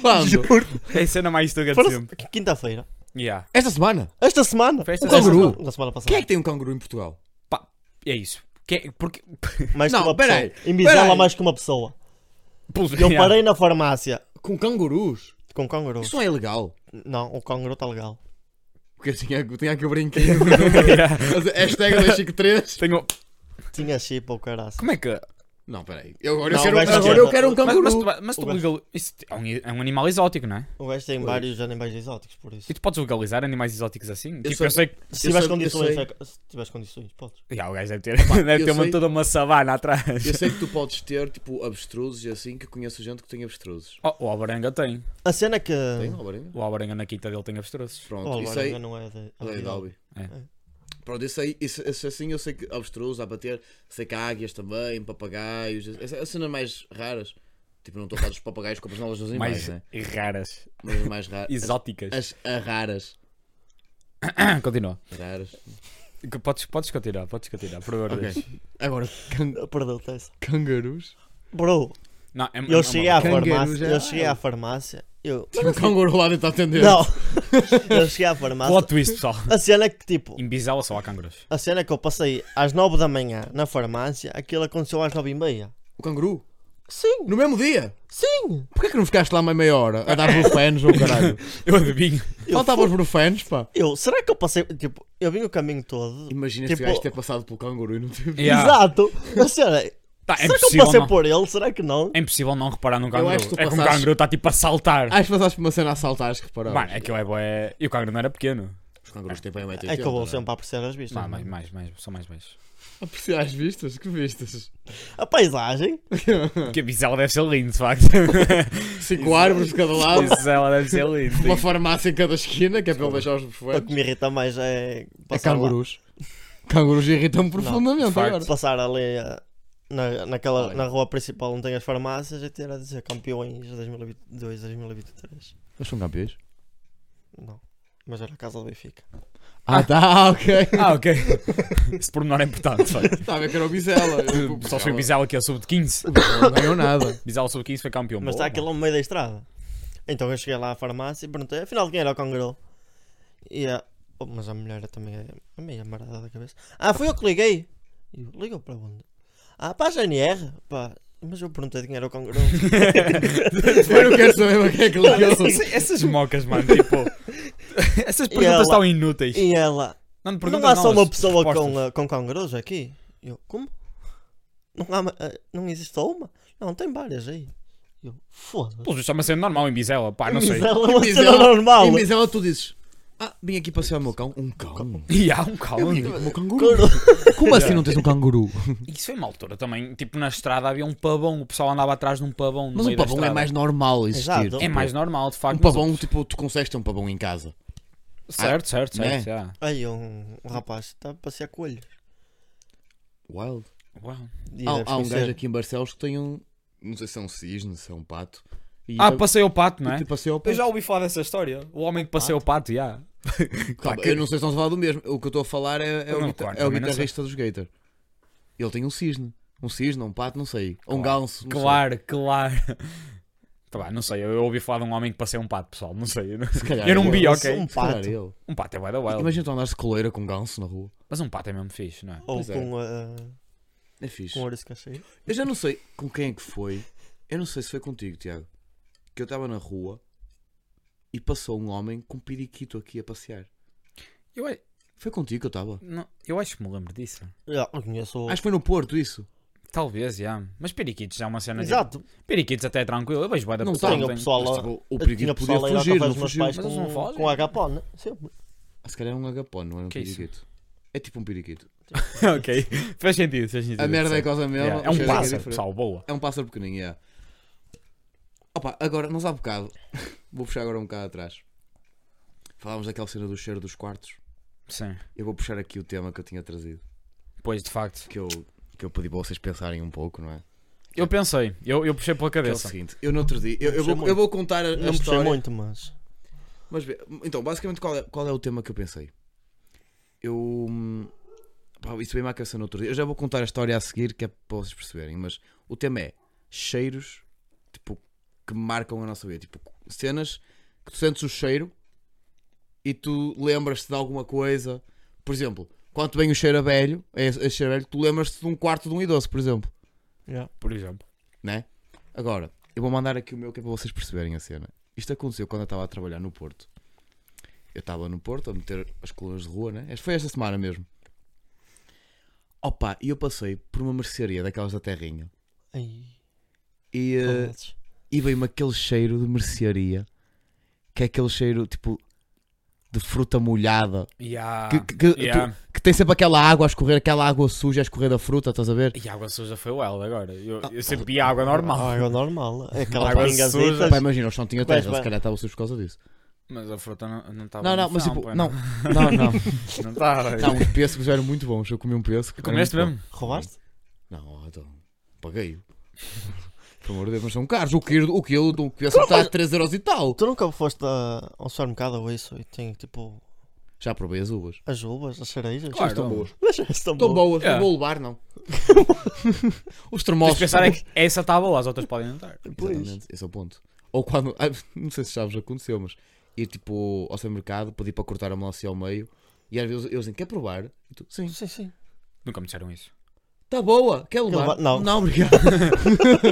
[SPEAKER 2] Quando?
[SPEAKER 3] É a cena mais estúpida de
[SPEAKER 1] Parece-
[SPEAKER 3] sempre.
[SPEAKER 1] Quinta-feira.
[SPEAKER 3] Yeah.
[SPEAKER 2] Esta semana.
[SPEAKER 1] Esta semana.
[SPEAKER 3] Foi esta
[SPEAKER 1] Um canguru.
[SPEAKER 2] semana.
[SPEAKER 1] Na semana passada.
[SPEAKER 2] Quem é que tem um canguru em Portugal?
[SPEAKER 3] Pá, é isso. Que, porque.
[SPEAKER 1] Mais
[SPEAKER 2] Não,
[SPEAKER 1] que uma
[SPEAKER 2] peraí,
[SPEAKER 1] pessoa. Em Bizela,
[SPEAKER 2] peraí.
[SPEAKER 1] mais que uma pessoa.
[SPEAKER 3] Pus-
[SPEAKER 1] Eu
[SPEAKER 3] yeah.
[SPEAKER 1] parei na farmácia
[SPEAKER 2] Com cangurus?
[SPEAKER 1] com canguru.
[SPEAKER 2] Isso não é ilegal.
[SPEAKER 1] Não, o canguru está legal.
[SPEAKER 2] Porque eu tinha, eu tinha aqui o brinquedo. Mas é Hashtag 253.
[SPEAKER 3] Tenho.
[SPEAKER 1] Tinha chip ou caraças.
[SPEAKER 3] Como é que.
[SPEAKER 2] Não, peraí. Eu agora,
[SPEAKER 1] Não,
[SPEAKER 2] eu,
[SPEAKER 1] mas-
[SPEAKER 2] quero, agora eu quero um
[SPEAKER 3] Mas,
[SPEAKER 2] canguru.
[SPEAKER 3] mas tu, mas tu
[SPEAKER 1] O gajo-
[SPEAKER 3] legal- isso é um, é um animal exótico, não é?
[SPEAKER 1] O gajo tem
[SPEAKER 2] Pois.
[SPEAKER 1] vários animais exóticos, por isso.
[SPEAKER 3] E tu podes legalizar animais exóticos assim? tipo,
[SPEAKER 2] sei-
[SPEAKER 3] eu sei que.
[SPEAKER 1] Se tiveres
[SPEAKER 2] sei- eu
[SPEAKER 1] condições,
[SPEAKER 2] sei-
[SPEAKER 1] é- se tiveres condições, podes.
[SPEAKER 3] Yeah, o gajo deve ter, deve
[SPEAKER 2] eu
[SPEAKER 3] ter uma,
[SPEAKER 2] sei-
[SPEAKER 3] toda uma savana atrás.
[SPEAKER 2] Eu sei que tu podes ter, tipo, abstrusos e assim, que eu conheço gente que tem abstrusos.
[SPEAKER 3] Oh, o Alvarenga tem.
[SPEAKER 1] A cena é que.
[SPEAKER 2] Tem, Alvarenga?
[SPEAKER 3] O Alvarenga na quinta dele tem abstruços.
[SPEAKER 2] Pronto,
[SPEAKER 1] Oh,
[SPEAKER 2] isso
[SPEAKER 1] agora
[SPEAKER 2] aí...
[SPEAKER 1] ainda não é de.
[SPEAKER 2] É, Dalby.
[SPEAKER 3] É.
[SPEAKER 2] Pronto, isso aí, isso, isso assim eu sei que abstruso, dá para ter, sei que há águias também, papagaios, essa- as cenas mais raras. Tipo, não estou a falar dos papagaios como as novas dos animais,
[SPEAKER 3] Mais
[SPEAKER 2] né?
[SPEAKER 3] raras.
[SPEAKER 2] Mas as mais raras.
[SPEAKER 3] Exóticas.
[SPEAKER 2] As, as raras.
[SPEAKER 3] Continua.
[SPEAKER 2] Raras.
[SPEAKER 3] Que Podes, podes continuar, podes continuar, por amor de Deus.
[SPEAKER 2] Agora,
[SPEAKER 1] Perdeu-te essa.
[SPEAKER 2] cangurus.
[SPEAKER 1] Bro,
[SPEAKER 3] Não, é, é
[SPEAKER 1] eu
[SPEAKER 3] uma-
[SPEAKER 1] cheguei à
[SPEAKER 2] Canguru
[SPEAKER 1] farmácia.
[SPEAKER 2] já
[SPEAKER 1] Eu cheguei à
[SPEAKER 2] é.
[SPEAKER 1] farmácia. Eu.
[SPEAKER 2] Tem um canguru lá dentro a atender.
[SPEAKER 1] Não! Eu cheguei à farmácia.
[SPEAKER 3] Plot twist, pessoal.
[SPEAKER 1] A cena é que tipo.
[SPEAKER 3] Em Bizela só há cangurus.
[SPEAKER 1] A cena é que eu passei às 9 da manhã na farmácia, aquilo aconteceu às 9 e meia.
[SPEAKER 2] O canguru?
[SPEAKER 1] Sim,
[SPEAKER 2] No mesmo dia?
[SPEAKER 1] sim!
[SPEAKER 2] Porquê que não ficaste lá mais meia hora a dar brufenos ou caralho?
[SPEAKER 3] Eu adivinho.
[SPEAKER 2] Faltavam os brufenos, pá.
[SPEAKER 1] Eu, será que eu passei. Tipo, eu vim o caminho todo.
[SPEAKER 2] Imagina
[SPEAKER 1] Tipo-
[SPEAKER 2] se o gajo ter passado pelo canguru e não teve.
[SPEAKER 3] Yeah.
[SPEAKER 1] Exato! A cena é.
[SPEAKER 3] Tá, é,
[SPEAKER 1] será que eu
[SPEAKER 3] impossível
[SPEAKER 1] passei
[SPEAKER 3] não,
[SPEAKER 1] por ele? Será que não?
[SPEAKER 3] é impossível não reparar num canguru.
[SPEAKER 2] acho que tu
[SPEAKER 3] É que um
[SPEAKER 2] passaste-
[SPEAKER 3] canguru está tipo a saltar.
[SPEAKER 1] Ah,
[SPEAKER 2] Acho que passaste por uma cena a saltar, acho que repararam.
[SPEAKER 3] Mano, aquilo é boé. E o canguru não era pequeno.
[SPEAKER 2] Os cangurus têm bem a
[SPEAKER 1] É que eu vou sempre a apreciar as vistas.
[SPEAKER 3] Não, mais,
[SPEAKER 1] não é?
[SPEAKER 3] mais, mais, só mais baixo.
[SPEAKER 2] Apreciar as vistas? Que vistas?
[SPEAKER 1] A paisagem. Ah.
[SPEAKER 3] Porque a Bizela deve ser lindo, de facto.
[SPEAKER 2] Cinco árvores de cada lado,
[SPEAKER 3] Bizela deve ser
[SPEAKER 2] uma
[SPEAKER 3] lindo.
[SPEAKER 2] farmácia em cada esquina, que é para ele deixar os
[SPEAKER 1] O que
[SPEAKER 2] bufenos.
[SPEAKER 1] me irrita mais é.
[SPEAKER 2] É
[SPEAKER 1] Passar, lá-
[SPEAKER 2] cangurus. Cangurus irritam-me profundamente
[SPEAKER 3] de facto.
[SPEAKER 2] agora.
[SPEAKER 1] passar ali ah, na, naquela,
[SPEAKER 2] Olha.
[SPEAKER 1] na rua principal onde tem as farmácias e ter a dizer campeões 2022, 2023.
[SPEAKER 2] Eles são campeões?
[SPEAKER 1] Não. Mas era a casa do Benfica.
[SPEAKER 2] Ah, tá, ok.
[SPEAKER 3] Ah, ok. Esse pormenor é importante, de facto.
[SPEAKER 2] Estava a ver que era o Bizela.
[SPEAKER 3] Só foi o Bizela que é sub de 15.
[SPEAKER 2] Não ganhou nada.
[SPEAKER 3] Bizela sub 15 foi campeão.
[SPEAKER 1] Mas tá
[SPEAKER 3] Boa,
[SPEAKER 1] está aquilo no meio da estrada. Então eu cheguei lá à farmácia e perguntei, afinal quem era o canguru? E a... oh, mas a mulher também é é meio amarada da cabeça. Ah, foi eu que liguei. E eu, ligou para onde? Ah, para a GNR. Pá. Mas eu perguntei quem era o canguru.
[SPEAKER 2] Eu não quero saber o que é que ele
[SPEAKER 3] assim, Essa- Essas mocas, mano, tipo. Essas perguntas
[SPEAKER 1] ela-
[SPEAKER 3] estão inúteis.
[SPEAKER 1] e ela,
[SPEAKER 3] Não, me
[SPEAKER 1] Não
[SPEAKER 3] perguntas,
[SPEAKER 1] há só uma
[SPEAKER 3] as-
[SPEAKER 1] pessoa
[SPEAKER 3] respostas.
[SPEAKER 1] com, ah, com cangurus aqui? Eu, como? Não, há, ma- ah, não existe só uma? Não, tem várias aí. Eu, foda-se.
[SPEAKER 3] Pô, isso é uma cena normal em Bizela, pá, não sei.
[SPEAKER 1] Mas ela é uma
[SPEAKER 2] Mizela-
[SPEAKER 1] cena normal.
[SPEAKER 2] Em Mizela tu dizes: Ah, vim aqui passear o meu cão. É Um cão?
[SPEAKER 3] E há um calmo.
[SPEAKER 2] Eu vim aqui com o meu canguru.
[SPEAKER 1] Canguru.
[SPEAKER 2] Como assim não tens um canguru?
[SPEAKER 3] Isso foi uma altura também. Tipo, na estrada havia um pavão, o pessoal andava atrás de um pavão. no
[SPEAKER 2] Mas um
[SPEAKER 3] meio da
[SPEAKER 2] pavão é
[SPEAKER 3] estrada.
[SPEAKER 2] mais normal existir.
[SPEAKER 1] Exato.
[SPEAKER 3] É mais normal, de
[SPEAKER 2] Um
[SPEAKER 3] facto. mas
[SPEAKER 2] pavão, tipo, tu consegues ter um pavão em casa.
[SPEAKER 3] o- Certo, certo,
[SPEAKER 2] Né?
[SPEAKER 3] certo. já.
[SPEAKER 1] Aí um, um rapaz está a passear coelhos.
[SPEAKER 2] Wild.
[SPEAKER 3] Uau.
[SPEAKER 1] E é deves
[SPEAKER 2] Há, há um
[SPEAKER 1] conhecer.
[SPEAKER 2] gajo aqui em Barcelos que tem um. Não sei se é um cisne, se é um pato. E
[SPEAKER 3] Ah,
[SPEAKER 2] vai-
[SPEAKER 3] passei o pato, não é?
[SPEAKER 2] e tipo assim, opa,
[SPEAKER 3] Eu já ouvi falar dessa história. O homem que passei o pato, já.
[SPEAKER 2] calma,
[SPEAKER 3] pá, que-
[SPEAKER 2] Tá, eu não sei se estamos a falar do mesmo. O que eu estou a falar é, é o,
[SPEAKER 3] Não,
[SPEAKER 2] guita-
[SPEAKER 3] claro,
[SPEAKER 2] é o
[SPEAKER 3] também não sei.
[SPEAKER 2] guitarrista dos Gator. Ele tem um cisne. Um cisne, um pato, não sei. Ou um ganso. não sei.
[SPEAKER 3] Claro, claro. Tá bem, não sei. Eu, eu ouvi falar de um homem que passei um pato, pessoal. Não sei. eu não-
[SPEAKER 2] Se calhar
[SPEAKER 3] Eu não
[SPEAKER 2] ele.
[SPEAKER 3] vi,
[SPEAKER 1] Eu
[SPEAKER 3] ok.
[SPEAKER 1] sou um
[SPEAKER 2] Se calhar
[SPEAKER 1] pato.
[SPEAKER 2] ele.
[SPEAKER 3] Um pato é bué da wild.
[SPEAKER 2] Imagina tu andares de coleira com um ganso na rua.
[SPEAKER 3] Mas um pato é mesmo fixe, não é?
[SPEAKER 1] Ou
[SPEAKER 2] Pois é.
[SPEAKER 1] com, ah,
[SPEAKER 2] É fixe.
[SPEAKER 1] com ouriços cacheiros.
[SPEAKER 2] Eu já não sei com quem é que foi. Eu não sei se foi contigo, Tiago. Que eu estava na rua e passou um homem com um periquito aqui a passear.
[SPEAKER 3] Eu, a-
[SPEAKER 2] Foi contigo que eu estava.
[SPEAKER 3] não- eu acho que me lembro disso.
[SPEAKER 1] Já, eu conheço.
[SPEAKER 2] Acho que foi no Porto isso.
[SPEAKER 3] Talvez, já. Mas periquitos já é uma cena. tipo-
[SPEAKER 1] Exato.
[SPEAKER 3] Periquitos até é tranquilo. Eu vejo bué da
[SPEAKER 2] Não
[SPEAKER 3] pessoal.
[SPEAKER 2] tem,
[SPEAKER 1] o
[SPEAKER 3] tem-
[SPEAKER 1] pessoal
[SPEAKER 2] Mas,
[SPEAKER 1] lá.
[SPEAKER 2] tipo, o
[SPEAKER 1] Eu
[SPEAKER 2] periquito
[SPEAKER 1] tinha
[SPEAKER 2] podia
[SPEAKER 1] pessoal aí lá
[SPEAKER 2] fugir,
[SPEAKER 1] atrás
[SPEAKER 2] não
[SPEAKER 1] dos meus
[SPEAKER 2] fugiu.
[SPEAKER 1] pais
[SPEAKER 3] Mas eles não
[SPEAKER 1] com,
[SPEAKER 3] fogem.
[SPEAKER 1] com agapone, né? Sempre.
[SPEAKER 2] Ah, se calhar é um agapó, não é um
[SPEAKER 3] Que isso?
[SPEAKER 2] periquito. É tipo um periquito.
[SPEAKER 3] ok. Faz sentido, faz sentido.
[SPEAKER 2] A merda é
[SPEAKER 3] Sim.
[SPEAKER 2] coisa mesmo.
[SPEAKER 3] Yeah, É
[SPEAKER 2] o
[SPEAKER 3] um
[SPEAKER 2] cheiro é que é
[SPEAKER 3] pássaro,
[SPEAKER 2] diferente.
[SPEAKER 3] pessoal. Boa.
[SPEAKER 2] É um pássaro pequenininho, é. Opa, agora, nós há bocado, vou puxar agora um bocado atrás. Falámos daquela cena do cheiro dos quartos.
[SPEAKER 3] Sim.
[SPEAKER 2] Eu vou puxar aqui o tema que eu tinha trazido.
[SPEAKER 3] Pois, de facto.
[SPEAKER 2] Que eu, que eu pedi para vocês pensarem um pouco, não é?
[SPEAKER 3] Eu pensei. Eu, eu puxei pela
[SPEAKER 2] Que é o
[SPEAKER 3] cabeça.
[SPEAKER 2] seguinte, eu no outro dia, eu, eu
[SPEAKER 1] Não puxei
[SPEAKER 2] vou,
[SPEAKER 1] muito.
[SPEAKER 2] eu vou contar a, a
[SPEAKER 1] Não puxei
[SPEAKER 2] história.
[SPEAKER 1] muito, mas.
[SPEAKER 2] Mas vê, então, basicamente, qual é, qual é o tema que eu pensei? Eu. hum, Pá, isso veio-me à cabeça no outro dia. Eu já vou contar a história a seguir, que é para vocês perceberem. Mas o tema é cheiros tipo, que marcam a nossa vida. Tipo, cenas que tu sentes o cheiro e tu lembras-te de alguma coisa. Por exemplo, quando te vem o cheiro a velho, é, é cheiro a velho, tu lembras-te de um quarto de um idoso, por exemplo
[SPEAKER 1] já.
[SPEAKER 3] Por exemplo.
[SPEAKER 2] né? Agora, eu vou mandar aqui o meu que é para vocês perceberem a cena. Isto aconteceu quando eu estava a trabalhar no Porto. Eu estava no Porto a meter as colunas de rua, né? Esta- Foi esta semana mesmo. Opa, e eu passei por uma mercearia daquelas da Terrinha
[SPEAKER 1] Ai,
[SPEAKER 2] e, eh,
[SPEAKER 1] saudades.
[SPEAKER 2] e veio-me aquele cheiro de mercearia que é aquele cheiro tipo de fruta molhada
[SPEAKER 3] Yeah.
[SPEAKER 2] que, que- que-
[SPEAKER 3] Ah, yeah.
[SPEAKER 2] tu- que tem sempre aquela água a escorrer, aquela água suja a escorrer da fruta, estás a ver?
[SPEAKER 3] E a água suja foi wild agora. Eu,
[SPEAKER 2] Ah,
[SPEAKER 3] eu sempre vi água normal.
[SPEAKER 1] Água Ah, é normal. Aquela
[SPEAKER 3] Água
[SPEAKER 1] pingazinha.
[SPEAKER 3] suja.
[SPEAKER 2] Pá, imagina, o chão tinha
[SPEAKER 1] Pois,
[SPEAKER 2] terra, se
[SPEAKER 1] vai.
[SPEAKER 2] calhar estava sujo por causa disso.
[SPEAKER 3] Mas a fruta não tá estava.
[SPEAKER 2] Não, não, mas tipo,
[SPEAKER 3] né?
[SPEAKER 2] não, não, não.
[SPEAKER 3] Não estava.
[SPEAKER 2] Não, os pêssegos eram muito bons. Eu comi um pêssego. era
[SPEAKER 3] Comeste
[SPEAKER 2] muito
[SPEAKER 3] mesmo?
[SPEAKER 1] Roubaste?
[SPEAKER 2] bom. Não, então. Paguei. Pelo amor de Deus, mas são caros. O quilo, o quilo de um pêssego está a 3 euros e tal.
[SPEAKER 1] Tu nunca foste a, ao supermercado ou isso e tem tipo
[SPEAKER 2] Já provei as uvas.
[SPEAKER 1] as uvas, as cerejas?
[SPEAKER 3] Claro.
[SPEAKER 2] Estão boas.
[SPEAKER 1] Mas estão
[SPEAKER 2] Estão
[SPEAKER 1] boas.
[SPEAKER 2] boas.
[SPEAKER 3] Yeah.
[SPEAKER 2] Não vou levar, não. É. Os
[SPEAKER 3] Tens
[SPEAKER 2] termossos.
[SPEAKER 3] de pensar é que essa está boa, as outras podem não estar.
[SPEAKER 1] Pois.
[SPEAKER 2] Exatamente, esse é o ponto. Ou quando. ah, Não sei se já vos aconteceu, mas ir tipo ao supermercado, pedir para cortar a melancia ao meio. E às vezes eles dizem: Quer provar? E tu, sim.
[SPEAKER 1] Sim, sim.
[SPEAKER 3] Nunca me disseram isso.
[SPEAKER 2] Está boa. Quer levar?
[SPEAKER 1] levar? Não.
[SPEAKER 2] Não, obrigado.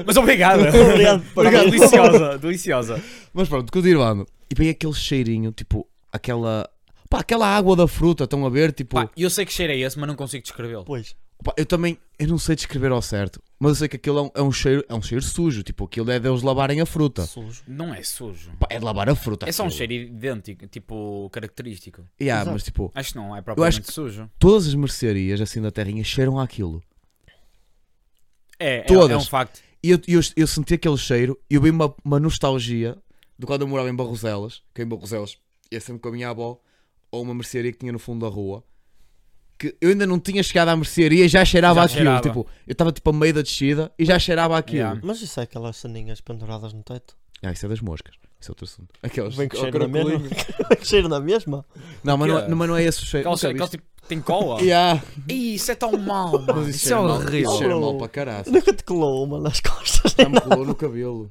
[SPEAKER 3] Mas obrigado.
[SPEAKER 1] Obrigado por
[SPEAKER 3] Deliciosa, deliciosa.
[SPEAKER 2] Mas pronto, continuando. E vem aquele cheirinho, tipo, aquela. Pá, aquela água da fruta, estão a ver? Tipo,
[SPEAKER 3] Pá, eu sei que cheiro é esse, mas não consigo descrevê-lo.
[SPEAKER 1] Pois.
[SPEAKER 2] pá, eu também. Eu não sei descrever ao certo, mas eu sei que aquilo é um, é um cheiro, é um cheiro sujo. Tipo, aquilo é deles lavarem a fruta.
[SPEAKER 1] Sujo.
[SPEAKER 3] Não é sujo.
[SPEAKER 2] Pá, é de lavar a fruta.
[SPEAKER 3] É só um
[SPEAKER 2] aquilo.
[SPEAKER 3] cheiro idêntico, tipo, característico.
[SPEAKER 2] Yeah,
[SPEAKER 1] Exato.
[SPEAKER 2] mas tipo,
[SPEAKER 3] Acho que não, é propriamente sujo.
[SPEAKER 2] todas as mercearias assim da terrinha cheiram àquilo.
[SPEAKER 3] É, é,
[SPEAKER 2] Todas.
[SPEAKER 3] é um facto.
[SPEAKER 2] E eu, eu, eu senti aquele cheiro e eu vi uma, uma nostalgia de quando eu morava em Barroselas, que em Barroselas ia sempre com a minha avó, ou uma mercearia que tinha no fundo da rua, que eu ainda não tinha chegado à mercearia e já cheirava
[SPEAKER 3] Já
[SPEAKER 2] aquilo.
[SPEAKER 3] cheirava.
[SPEAKER 2] Tipo, eu estava tipo a meio da descida e já cheirava aquilo.
[SPEAKER 3] Yeah.
[SPEAKER 1] Mas isso é aquelas ceninhas penduradas no teto?
[SPEAKER 2] Ah, isso é das moscas. Isso é outro assunto. Aquelas
[SPEAKER 1] Vem com
[SPEAKER 2] ao
[SPEAKER 1] cheiro na
[SPEAKER 2] caracolinho.
[SPEAKER 1] mesma? Vem com cheiro na mesma?
[SPEAKER 2] Não, mas não, é-
[SPEAKER 3] Yeah.
[SPEAKER 2] mas não é esse o cheiro.
[SPEAKER 3] Aquele
[SPEAKER 2] Nunca
[SPEAKER 3] cheiro, aquele
[SPEAKER 2] viste?
[SPEAKER 3] tipo, tem cola.
[SPEAKER 2] Yeah.
[SPEAKER 3] Ih, isso é tão mau, mano.
[SPEAKER 2] Mas
[SPEAKER 3] Isso, é
[SPEAKER 2] cheira mal-
[SPEAKER 3] horrível.
[SPEAKER 2] Isso cheira
[SPEAKER 1] Oh,
[SPEAKER 2] mal
[SPEAKER 1] bro.
[SPEAKER 2] para caralho.
[SPEAKER 1] Nunca te colou uma nas costas.
[SPEAKER 2] Já me colou no cabelo.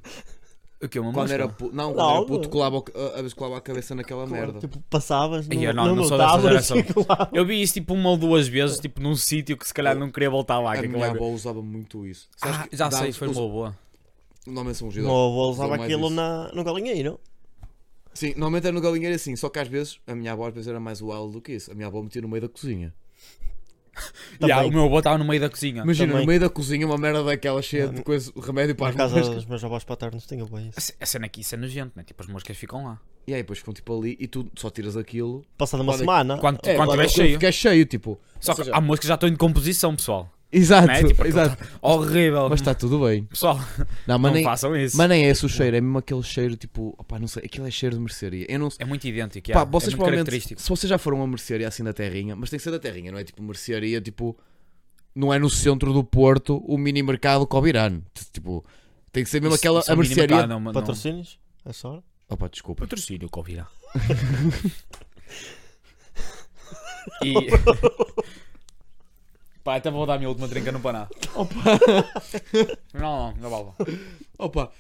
[SPEAKER 3] O que é uma
[SPEAKER 2] Quando
[SPEAKER 3] mosca?
[SPEAKER 2] era puto, não, quando
[SPEAKER 1] Não,
[SPEAKER 2] era puto
[SPEAKER 1] não.
[SPEAKER 2] colava, o- a- às vezes colava a cabeça naquela merda.
[SPEAKER 1] Tipo, passavas, não,
[SPEAKER 3] Ai, eu não-
[SPEAKER 1] não,
[SPEAKER 3] não sou dessa
[SPEAKER 1] notavas.
[SPEAKER 3] geração. Eu vi isso tipo uma ou duas vezes, tipo num sítio que se calhar não queria voltar lá.
[SPEAKER 2] A
[SPEAKER 3] que aquilo
[SPEAKER 2] minha
[SPEAKER 3] era-
[SPEAKER 2] avó usava muito isso. Sabes
[SPEAKER 3] Ah,
[SPEAKER 2] que
[SPEAKER 3] já
[SPEAKER 2] dá-
[SPEAKER 3] sei, foi
[SPEAKER 2] os-
[SPEAKER 3] uma boa.
[SPEAKER 2] Normalmente são os
[SPEAKER 1] O
[SPEAKER 2] idosos.
[SPEAKER 1] meu avô usava
[SPEAKER 2] mais
[SPEAKER 1] aquilo
[SPEAKER 2] isso.
[SPEAKER 1] na, no galinheiro.
[SPEAKER 2] Sim, normalmente era no galinheiro assim, só que às vezes a minha avó às vezes era mais wild do que isso. A minha avó metia no meio da cozinha.
[SPEAKER 3] Yeah, o meu avô estava no meio da cozinha.
[SPEAKER 2] Imagina,
[SPEAKER 1] Também.
[SPEAKER 2] no meio da cozinha uma merda daquela cheia de coisa, de remédio para
[SPEAKER 1] Por
[SPEAKER 2] as
[SPEAKER 1] casa
[SPEAKER 2] moscas.
[SPEAKER 1] dos meus avós paternos tinha bem isso.
[SPEAKER 3] A ce- A cena aqui, isso é nojento, né? Tipo, as moscas ficam lá.
[SPEAKER 2] E aí depois ficam tipo ali e tu só tiras aquilo.
[SPEAKER 1] Passada uma
[SPEAKER 2] Quando-
[SPEAKER 1] semana.
[SPEAKER 3] Quando,
[SPEAKER 2] É,
[SPEAKER 3] quando
[SPEAKER 2] claro,
[SPEAKER 3] tiver
[SPEAKER 2] aquilo
[SPEAKER 3] cheio.
[SPEAKER 2] Fica cheio, tipo.
[SPEAKER 3] Só
[SPEAKER 2] Ou
[SPEAKER 3] que
[SPEAKER 2] seja,
[SPEAKER 3] há moscas que já estão em decomposição, pessoal.
[SPEAKER 2] Exato,
[SPEAKER 3] Né? Tipo, aquilo
[SPEAKER 2] exato.
[SPEAKER 3] Horrível.
[SPEAKER 2] Mas está tudo bem.
[SPEAKER 3] Pessoal,
[SPEAKER 2] Não, mas
[SPEAKER 3] não
[SPEAKER 2] nem,
[SPEAKER 3] façam isso.
[SPEAKER 2] mas nem é esse o cheiro, é mesmo aquele cheiro tipo. Opá, não sei, aquilo é cheiro de mercearia. Eu não sei.
[SPEAKER 3] É muito idêntico.
[SPEAKER 2] Pá,
[SPEAKER 3] yeah.
[SPEAKER 2] vocês
[SPEAKER 3] é muito
[SPEAKER 2] provavelmente.
[SPEAKER 3] característico.
[SPEAKER 2] Se vocês já foram a mercearia assim da terrinha, mas tem que ser da terrinha, não é tipo mercearia tipo. Não é no centro do Porto o mini mercado Cobirano. Tipo, tem que ser mesmo
[SPEAKER 3] Isso-
[SPEAKER 2] aquela.
[SPEAKER 3] isso é
[SPEAKER 2] a
[SPEAKER 3] um mini mercado,
[SPEAKER 2] mercearia.
[SPEAKER 3] não- não-
[SPEAKER 1] Patrocínios? É só?
[SPEAKER 2] Opa, desculpa.
[SPEAKER 3] Patrocínio Covid. e. Pá, até vou dar a minha última trinca no paná. Não, não, não vale.
[SPEAKER 2] Opa.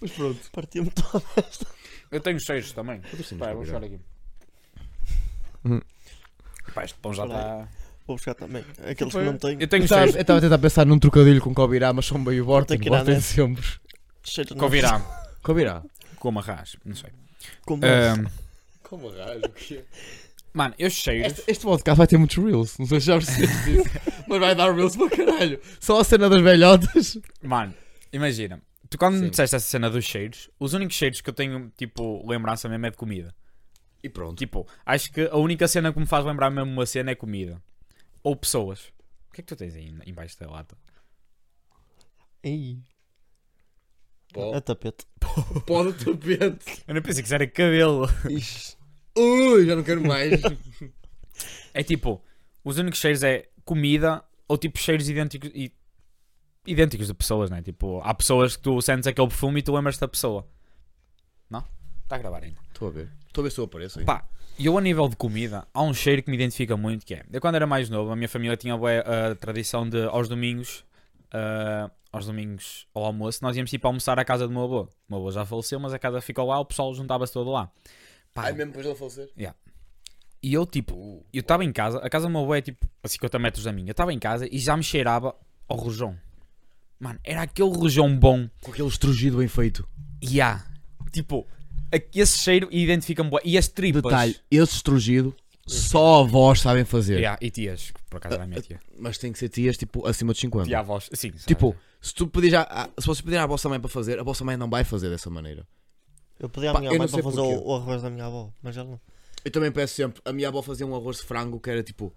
[SPEAKER 2] Mas pronto.
[SPEAKER 1] Partiu-me toda.
[SPEAKER 3] Eu tenho cheiros também.
[SPEAKER 2] Patrocínios
[SPEAKER 3] Pá, eu vou
[SPEAKER 2] Cobirano.
[SPEAKER 3] chegar aqui.
[SPEAKER 2] Hum.
[SPEAKER 3] Pá, este pão já tá
[SPEAKER 1] Espera
[SPEAKER 3] está.
[SPEAKER 1] Vou buscar também. Aqueles que
[SPEAKER 2] Foi-
[SPEAKER 1] não têm
[SPEAKER 3] Eu tenho
[SPEAKER 2] Estava- Eu
[SPEAKER 3] cheiros.
[SPEAKER 2] estava a tentar pensar num trocadilho com Cobirá, mas são meio
[SPEAKER 1] Tem
[SPEAKER 2] Borten.
[SPEAKER 1] que ir à
[SPEAKER 2] Borten
[SPEAKER 1] net.
[SPEAKER 2] sempre.
[SPEAKER 1] cheiro de
[SPEAKER 3] Covirá.
[SPEAKER 2] Cobirá.
[SPEAKER 3] Como arras. Não sei.
[SPEAKER 1] Como
[SPEAKER 3] Ahm,
[SPEAKER 2] Como raio, o que é?
[SPEAKER 3] mano, eu cheiros.
[SPEAKER 2] Este, este podcast vai ter muitos reels, não sei se já percebes disso, mas vai dar reels para caralho. Só a cena das velhotas.
[SPEAKER 3] Mano, imagina. Tu quando
[SPEAKER 2] Sim.
[SPEAKER 3] me disseste essa cena dos cheiros, os únicos cheiros que eu tenho, tipo, lembrança mesmo é de comida.
[SPEAKER 2] E pronto.
[SPEAKER 3] Tipo, acho que a única cena que me faz lembrar mesmo uma cena é comida. Ou pessoas. O que é que tu tens aí em- embaixo da lata?
[SPEAKER 1] Ei,
[SPEAKER 2] Pó,
[SPEAKER 1] é tapete.
[SPEAKER 2] pó do tapete.
[SPEAKER 3] Eu não pensei que isso era cabelo.
[SPEAKER 2] Ui, já não quero mais.
[SPEAKER 3] É tipo, os únicos cheiros é comida ou tipo cheiros idênticos e idênticos de pessoas, né? Tipo, há pessoas que tu sentes aquele perfume e tu lembras da pessoa. Não? Está a gravar ainda.
[SPEAKER 2] Estou a ver. Estou a ver se eu apareço aí.
[SPEAKER 3] Pá, e eu a nível de comida, há um cheiro que me identifica muito que é. Eu quando era mais novo, a minha família tinha bué a tradição de aos domingos, ah, aos domingos ao almoço, nós íamos tipo almoçar à casa do meu avô. O meu avô já faleceu, mas a casa ficou lá, o pessoal juntava-se todo lá. Pá,
[SPEAKER 2] Ai, mesmo depois de ele falecer?
[SPEAKER 3] e eu tipo, eu estava em casa, a casa do meu avô é tipo a 50 metros da minha, eu estava em casa e já me cheirava ao rojão. Mano, era aquele rojão bom.
[SPEAKER 2] Com aquele estrugido bem feito.
[SPEAKER 3] E há, tipo, a- esse cheiro identifica-me bué. E as tripas.
[SPEAKER 2] Detalhe, esse estrugido só avós sabem fazer.
[SPEAKER 3] E há, e tias, que por acaso era a minha tia.
[SPEAKER 2] Mas tem que ser tias tipo acima de 50.
[SPEAKER 3] Tia avós, sim. sabe?
[SPEAKER 2] Tipo, se tu pedires à- à- se vocês pedirem à vossa mãe para fazer, a vossa mãe não vai fazer dessa maneira.
[SPEAKER 1] Eu pedi à
[SPEAKER 2] Pá,
[SPEAKER 1] minha
[SPEAKER 2] eu não
[SPEAKER 1] mãe
[SPEAKER 2] sei
[SPEAKER 1] para fazer
[SPEAKER 2] porquê.
[SPEAKER 1] o, o arroz da minha avó, mas ela não.
[SPEAKER 2] Eu também peço sempre, a minha avó fazia um arroz de frango que era tipo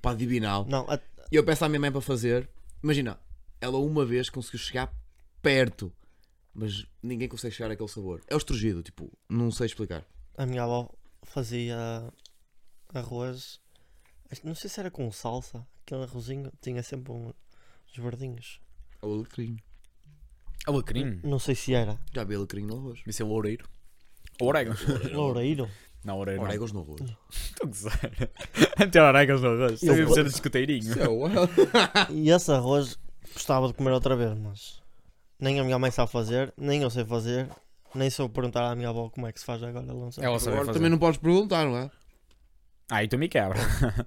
[SPEAKER 2] pá divinal.
[SPEAKER 1] Não, a-
[SPEAKER 2] E eu peço à minha mãe para fazer. Imagina, ela uma vez conseguiu chegar perto, mas ninguém consegue chegar àquele sabor. É o estrugido, tipo, não sei explicar.
[SPEAKER 1] a, minha avó fazia arroz. acho- Não sei se era com salsa. Aquele arrozinho tinha sempre um, uns verdinhos.
[SPEAKER 2] É o alecrim.
[SPEAKER 3] Alecrim.
[SPEAKER 1] Não sei se era.
[SPEAKER 2] Já vi alecrim no arroz.
[SPEAKER 3] Isso é loureiro. Orégano.
[SPEAKER 1] Loureiro.
[SPEAKER 3] Não, orégano. Orégano.
[SPEAKER 2] Orégãos é no arroz.
[SPEAKER 3] Estou a gozar. Até orégano no arroz. Isso
[SPEAKER 1] Eu-
[SPEAKER 3] deve ser de escuteirinho.
[SPEAKER 1] E esse arroz gostava de comer outra vez, mas nem a minha mãe sabe fazer, nem eu sei fazer, nem se eu perguntar à minha avó como é que se faz agora, ela não sabe.
[SPEAKER 3] Ela sabe
[SPEAKER 2] Agora
[SPEAKER 3] fazer.
[SPEAKER 2] também não podes perguntar, não é?
[SPEAKER 3] Ah, e tu me quebra.
[SPEAKER 2] Ai,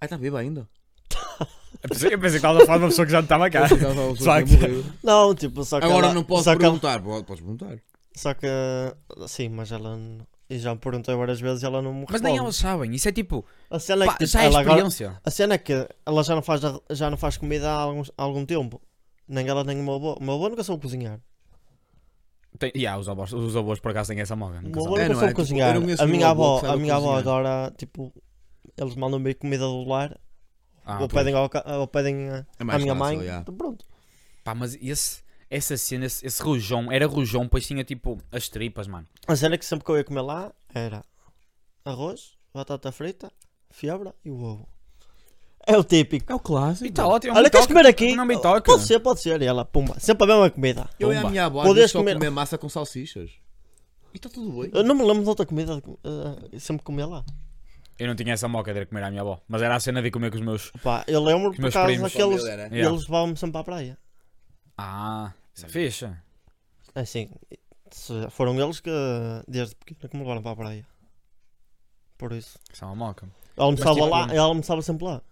[SPEAKER 2] Ah, está viva ainda.
[SPEAKER 3] Eu pensei eu pensei que estavas a falar de uma pessoa que já não estava cá.
[SPEAKER 2] Eu pensava que ela
[SPEAKER 3] Só que-
[SPEAKER 2] tinha morrido.
[SPEAKER 1] Não, tipo, só que
[SPEAKER 2] Agora
[SPEAKER 1] ela-
[SPEAKER 2] não posso
[SPEAKER 1] só que ela-
[SPEAKER 2] perguntar. Pode- Podes perguntar.
[SPEAKER 1] Só que. Sim, mas ela. n- E já me perguntei várias vezes e ela não me
[SPEAKER 3] Mas
[SPEAKER 1] responde.
[SPEAKER 3] nem elas sabem. Isso é tipo.
[SPEAKER 1] A cena é que
[SPEAKER 3] Pá,
[SPEAKER 1] tipo,
[SPEAKER 3] já é
[SPEAKER 1] ela agora-
[SPEAKER 3] experiência.
[SPEAKER 1] A cena é que ela já não faz, ar- já não faz comida há, alguns- há algum tempo. Nem ela nem o meu avô. O meu avô nunca soube cozinhar.
[SPEAKER 3] Tem... E há os avós, os avós por acaso têm essa moga.
[SPEAKER 1] O
[SPEAKER 3] nunca
[SPEAKER 1] meu avô
[SPEAKER 3] sabem.
[SPEAKER 2] É,
[SPEAKER 1] nunca
[SPEAKER 2] não é?
[SPEAKER 1] soube
[SPEAKER 2] Tipo,
[SPEAKER 1] cozinhar.
[SPEAKER 2] eu não conheço
[SPEAKER 1] A
[SPEAKER 2] o meu
[SPEAKER 1] minha
[SPEAKER 2] avô que
[SPEAKER 1] avó,
[SPEAKER 2] saiba
[SPEAKER 1] a minha avó
[SPEAKER 2] cozinhar.
[SPEAKER 1] agora, tipo, eles mandam meio comida do lar
[SPEAKER 3] Ah,
[SPEAKER 1] ou,
[SPEAKER 3] pois.
[SPEAKER 1] pedem ao ca- ou pedem a-
[SPEAKER 2] É
[SPEAKER 1] à
[SPEAKER 2] mais
[SPEAKER 1] minha
[SPEAKER 2] fácil,
[SPEAKER 1] mãe. Então,
[SPEAKER 2] já.
[SPEAKER 1] Pronto.
[SPEAKER 3] Pá, mas esse, essa cena, esse, esse rojão, era rojão, pois tinha tipo as tripas, mano.
[SPEAKER 1] A cena é que sempre que eu ia comer lá era arroz, batata frita, fiabra e o ovo. É o típico.
[SPEAKER 2] É o clássico.
[SPEAKER 3] E tá ótimo.
[SPEAKER 1] Olha, queres comer aqui?
[SPEAKER 3] Não me toca.
[SPEAKER 1] Pode ser, pode ser. E ela, pumba, sempre a mesma comida.
[SPEAKER 2] Eu e a
[SPEAKER 3] Pumba.
[SPEAKER 2] minha avó às
[SPEAKER 1] Podes
[SPEAKER 2] vezes só
[SPEAKER 1] comer-
[SPEAKER 2] comer massa com salsichas. E está tudo bem.
[SPEAKER 1] Eu não me lembro de outra comida, eh, sempre comia lá.
[SPEAKER 3] Eu não tinha essa moca de ir comer à minha avó. Mas era a cena de ir comer com os meus.
[SPEAKER 1] Pá, eu lembro por
[SPEAKER 3] meus
[SPEAKER 1] causa
[SPEAKER 3] primos-
[SPEAKER 1] daqueles.
[SPEAKER 2] Família, né?
[SPEAKER 1] E
[SPEAKER 3] Yeah.
[SPEAKER 1] eles levavam-me sempre para a praia.
[SPEAKER 3] Ah, isso é fixe.
[SPEAKER 1] Assim, se- foram eles que desde pequeno que me levaram para a praia. Por isso.
[SPEAKER 3] Isso é uma moca.
[SPEAKER 1] Eu almoçava
[SPEAKER 3] tipo,
[SPEAKER 1] lá, eu almoçava sempre lá.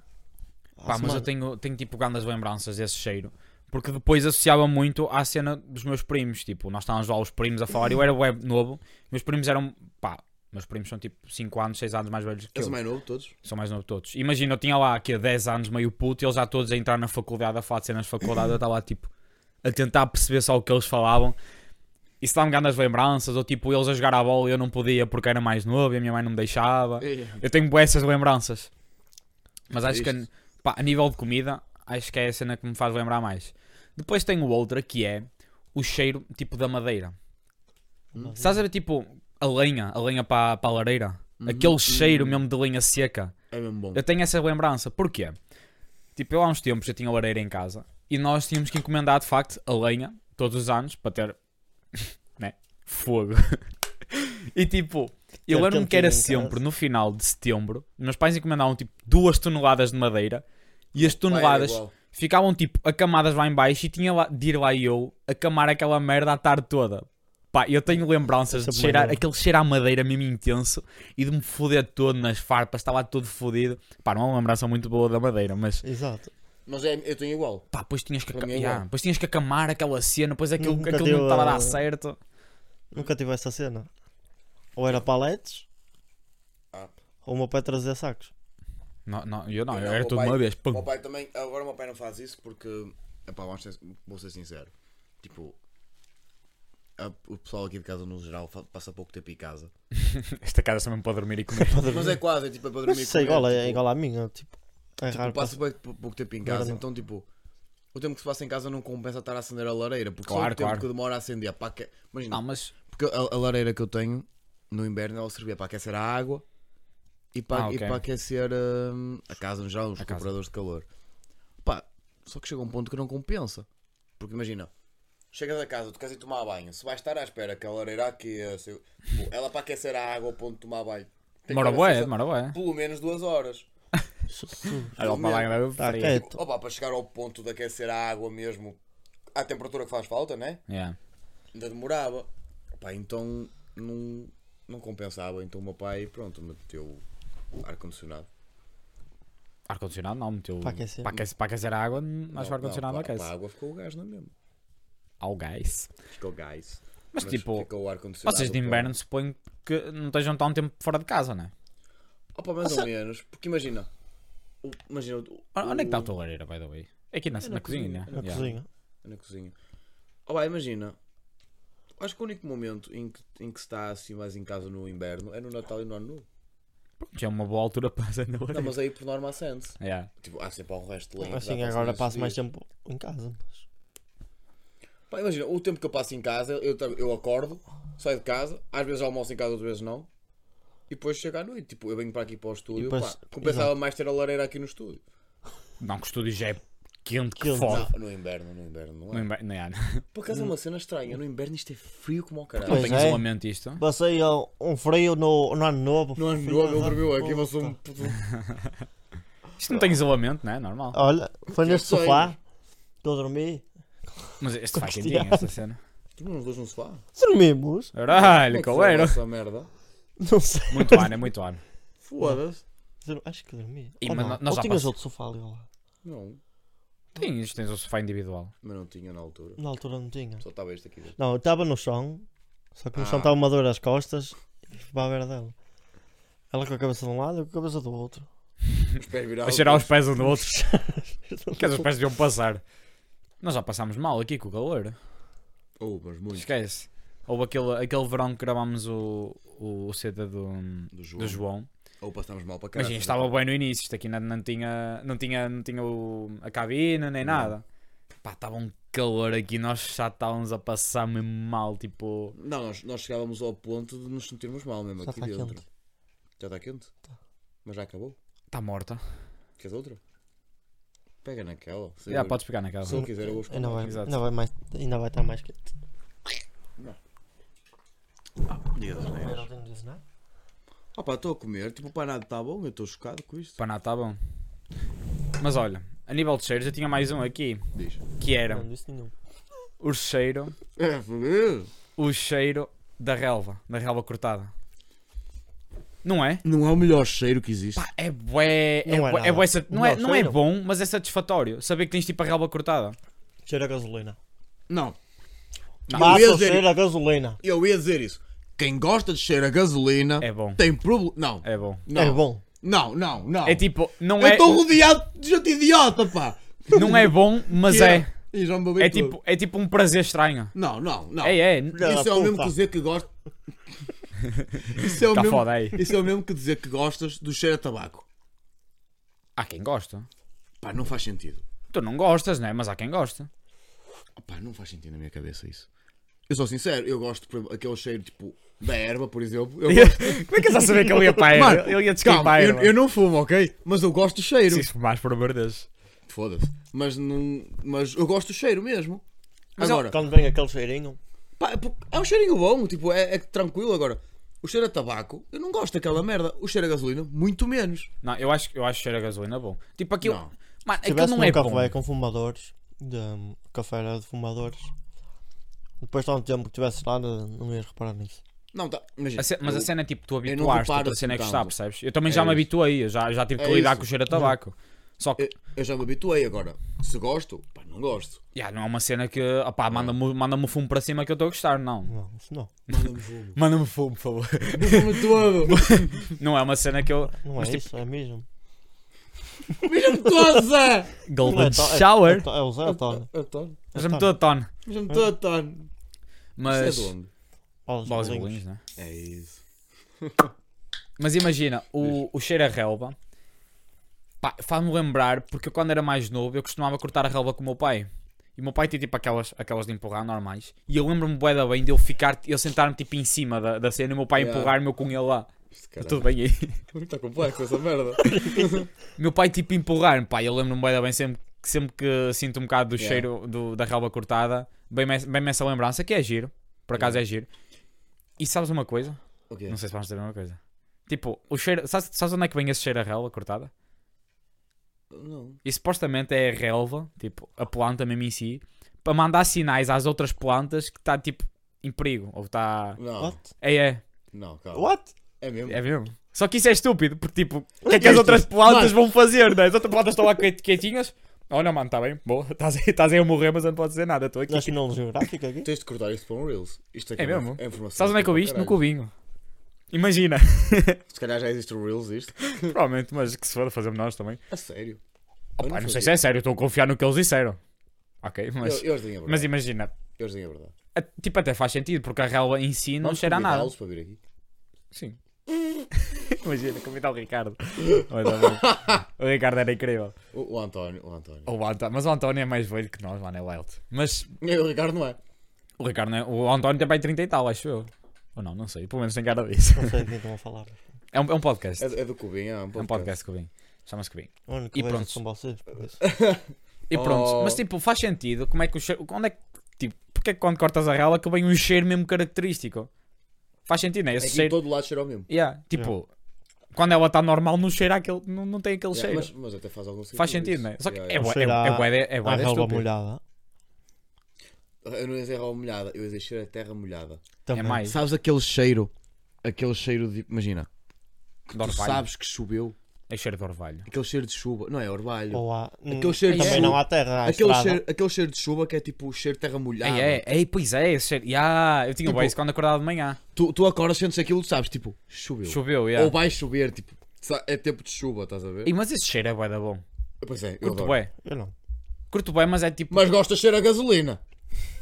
[SPEAKER 1] À
[SPEAKER 3] Pá, mas
[SPEAKER 1] semana.
[SPEAKER 3] eu tenho, tenho tipo grandes lembranças desse cheiro. Porque depois associava muito à cena dos meus primos. Tipo, nós estávamos lá os primos a falar. Eu era web novo. Meus primos eram. Pá, meus primos são tipo 5 anos, 6 anos mais velhos que
[SPEAKER 2] És
[SPEAKER 3] eu.
[SPEAKER 2] o mais novo de todos?
[SPEAKER 3] São mais novos que todos. Imagina, eu tinha lá aqui a 10 anos, meio puto, e eles já todos a entrar na faculdade, a falar de cenas de faculdade, eu estava lá tipo a tentar perceber só o que eles falavam. Isso dá-me grandes lembranças, ou tipo eles a jogar à bola e eu não podia porque era mais novo e a minha mãe não me deixava.
[SPEAKER 2] É,
[SPEAKER 3] Eu tenho bué essas lembranças. Mas acho que a,
[SPEAKER 2] Triste.
[SPEAKER 3] pá, a nível de comida, acho que é a cena que me faz lembrar mais. Depois tenho outra que é o cheiro tipo da madeira.
[SPEAKER 2] Hum.
[SPEAKER 3] Estás a ver tipo a lenha, a lenha para a lareira? Aquele cheiro mesmo de lenha seca.
[SPEAKER 2] É mesmo bom.
[SPEAKER 3] Eu tenho essa lembrança. Porquê? Tipo, eu há uns tempos eu tinha lareira em casa e nós tínhamos que encomendar de facto a lenha todos os anos para ter né? fogo. e tipo, eu
[SPEAKER 1] Ter
[SPEAKER 3] lembro-me que era
[SPEAKER 1] quentinho em
[SPEAKER 3] sempre
[SPEAKER 1] casa.
[SPEAKER 3] no final de setembro, meus pais encomendavam tipo duas toneladas de madeira e as
[SPEAKER 2] Pá, era
[SPEAKER 3] toneladas
[SPEAKER 2] igual.
[SPEAKER 3] ficavam tipo acamadas lá em baixo e tinha lá, de ir lá eu acamar aquela merda a tarde toda. Pá, eu tenho lembranças de
[SPEAKER 1] Essa
[SPEAKER 3] cheirar,
[SPEAKER 1] maneira.
[SPEAKER 3] aquele cheiro à madeira mesmo intenso e de me foder todo nas farpas, estava todo fodido. Pá, não é uma lembrança muito boa da madeira, mas
[SPEAKER 1] Exato.
[SPEAKER 2] Mas é, eu tenho igual.
[SPEAKER 3] pá, depois tinhas que, aca-
[SPEAKER 2] Para mim é
[SPEAKER 3] Ya,
[SPEAKER 2] igual.
[SPEAKER 3] depois tinhas que acamar aquela cena, depois aquilo,
[SPEAKER 1] Nunca
[SPEAKER 3] aquilo não
[SPEAKER 1] deu
[SPEAKER 3] estava a
[SPEAKER 1] a-
[SPEAKER 3] dar certo.
[SPEAKER 1] Nunca tive essa cena. Ou era paletes,
[SPEAKER 2] Ah.
[SPEAKER 1] ou o meu pai trazia sacos.
[SPEAKER 3] Não, não, eu não,
[SPEAKER 2] Eu
[SPEAKER 3] eu era
[SPEAKER 2] não, o
[SPEAKER 3] Ah, é tudo
[SPEAKER 2] pai-
[SPEAKER 3] uma vez.
[SPEAKER 2] O
[SPEAKER 3] pum.
[SPEAKER 2] meu pai também. Agora o meu pai não faz isso porque. Epá, vamos ser- é- vou ser sincero. Tipo. a- o pessoal aqui de casa, no geral, fa- passa pouco tempo em casa.
[SPEAKER 3] Esta casa também para dormir e comer.
[SPEAKER 2] Mas é quase, é tipo, é para
[SPEAKER 1] Mas
[SPEAKER 2] dormir
[SPEAKER 1] isso é
[SPEAKER 2] comer,
[SPEAKER 1] igual, é
[SPEAKER 2] tipo,
[SPEAKER 1] igual à minha. Tipo, é
[SPEAKER 2] Tipo,
[SPEAKER 1] raro.
[SPEAKER 2] passa bem pou- pouco tempo em casa, então tipo, o tempo que se passa em casa não compensa estar a acender a lareira, porque só
[SPEAKER 3] Claro,
[SPEAKER 2] o tempo
[SPEAKER 3] claro.
[SPEAKER 2] que demora a acender, pá, que... é, imagina,
[SPEAKER 3] não, mas
[SPEAKER 2] porque a, a lareira que eu tenho no inverno ela servia para aquecer a água e para,
[SPEAKER 3] Ah,
[SPEAKER 2] e
[SPEAKER 3] ok.
[SPEAKER 2] para aquecer hum, a casa no geral, os
[SPEAKER 3] casa.
[SPEAKER 2] recuperadores de calor. Pá, só que chega um ponto que não compensa. Porque imagina, chegas a casa, tu queres ir tomar banho, se vais estar à espera que a lareira aqueça, eu- tipo, ela para aquecer a água ao ponto de tomar banho, tem que
[SPEAKER 3] demora
[SPEAKER 2] estar
[SPEAKER 3] bué,
[SPEAKER 2] acesa
[SPEAKER 3] demora bué.
[SPEAKER 2] pelo menos duas horas.
[SPEAKER 3] Olha lá, lá, lá,
[SPEAKER 1] Tá,
[SPEAKER 3] frio.
[SPEAKER 1] ok.
[SPEAKER 2] Tipo, opa, para chegar ao ponto de aquecer a água mesmo à temperatura que faz falta, né?
[SPEAKER 3] Ya.
[SPEAKER 2] Ainda demorava. Pá, então não, não compensava. Então o meu pai, pronto, meteu ar-condicionado.
[SPEAKER 3] Ar-condicionado não, meteu. Para
[SPEAKER 1] Para aquecer.
[SPEAKER 3] aquecer, para aquecer a água, não- acho que o
[SPEAKER 2] Não,
[SPEAKER 3] ar-condicionado
[SPEAKER 2] não,
[SPEAKER 3] não
[SPEAKER 2] pá,
[SPEAKER 3] aquece.
[SPEAKER 2] pá, A água ficou o gás, não é mesmo?
[SPEAKER 3] Ao gás.
[SPEAKER 2] Ficou gás.
[SPEAKER 3] Mas, tipo,
[SPEAKER 2] ficou o ar-condicionado.
[SPEAKER 3] Vocês de
[SPEAKER 2] pronto.
[SPEAKER 3] inverno suponho que não estejam tão tempo fora de casa, né?
[SPEAKER 2] Opa, mais ou menos. Porque imagina. o- Imagina. o-
[SPEAKER 3] Onde onde é que está a
[SPEAKER 2] o-
[SPEAKER 3] tua lareira, by the way? É aqui na, na,
[SPEAKER 2] na
[SPEAKER 3] cozinha,
[SPEAKER 2] cozinha,
[SPEAKER 3] né?
[SPEAKER 1] Na
[SPEAKER 3] Yeah.
[SPEAKER 1] cozinha.
[SPEAKER 2] Na cozinha. Opa, imagina. Acho que o único momento em que, em que se está assim mais em casa no inverno é no Natal e no Ano Novo.
[SPEAKER 3] Pronto, já é uma boa altura para fazer na
[SPEAKER 2] Não,
[SPEAKER 3] lareira.
[SPEAKER 2] mas aí por norma acende-se.
[SPEAKER 3] Yeah.
[SPEAKER 2] Tipo, há sempre um resto de lenha. que dá
[SPEAKER 1] Assim,
[SPEAKER 2] para
[SPEAKER 1] agora
[SPEAKER 2] acender
[SPEAKER 1] passo mais
[SPEAKER 2] esses dias.
[SPEAKER 1] tempo em casa. mas-
[SPEAKER 2] Pá, imagina, o tempo que eu passo em casa, eu, tam- eu acordo, saio de casa, às vezes almoço em casa, outras vezes não. E depois chego à noite. Tipo, eu venho para aqui para o estúdio.
[SPEAKER 1] depois-
[SPEAKER 2] pá, compensava mais ter a lareira aqui no estúdio.
[SPEAKER 3] Não, que o estúdio já é quente, que
[SPEAKER 1] Quente.
[SPEAKER 3] foda.
[SPEAKER 2] No inverno, no inverno, não
[SPEAKER 3] No
[SPEAKER 2] é?
[SPEAKER 3] inverno, não é?
[SPEAKER 2] Por acaso é uma cena estranha. No inverno isto é frio como ao
[SPEAKER 3] Não
[SPEAKER 1] Pois
[SPEAKER 2] caralho.
[SPEAKER 3] tem
[SPEAKER 1] é.
[SPEAKER 3] isolamento isto.
[SPEAKER 1] Passei ó, um frio no, no ano novo.
[SPEAKER 2] Não é
[SPEAKER 1] Filha
[SPEAKER 2] novo, ele
[SPEAKER 1] da
[SPEAKER 2] dormiu aqui,
[SPEAKER 1] puta.
[SPEAKER 2] eu sou um.
[SPEAKER 3] Isto não tem isolamento, não é? Normal.
[SPEAKER 1] Olha, foi
[SPEAKER 2] Eu
[SPEAKER 1] neste
[SPEAKER 2] sei.
[SPEAKER 1] sofá que eu dormi.
[SPEAKER 3] Mas este faz
[SPEAKER 1] Cristiano.
[SPEAKER 3] quentinho, esta cena.
[SPEAKER 2] Dormimos dois no sofá.
[SPEAKER 1] Dormimos?
[SPEAKER 3] Caralho,
[SPEAKER 2] Como é que foi
[SPEAKER 3] coeiro.
[SPEAKER 2] essa merda.
[SPEAKER 1] Não sei.
[SPEAKER 3] Muito ano, é muito ano.
[SPEAKER 2] Foda-se.
[SPEAKER 1] Dur- Acho que dormi.
[SPEAKER 3] Ih,
[SPEAKER 1] Ou
[SPEAKER 3] mas
[SPEAKER 1] não.
[SPEAKER 3] nós
[SPEAKER 1] Ou
[SPEAKER 3] já
[SPEAKER 1] tinhas
[SPEAKER 3] passe-
[SPEAKER 1] outro sofá ali lá.
[SPEAKER 2] Não,
[SPEAKER 3] Tens, tens o sofá individual.
[SPEAKER 2] mas não tinha na altura.
[SPEAKER 1] Na altura não tinha.
[SPEAKER 2] Só estava este aqui. dentro.
[SPEAKER 1] Não, eu estava no chão, só que no
[SPEAKER 2] Ah.
[SPEAKER 1] chão estava uma dor às costas e fui para a beira dela. Ela com a cabeça de um lado, eu com a cabeça do outro.
[SPEAKER 2] Os pés
[SPEAKER 3] A
[SPEAKER 2] virados.
[SPEAKER 3] cheirar os pés um do outro. que os pés deviam passar. Nós já passámos mal aqui com o calor.
[SPEAKER 2] Oh, mas muito.
[SPEAKER 3] Esquece. Houve aquele, aquele verão que gravámos o, o, o CD do,
[SPEAKER 2] Do João.
[SPEAKER 3] do João.
[SPEAKER 2] Ou passamos mal para né? casa.
[SPEAKER 3] Imagina, estava bem no início, isto aqui não, não tinha, não tinha, não tinha o- a cabina nem nada. Pá, estava um calor aqui, nós já estávamos a passar mesmo mal, tipo.
[SPEAKER 2] Não, nós, nós chegávamos ao ponto de nos sentirmos mal mesmo
[SPEAKER 1] Já
[SPEAKER 2] aqui
[SPEAKER 1] está
[SPEAKER 2] dentro.
[SPEAKER 1] quente. Tá.
[SPEAKER 2] Já está quente? Mas já acabou?
[SPEAKER 3] Está tá morta.
[SPEAKER 2] Queres outra? Pega naquela. Se
[SPEAKER 3] Já
[SPEAKER 2] eu-
[SPEAKER 3] podes pegar naquela.
[SPEAKER 2] se eu quiser, eu vou escolher.
[SPEAKER 1] Ainda vai,
[SPEAKER 3] Exato.
[SPEAKER 1] ainda vai, mais, ainda vai estar mais quente.
[SPEAKER 3] Ah,
[SPEAKER 1] Eu não é? tenho de dizer nada.
[SPEAKER 2] Opa, estou a comer. Tipo, o panado está bom. Eu estou chocado com isto.
[SPEAKER 3] Para nada, está tá bom. Mas olha, a nível de cheiros, eu tinha mais um aqui,
[SPEAKER 2] Diz.
[SPEAKER 3] que era
[SPEAKER 1] Não disse nenhum.
[SPEAKER 3] o cheiro,
[SPEAKER 2] É, foder.
[SPEAKER 3] o cheiro da relva, da relva cortada. Não é?
[SPEAKER 2] Não é o melhor cheiro que existe.
[SPEAKER 3] Pá, é bué. É
[SPEAKER 1] Não é
[SPEAKER 3] bué, é
[SPEAKER 1] nada.
[SPEAKER 3] bué sat- não, é,
[SPEAKER 1] Não,
[SPEAKER 3] não é
[SPEAKER 1] cheiro.
[SPEAKER 3] bom, mas é satisfatório saber que tens tipo a relva cortada.
[SPEAKER 1] Cheira a gasolina.
[SPEAKER 2] Não,
[SPEAKER 3] Tá. Não,
[SPEAKER 2] Mas- eu ia
[SPEAKER 1] Massa
[SPEAKER 2] dizer-
[SPEAKER 1] cheira a gasolina.
[SPEAKER 2] eu ia dizer isso. Quem gosta de cheiro a gasolina
[SPEAKER 3] É bom.
[SPEAKER 2] tem problema. Não,
[SPEAKER 3] É bom.
[SPEAKER 2] não,
[SPEAKER 1] É bom.
[SPEAKER 2] não, não, não.
[SPEAKER 3] É tipo, não
[SPEAKER 2] eu
[SPEAKER 3] é,
[SPEAKER 2] estou rodeado de gente idiota, pá.
[SPEAKER 3] não é bom, mas é.
[SPEAKER 2] E já me babei
[SPEAKER 3] É
[SPEAKER 2] todo.
[SPEAKER 3] tipo, é tipo um prazer estranho.
[SPEAKER 2] Não, não, não.
[SPEAKER 3] É, é.
[SPEAKER 1] Filha
[SPEAKER 2] Isso
[SPEAKER 1] da
[SPEAKER 2] é o mesmo
[SPEAKER 1] puta.
[SPEAKER 2] que dizer que gosto. Isso é o
[SPEAKER 3] Tá
[SPEAKER 2] mesmo.
[SPEAKER 3] foda aí.
[SPEAKER 2] Isso é o mesmo que dizer que gostas do cheiro a tabaco.
[SPEAKER 3] Há quem gosta.
[SPEAKER 2] Pá, não faz sentido.
[SPEAKER 3] Tu não gostas, né? Mas há quem gosta.
[SPEAKER 2] Pá, não faz sentido na minha cabeça isso. Eu sou sincero, eu gosto por exemplo, aquele cheiro tipo da erva, por exemplo. Eu gosto...
[SPEAKER 3] Como é que eu já sabia que ele ia para a
[SPEAKER 2] Mano,
[SPEAKER 3] erva? Ele ia descair para
[SPEAKER 2] calma,
[SPEAKER 3] a
[SPEAKER 2] eu,
[SPEAKER 3] erva.
[SPEAKER 2] eu não fumo, ok? Mas eu gosto do cheiro.
[SPEAKER 3] Se fumares, por amor de Deus.
[SPEAKER 2] Foda-se. Mas não. Mas eu gosto do cheiro mesmo.
[SPEAKER 3] Mas
[SPEAKER 2] agora,
[SPEAKER 1] Quando vem aquele cheirinho.
[SPEAKER 2] pá, é porque é um cheirinho bom, tipo, é, é tranquilo agora. O cheiro a tabaco, eu não gosto daquela merda. O cheiro a gasolina, muito menos.
[SPEAKER 3] Não, eu acho, eu acho cheiro a gasolina bom. Tipo, aquilo.
[SPEAKER 2] Não.
[SPEAKER 3] Mano,
[SPEAKER 1] Se
[SPEAKER 3] aquilo
[SPEAKER 1] tivesse
[SPEAKER 3] não
[SPEAKER 1] num
[SPEAKER 3] é bom.
[SPEAKER 1] café com fumadores, de, um café era de fumadores, depois de tanto tempo que estivesse lá, não ias reparar nisso.
[SPEAKER 2] Não, tá. Imagina.
[SPEAKER 3] A ce- mas a
[SPEAKER 2] eu-
[SPEAKER 3] cena é tipo, tu
[SPEAKER 2] não
[SPEAKER 3] habituaste,
[SPEAKER 2] reparo
[SPEAKER 3] a cena é
[SPEAKER 2] assim
[SPEAKER 3] gostar,
[SPEAKER 2] tanto.
[SPEAKER 3] percebes? Eu também
[SPEAKER 2] É
[SPEAKER 3] já me
[SPEAKER 2] isso.
[SPEAKER 3] habituei, eu já, já tive que
[SPEAKER 2] É
[SPEAKER 3] lidar
[SPEAKER 2] isso.
[SPEAKER 3] com o cheiro a tabaco. Só que,
[SPEAKER 2] Eu, eu já me habituei agora. Se gosto, pá, não gosto.
[SPEAKER 3] já, não é uma cena que, opá, manda-me manda o fumo para cima que eu estou a gostar, não.
[SPEAKER 1] Não, isso não.
[SPEAKER 2] Manda-me fumo.
[SPEAKER 3] Manda-me fumo, por favor.
[SPEAKER 2] Fumo todo.
[SPEAKER 3] Não é uma cena que eu.
[SPEAKER 1] Não é isso, é mesmo.
[SPEAKER 2] Mija-me todo, Zé.
[SPEAKER 1] Não é
[SPEAKER 3] Golden
[SPEAKER 1] to- é-
[SPEAKER 3] tipo, um Shower.
[SPEAKER 1] É, to- é o Zé, Tony.
[SPEAKER 2] Eu tono.
[SPEAKER 3] Já me estou a tono.
[SPEAKER 2] Mija-me todo, tono.
[SPEAKER 3] Mas.
[SPEAKER 2] Isso é de onde?
[SPEAKER 1] Bolas
[SPEAKER 3] Bolas e bolinhos,
[SPEAKER 1] bolinhos.
[SPEAKER 3] né?
[SPEAKER 2] É isso.
[SPEAKER 3] Mas imagina, o, o cheiro a relva pá, faz-me lembrar, porque eu quando era mais novo eu costumava cortar a relva com o meu pai. E o meu pai tinha tipo aquelas, aquelas de empurrar normais. E eu lembro-me bué da bem de eu ficar, eu sentar-me tipo em cima da, da cena e o meu pai
[SPEAKER 2] Yeah. Tá
[SPEAKER 3] empurrar-me eu com ele lá.
[SPEAKER 2] Este cara-
[SPEAKER 3] Tudo bem aí.
[SPEAKER 2] Está é complexo essa merda.
[SPEAKER 3] meu pai tipo empurrar-me, pá, eu lembro-me bué da bem sempre, que- sempre que sinto um bocado do
[SPEAKER 2] Yeah.
[SPEAKER 3] cheiro do, da relva cortada, bem-me bem essa lembrança, que é giro. Por acaso é giro. E sabes uma coisa?
[SPEAKER 2] Ok.
[SPEAKER 3] Não sei se vamos dizer a mesma coisa. Tipo, o cheiro. Sabes, sabes onde é que vem esse cheiro a relva cortada?
[SPEAKER 2] Não.
[SPEAKER 3] E supostamente é a relva, tipo, a planta mesmo em si, para mandar sinais às outras plantas que está tipo em perigo. Ou está.
[SPEAKER 2] Não.
[SPEAKER 1] What?
[SPEAKER 3] É, é.
[SPEAKER 2] Não, calma.
[SPEAKER 1] What?
[SPEAKER 2] É mesmo?
[SPEAKER 3] É mesmo. Só que isso é estúpido, porque tipo, o que é que as
[SPEAKER 2] Isto-
[SPEAKER 3] outras plantas vão fazer, né? As outras plantas estão lá quiet- quietinhas. Olha, mano, está bem, boa, estás aí, estás aí a morrer, mas eu não posso dizer nada, estou aqui.
[SPEAKER 1] National Geographic aqui?
[SPEAKER 2] Tens de cortar isto para um Reels. Isto aqui
[SPEAKER 3] É
[SPEAKER 2] é, uma-
[SPEAKER 3] mesmo?
[SPEAKER 2] É informação.
[SPEAKER 3] Sabes onde é que eu vi isto? No
[SPEAKER 2] Caralho.
[SPEAKER 3] cubinho. Imagina.
[SPEAKER 2] Se calhar já existe o Reels isto.
[SPEAKER 3] Provavelmente, mas que se foda, fazemos nós também.
[SPEAKER 2] A sério.
[SPEAKER 3] Opa,
[SPEAKER 2] Eu
[SPEAKER 3] não, sei
[SPEAKER 2] não fazia.
[SPEAKER 3] se é sério, estou a confiar no que eles disseram. Ok, mas.
[SPEAKER 2] Eu, eu os dei a verdade.
[SPEAKER 3] Mas imagina,
[SPEAKER 2] Eu os dei a verdade.
[SPEAKER 3] a- tipo, até faz sentido, porque a relva em si não
[SPEAKER 2] Vamos
[SPEAKER 3] cheira a nada.
[SPEAKER 2] convidá-los Para vir aqui.
[SPEAKER 3] Sim. imagina, convidar o Ricardo. Mas, tá bom. o Ricardo era incrível.
[SPEAKER 2] O, o António. O António.
[SPEAKER 3] O António, mas o António é mais velho que nós, mano, é wild. Mas
[SPEAKER 2] E o Ricardo não é.
[SPEAKER 3] o Ricardo, não é- o António tem bem 30 e tal, acho eu. Ou não, não sei, pelo menos tem cara disso.
[SPEAKER 1] Não sei de quem estão a falar.
[SPEAKER 3] É um, é um podcast.
[SPEAKER 2] É, é do Cubinho. É um
[SPEAKER 3] É um
[SPEAKER 2] podcast.
[SPEAKER 3] podcast que eu vim. Chama-se que vim.
[SPEAKER 1] Olha, que
[SPEAKER 3] E
[SPEAKER 1] beijos
[SPEAKER 3] pronto. É
[SPEAKER 1] são vocês. por isso.
[SPEAKER 3] E pronto,
[SPEAKER 2] Oh.
[SPEAKER 3] mas tipo, faz sentido como é que o cheiro. Onde é que. Tipo, porque é que quando cortas a relva que vem um cheiro mesmo característico? Faz sentido, né?
[SPEAKER 2] É que
[SPEAKER 3] Esse
[SPEAKER 2] em
[SPEAKER 3] cheiro.
[SPEAKER 2] todo lado cheira ao mesmo.
[SPEAKER 3] Yeah, tipo, quando ela está normal, não cheira aquele, não, não tem aquele
[SPEAKER 2] Yeah,
[SPEAKER 3] cheiro.
[SPEAKER 2] É, mas, mas até faz algum sentido.
[SPEAKER 3] Faz sentido,
[SPEAKER 2] isso.
[SPEAKER 3] não é? Só que
[SPEAKER 2] Yeah,
[SPEAKER 3] é
[SPEAKER 2] yeah.
[SPEAKER 3] bué-
[SPEAKER 1] Cheira
[SPEAKER 3] é bué de- é bué
[SPEAKER 1] a
[SPEAKER 3] de
[SPEAKER 1] relva
[SPEAKER 3] estúpido. É
[SPEAKER 1] molhada.
[SPEAKER 2] Eu não ia dizer relva molhada, eu ia dizer cheiro a terra molhada.
[SPEAKER 3] É
[SPEAKER 1] Também.
[SPEAKER 3] mais.
[SPEAKER 2] Sabes aquele cheiro? Aquele cheiro de. Imagina,
[SPEAKER 3] de
[SPEAKER 2] tu
[SPEAKER 3] orvalho.
[SPEAKER 2] sabes que choveu.
[SPEAKER 3] É cheiro de orvalho.
[SPEAKER 2] Aquele cheiro de chuva. Não é orvalho.
[SPEAKER 1] Ou há...
[SPEAKER 2] Aquele cheiro de
[SPEAKER 1] Também
[SPEAKER 2] chuva.
[SPEAKER 1] não há terra, há
[SPEAKER 2] Aquele
[SPEAKER 1] estrada.
[SPEAKER 2] cheiro, aquele cheiro de chuva que é tipo o cheiro de terra molhada.
[SPEAKER 3] é, é, é, pois é, esse cheiro. Yeah, eu tinha
[SPEAKER 2] Tipo-
[SPEAKER 3] bué isso quando acordava de manhã.
[SPEAKER 2] Tu, tu acordas, sentes aquilo, tu sabes, tipo, choveu.
[SPEAKER 3] Choveu, yeah.
[SPEAKER 2] Ou vai chover, tipo, sa- é tempo de chuva, estás a ver?
[SPEAKER 3] E, mas esse cheiro é bué da bom.
[SPEAKER 2] Pois é, eu
[SPEAKER 3] Curto
[SPEAKER 2] adoro.
[SPEAKER 3] bué.
[SPEAKER 1] Eu não.
[SPEAKER 3] Curto bué, mas é tipo.
[SPEAKER 2] Mas gosta de cheiro a gasolina.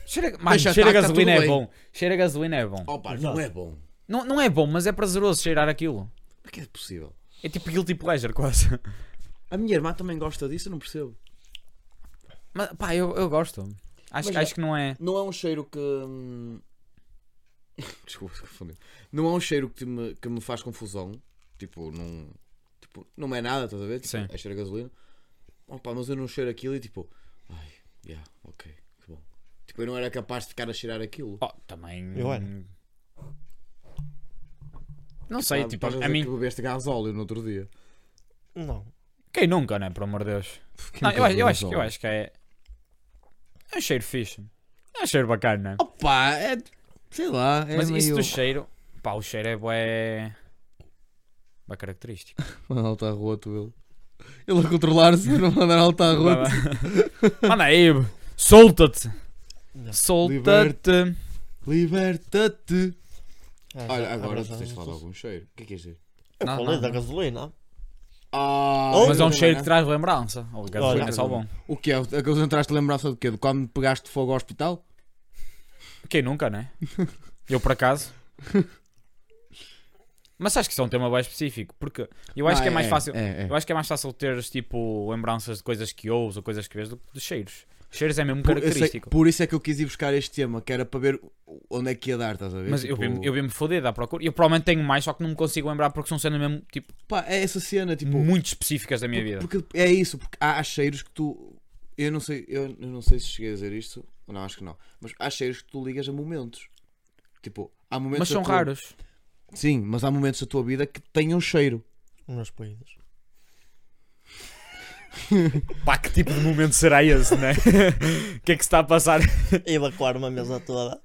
[SPEAKER 3] Cheira, mano,
[SPEAKER 2] Deixa
[SPEAKER 3] cheiro a
[SPEAKER 2] estar, tá
[SPEAKER 3] gasolina
[SPEAKER 2] tudo
[SPEAKER 3] é
[SPEAKER 2] bem.
[SPEAKER 3] bom. Cheiro a gasolina é bom.
[SPEAKER 2] Opa, não é bom.
[SPEAKER 3] Não, não é bom, mas é prazeroso cheirar aquilo.
[SPEAKER 2] Como é que é possível?
[SPEAKER 3] É tipo guilty pleasure, quase.
[SPEAKER 2] A minha irmã também gosta disso, eu não percebo.
[SPEAKER 3] Mas pá, eu, eu gosto. Acho,
[SPEAKER 2] Mas
[SPEAKER 3] acho
[SPEAKER 2] já-
[SPEAKER 3] que não é.
[SPEAKER 2] Não é um cheiro que. hum, Desculpa, confundi. Não é um cheiro que me, que me faz confusão. Tipo, não. Tipo, não é nada, estás a ver? Tipo,
[SPEAKER 3] Sim.
[SPEAKER 2] É cheiro a gasolina. Opa, mas eu não cheiro aquilo e tipo. Ai, yeah, ok, que bom. Tipo, eu não era capaz de ficar a cheirar aquilo.
[SPEAKER 3] Oh, também.
[SPEAKER 1] Eu era.
[SPEAKER 3] Não sei,
[SPEAKER 2] Sabe,
[SPEAKER 3] tipo,
[SPEAKER 2] estás
[SPEAKER 3] a
[SPEAKER 2] dizer
[SPEAKER 3] mim.
[SPEAKER 2] que bebeste gasóleo no outro dia.
[SPEAKER 1] Não.
[SPEAKER 3] Quem nunca, né? Por amor de Deus.
[SPEAKER 2] Quem
[SPEAKER 3] Não,
[SPEAKER 2] nunca
[SPEAKER 3] eu, acho- eu
[SPEAKER 2] bebeu
[SPEAKER 3] acho, eu
[SPEAKER 2] gasóleo?
[SPEAKER 3] acho que é. É um cheiro fixe. É um cheiro bacana.
[SPEAKER 2] Opa, é. Sei lá, é
[SPEAKER 3] Mas isso
[SPEAKER 2] meio...
[SPEAKER 3] do cheiro. Pá, o cheiro é bué. Bué característico.
[SPEAKER 2] Mano, alta rua, tu ele. Ele a controlar-se, não mandar alta rua.
[SPEAKER 3] Manda aí. Solta-te!
[SPEAKER 1] Não.
[SPEAKER 3] Solta-te!
[SPEAKER 2] Liberta-te.
[SPEAKER 1] Ah, já-
[SPEAKER 2] Olha, agora
[SPEAKER 1] abraço
[SPEAKER 2] tu
[SPEAKER 1] aos
[SPEAKER 2] tens falado
[SPEAKER 1] outros.
[SPEAKER 2] algum cheiro. O que é que és dizer?
[SPEAKER 1] Eu
[SPEAKER 3] Não,
[SPEAKER 1] falei
[SPEAKER 3] não,
[SPEAKER 1] da
[SPEAKER 3] não.
[SPEAKER 1] gasolina.
[SPEAKER 2] Ah,
[SPEAKER 1] Oh,
[SPEAKER 3] Mas é um
[SPEAKER 2] também,
[SPEAKER 3] cheiro
[SPEAKER 2] né?
[SPEAKER 3] que traz lembrança. O gasolina
[SPEAKER 1] Olha.
[SPEAKER 3] é só bom.
[SPEAKER 2] O que é? A gasolina traz-te lembrança do quê? De quando pegaste fogo ao hospital?
[SPEAKER 3] Quem nunca, né? Eu por acaso. Mas acho que isso é um tema bem específico, porque eu acho
[SPEAKER 2] Não,
[SPEAKER 3] que é, mais fácil.
[SPEAKER 2] É, é.
[SPEAKER 3] Eu acho que é mais fácil teres tipo lembranças de coisas que ouves ou coisas que vês do que de cheiros. Cheiros é mesmo
[SPEAKER 2] Por, eu sei-
[SPEAKER 3] característico.
[SPEAKER 2] por isso é que eu quis ir buscar este tema, que era para ver onde é que ia dar, estás a ver?
[SPEAKER 3] Mas eu
[SPEAKER 2] Tipo,
[SPEAKER 3] vi-me eu vi-me fodido à procura. Eu provavelmente tenho mais, só que não me consigo lembrar porque são cenas mesmo tipo,
[SPEAKER 2] Pá, é essa cena, tipo.
[SPEAKER 3] muito específicas da minha vida.
[SPEAKER 2] Porque é isso, porque há, há cheiros que tu. Eu não sei, eu, eu não sei se cheguei a dizer isto, ou não, acho que não. Mas há cheiros que tu ligas a momentos. Tipo, há momentos.
[SPEAKER 3] Mas
[SPEAKER 2] da
[SPEAKER 3] são
[SPEAKER 2] tua-
[SPEAKER 3] raros.
[SPEAKER 2] Sim, mas há momentos da tua vida que têm um cheiro.
[SPEAKER 1] Nos meus países.
[SPEAKER 3] Pá, que tipo de momento será esse, né? O que é que se está a passar?
[SPEAKER 1] Evacuar uma mesa toda.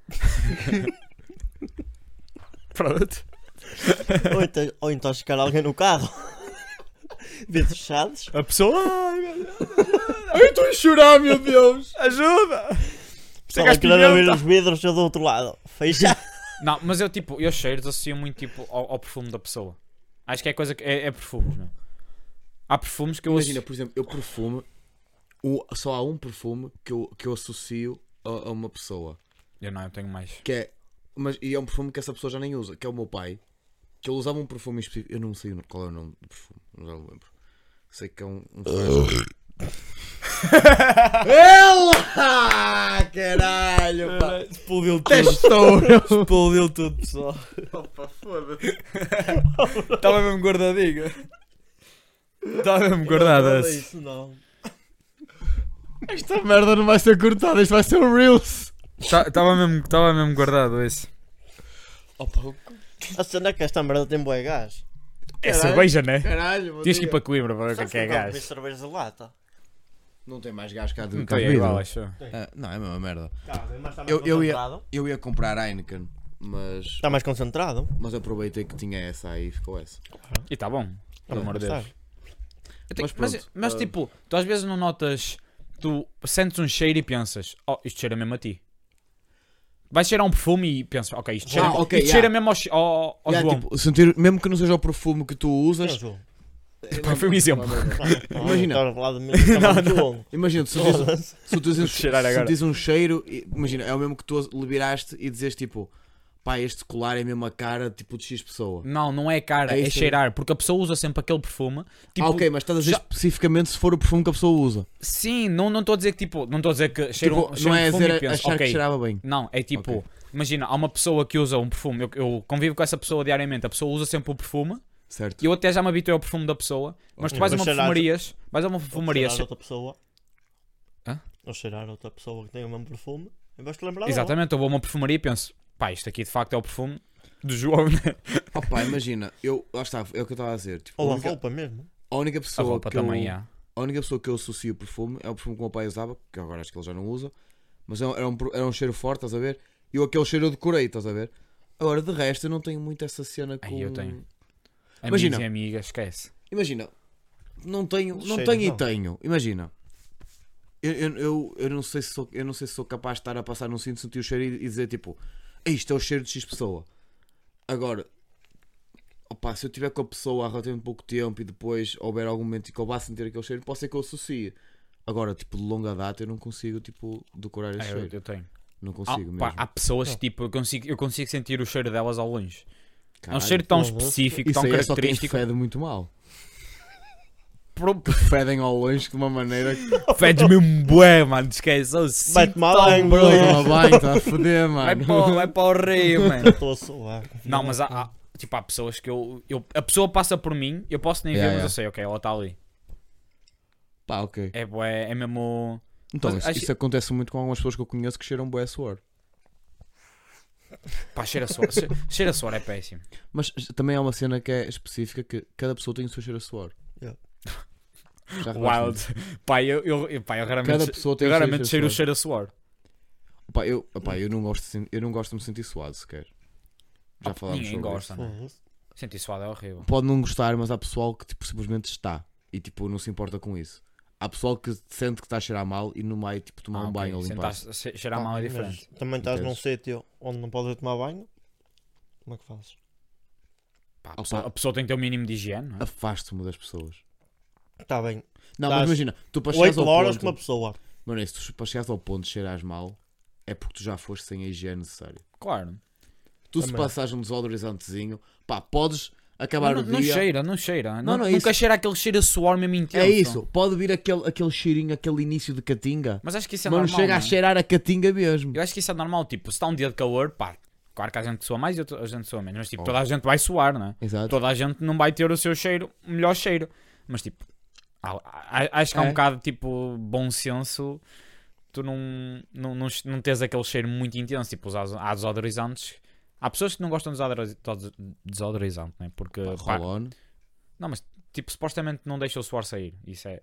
[SPEAKER 3] Pronto.
[SPEAKER 1] ou, então, ou intoxicar alguém no carro. Vidros fechados.
[SPEAKER 3] A pessoa. Ai, meu Deus. Ai, eu estou a chorar, meu Deus! Ajuda!
[SPEAKER 1] Só que querer abrir os vidros eu do outro lado. Fecha.
[SPEAKER 3] Não, mas eu tipo, eu cheiros associo muito tipo ao, ao perfume da pessoa. Acho que é coisa que. É, é perfumes, meu. Há perfumes que eu
[SPEAKER 2] Imagina,
[SPEAKER 3] associo.
[SPEAKER 2] por exemplo, eu perfume. o- só há um perfume que eu, que eu associo a, a uma pessoa.
[SPEAKER 3] Eu não, eu tenho mais.
[SPEAKER 2] Que é. Mas, e é um perfume que essa pessoa já nem usa, que é o meu pai. Que ele usava um perfume em específico. Eu não sei o no- qual é o nome do perfume, não já me lembro. Sei que é um. um... Ela! Caralho, pá!
[SPEAKER 3] Explodiu
[SPEAKER 2] Testoura!
[SPEAKER 3] Explodiu tudo, pessoal. Estava mesmo guardadinho. Estava mesmo guardada.
[SPEAKER 1] Isso não.
[SPEAKER 2] Esta merda não vai ser cortada, isto vai ser um Reels! Tá,
[SPEAKER 3] Estava mesmo, tava mesmo guardado esse.
[SPEAKER 2] Opa,
[SPEAKER 1] A cena é que esta merda tem bué gás.
[SPEAKER 3] É
[SPEAKER 2] Caralho.
[SPEAKER 3] cerveja, né?
[SPEAKER 2] caralho, bom
[SPEAKER 3] Tinhas que ir
[SPEAKER 2] dia.
[SPEAKER 3] para Coimbra para ver o que é
[SPEAKER 1] Sabes
[SPEAKER 3] que é
[SPEAKER 1] quando eu bebi
[SPEAKER 3] gás.
[SPEAKER 1] cerveja de lata.
[SPEAKER 2] Não tem mais gás cá do
[SPEAKER 3] é. Não
[SPEAKER 2] cá de
[SPEAKER 3] tem
[SPEAKER 2] vidro.
[SPEAKER 3] igual, acho. eu.
[SPEAKER 2] Ah, Não, é a mesma merda.
[SPEAKER 3] Tá,
[SPEAKER 1] mas está
[SPEAKER 2] Eu, eu, ia, eu ia comprar Heineken, mas,
[SPEAKER 1] Está Tá mais concentrado.
[SPEAKER 2] mas aproveitei que tinha essa aí e ficou essa.
[SPEAKER 3] E está bom. Pelo amor de Deus.
[SPEAKER 1] Sabe?
[SPEAKER 3] tá. Eu tenho-
[SPEAKER 2] Mas
[SPEAKER 3] Mas,
[SPEAKER 2] pronto,
[SPEAKER 3] mas,
[SPEAKER 2] ah.
[SPEAKER 3] tipo, tu às vezes não notas, tu sentes um cheiro e pensas, oh, isto cheira mesmo a ti. Vais cheirar um perfume e pensas, ok, isto cheira,
[SPEAKER 2] Ah, ok,
[SPEAKER 3] isto
[SPEAKER 2] yeah.
[SPEAKER 3] cheira mesmo ao, che- ao, ao
[SPEAKER 2] Yeah,
[SPEAKER 3] João.
[SPEAKER 2] tipo, sentir, mesmo que não seja o perfume que tu
[SPEAKER 1] Não,
[SPEAKER 2] usas.
[SPEAKER 1] João.
[SPEAKER 3] Pá, foi um exemplo.
[SPEAKER 2] Imagina.
[SPEAKER 1] Estás a falar de mim. tá Não, não.
[SPEAKER 2] Imagina, tu sentires, se tu sentires-
[SPEAKER 3] cheirar agora.
[SPEAKER 2] sentires um cheiro, e- imagina, é o mesmo que tu liberaste e dizes tipo, pá, este colar é mesmo a cara tipo de X pessoa.
[SPEAKER 3] Não, não é cara,
[SPEAKER 2] É
[SPEAKER 3] é,
[SPEAKER 2] isso aí.
[SPEAKER 3] cheirar, porque a pessoa usa sempre aquele perfume. Tipo,
[SPEAKER 2] ah, ok, mas estás a dizer
[SPEAKER 3] já-
[SPEAKER 2] especificamente se for o perfume que a pessoa usa.
[SPEAKER 3] Sim, não não estou a dizer que tipo, não estou a dizer que cheira
[SPEAKER 2] Tipo,
[SPEAKER 3] um cheira
[SPEAKER 2] não
[SPEAKER 3] um
[SPEAKER 2] é a
[SPEAKER 3] perfume
[SPEAKER 2] dizer
[SPEAKER 3] e pensa,
[SPEAKER 2] achar
[SPEAKER 3] ok,
[SPEAKER 2] que cheirava bem.
[SPEAKER 3] Não, é tipo,
[SPEAKER 2] Ok.
[SPEAKER 3] imagina, há uma pessoa que usa um perfume, eu, eu convivo com essa pessoa diariamente, a pessoa usa sempre o perfume,
[SPEAKER 2] Certo?
[SPEAKER 3] e eu até já me habituei ao perfume da pessoa, mas tu
[SPEAKER 1] Ok.
[SPEAKER 3] vais a uma
[SPEAKER 1] Mas será-
[SPEAKER 3] perfumarias, vais a uma
[SPEAKER 1] Ou
[SPEAKER 3] perfumaria,
[SPEAKER 1] cheirar outra pessoa.
[SPEAKER 3] Hã?
[SPEAKER 1] Ou cheirar outra pessoa que tem o mesmo perfume. E vais-te lembrar dela.
[SPEAKER 3] Exatamente, eu vou a uma perfumaria e penso, pá, isto aqui de facto é o perfume do João, né?
[SPEAKER 2] Opa, imagina, eu, lá está, é o que eu estava a dizer. Tipo,
[SPEAKER 1] Ou
[SPEAKER 2] a,
[SPEAKER 1] a
[SPEAKER 2] única,
[SPEAKER 1] roupa mesmo.
[SPEAKER 2] a única
[SPEAKER 3] A
[SPEAKER 2] pessoa
[SPEAKER 3] roupa
[SPEAKER 2] que eu-
[SPEAKER 3] também, há.
[SPEAKER 2] A única pessoa que eu associo perfume é o perfume que o meu pai usava, que agora acho que ele já não usa, mas é um- era um, per- era um cheiro forte, estás a ver? E eu aquele cheiro eu decorei, estás a ver? Agora, de resto, eu não tenho muito essa cena com...
[SPEAKER 3] Ai, eu tenho. Amigos
[SPEAKER 2] Imagina.
[SPEAKER 3] e amigas, esquece.
[SPEAKER 2] Imagina, não tenho, não
[SPEAKER 1] Cheiros,
[SPEAKER 2] tenho
[SPEAKER 1] não.
[SPEAKER 2] e tenho, imagina. Eu, eu, eu, eu não sei se sou, eu não sei se sou capaz de estar a passar num cinto, sentir o cheiro e, e dizer tipo, "Ei, isto é o cheiro de X pessoa. Agora, opa, se eu estiver com a pessoa há relativamente pouco tempo e depois houver algum momento em que eu vá sentir aquele cheiro, pode ser que eu associe. Agora, tipo, de longa data eu não consigo, tipo, decorar esse
[SPEAKER 3] Ah, eu,
[SPEAKER 2] cheiro.
[SPEAKER 3] eu tenho.
[SPEAKER 2] Não
[SPEAKER 3] Há,
[SPEAKER 2] consigo
[SPEAKER 3] pá,
[SPEAKER 2] mesmo.
[SPEAKER 3] há pessoas que tipo, eu consigo, eu consigo sentir o cheiro delas ao longe. É um
[SPEAKER 2] Caralho.
[SPEAKER 3] cheiro tão
[SPEAKER 1] Uhum.
[SPEAKER 3] específico,
[SPEAKER 2] Isso
[SPEAKER 3] tão
[SPEAKER 2] aí é só quem
[SPEAKER 3] característico.
[SPEAKER 2] fede muito mal.
[SPEAKER 3] Pro-
[SPEAKER 2] Fedem ao longe de uma maneira que
[SPEAKER 3] Fede
[SPEAKER 2] um
[SPEAKER 3] mesmo bué, mano, esquece. Eu sinto
[SPEAKER 1] Vai tomar
[SPEAKER 3] tão
[SPEAKER 1] banho,
[SPEAKER 3] bué.
[SPEAKER 1] bro.
[SPEAKER 2] toma bem, está a foder,
[SPEAKER 3] Vai
[SPEAKER 2] mano.
[SPEAKER 3] para, o- vai para o rio, mano.
[SPEAKER 1] Estou a suar.
[SPEAKER 3] Não, mas há, há- tipo, há pessoas que eu, eu- A pessoa passa por mim, eu posso nem
[SPEAKER 2] Yeah,
[SPEAKER 3] ver, mas
[SPEAKER 2] yeah.
[SPEAKER 3] eu sei, ok, ela está ali.
[SPEAKER 2] Pá, ok.
[SPEAKER 3] É bué, é mesmo.
[SPEAKER 2] Então,
[SPEAKER 3] Mas
[SPEAKER 2] isso,
[SPEAKER 3] acho-
[SPEAKER 2] isso acontece muito com algumas pessoas que eu conheço que cheiram bué a suor.
[SPEAKER 3] Pá, cheira a suor. che- Cheira a suor é péssimo.
[SPEAKER 2] Mas também há uma cena que é específica que cada pessoa tem o seu cheiro a suor.
[SPEAKER 1] Yeah.
[SPEAKER 2] Já reparaste
[SPEAKER 3] Wild.
[SPEAKER 2] nisso?
[SPEAKER 3] Pá, eu, eu, eu- pá, eu
[SPEAKER 2] Cada
[SPEAKER 3] raramente,
[SPEAKER 2] pessoa tem
[SPEAKER 3] eu
[SPEAKER 2] o seu
[SPEAKER 3] raramente cheiro
[SPEAKER 2] cheiro
[SPEAKER 3] o
[SPEAKER 2] a suor.
[SPEAKER 3] cheiro a suor.
[SPEAKER 2] Pá, eu, opá, eu, não gosto de, sen- eu não gosto de me sentir suado sequer. Já
[SPEAKER 3] Ah,
[SPEAKER 2] falámos
[SPEAKER 3] Ninguém
[SPEAKER 2] sobre
[SPEAKER 3] gosta, né?
[SPEAKER 1] Foda-se.
[SPEAKER 3] Sentir suado é horrível.
[SPEAKER 2] isso. Pode não gostar, mas há pessoal que tipo, simplesmente está e tipo, não se importa com isso. Há pessoal que sente que está a cheirar mal e não vai tipo, tomar
[SPEAKER 3] Ah,
[SPEAKER 2] um
[SPEAKER 3] ok.
[SPEAKER 2] banho ou limpar.
[SPEAKER 3] Sentar-se- se- Cheirar mal é
[SPEAKER 1] Mas
[SPEAKER 3] diferente.
[SPEAKER 1] Também estás num
[SPEAKER 2] Entendes?
[SPEAKER 1] sítio onde não podes ir tomar banho. Como é que fazes?
[SPEAKER 3] Pá, a, pessoa, a pessoa tem que ter o mínimo de higiene, não é?
[SPEAKER 2] Afasto-me das pessoas.
[SPEAKER 1] Está Tá bem.
[SPEAKER 2] Não,
[SPEAKER 1] Estás
[SPEAKER 2] mas imagina, tu para chegares
[SPEAKER 1] 8
[SPEAKER 2] ao
[SPEAKER 1] horas com
[SPEAKER 2] ponto.
[SPEAKER 1] uma pessoa.
[SPEAKER 2] Mano, é, se tu para chegares ao ponto de cheiras mal, é porque tu já foste sem a higiene necessária.
[SPEAKER 3] Claro.
[SPEAKER 2] Tu se
[SPEAKER 1] Também.
[SPEAKER 2] passares um desodorizantezinho, pá, podes acabar
[SPEAKER 3] Não,
[SPEAKER 2] o
[SPEAKER 3] não
[SPEAKER 2] dia.
[SPEAKER 3] cheira, não cheira.
[SPEAKER 2] Não,
[SPEAKER 3] Não,
[SPEAKER 2] não é
[SPEAKER 3] nunca
[SPEAKER 2] isso.
[SPEAKER 3] cheira aquele cheiro a suor mesmo intenso.
[SPEAKER 2] É isso, pode vir aquele, aquele cheirinho, aquele início de catinga.
[SPEAKER 3] Mas acho que isso é
[SPEAKER 2] Mas não
[SPEAKER 3] normal.
[SPEAKER 2] chega a
[SPEAKER 3] não é?
[SPEAKER 2] cheirar a catinga mesmo.
[SPEAKER 3] Eu acho que isso é normal. Tipo, se está um dia de calor, pá, claro que há gente que sua mais e outra- a gente que sua menos. Mas
[SPEAKER 2] Oh.
[SPEAKER 3] tipo, toda a gente vai suar, não é?
[SPEAKER 2] Exato.
[SPEAKER 3] Toda a gente não vai ter o seu cheiro, o melhor cheiro. Mas tipo, há- há- acho que há um
[SPEAKER 2] É.
[SPEAKER 3] bocado tipo bom senso. Tu não, não, não, não tens aquele cheiro muito intenso. Tipo, os as- há desodorizantes. Há pessoas que não gostam de desodoriz- de desodorizante, né? Porque. pá,
[SPEAKER 2] Rolon.
[SPEAKER 3] não, mas tipo, supostamente não deixa o suor sair. Isso é.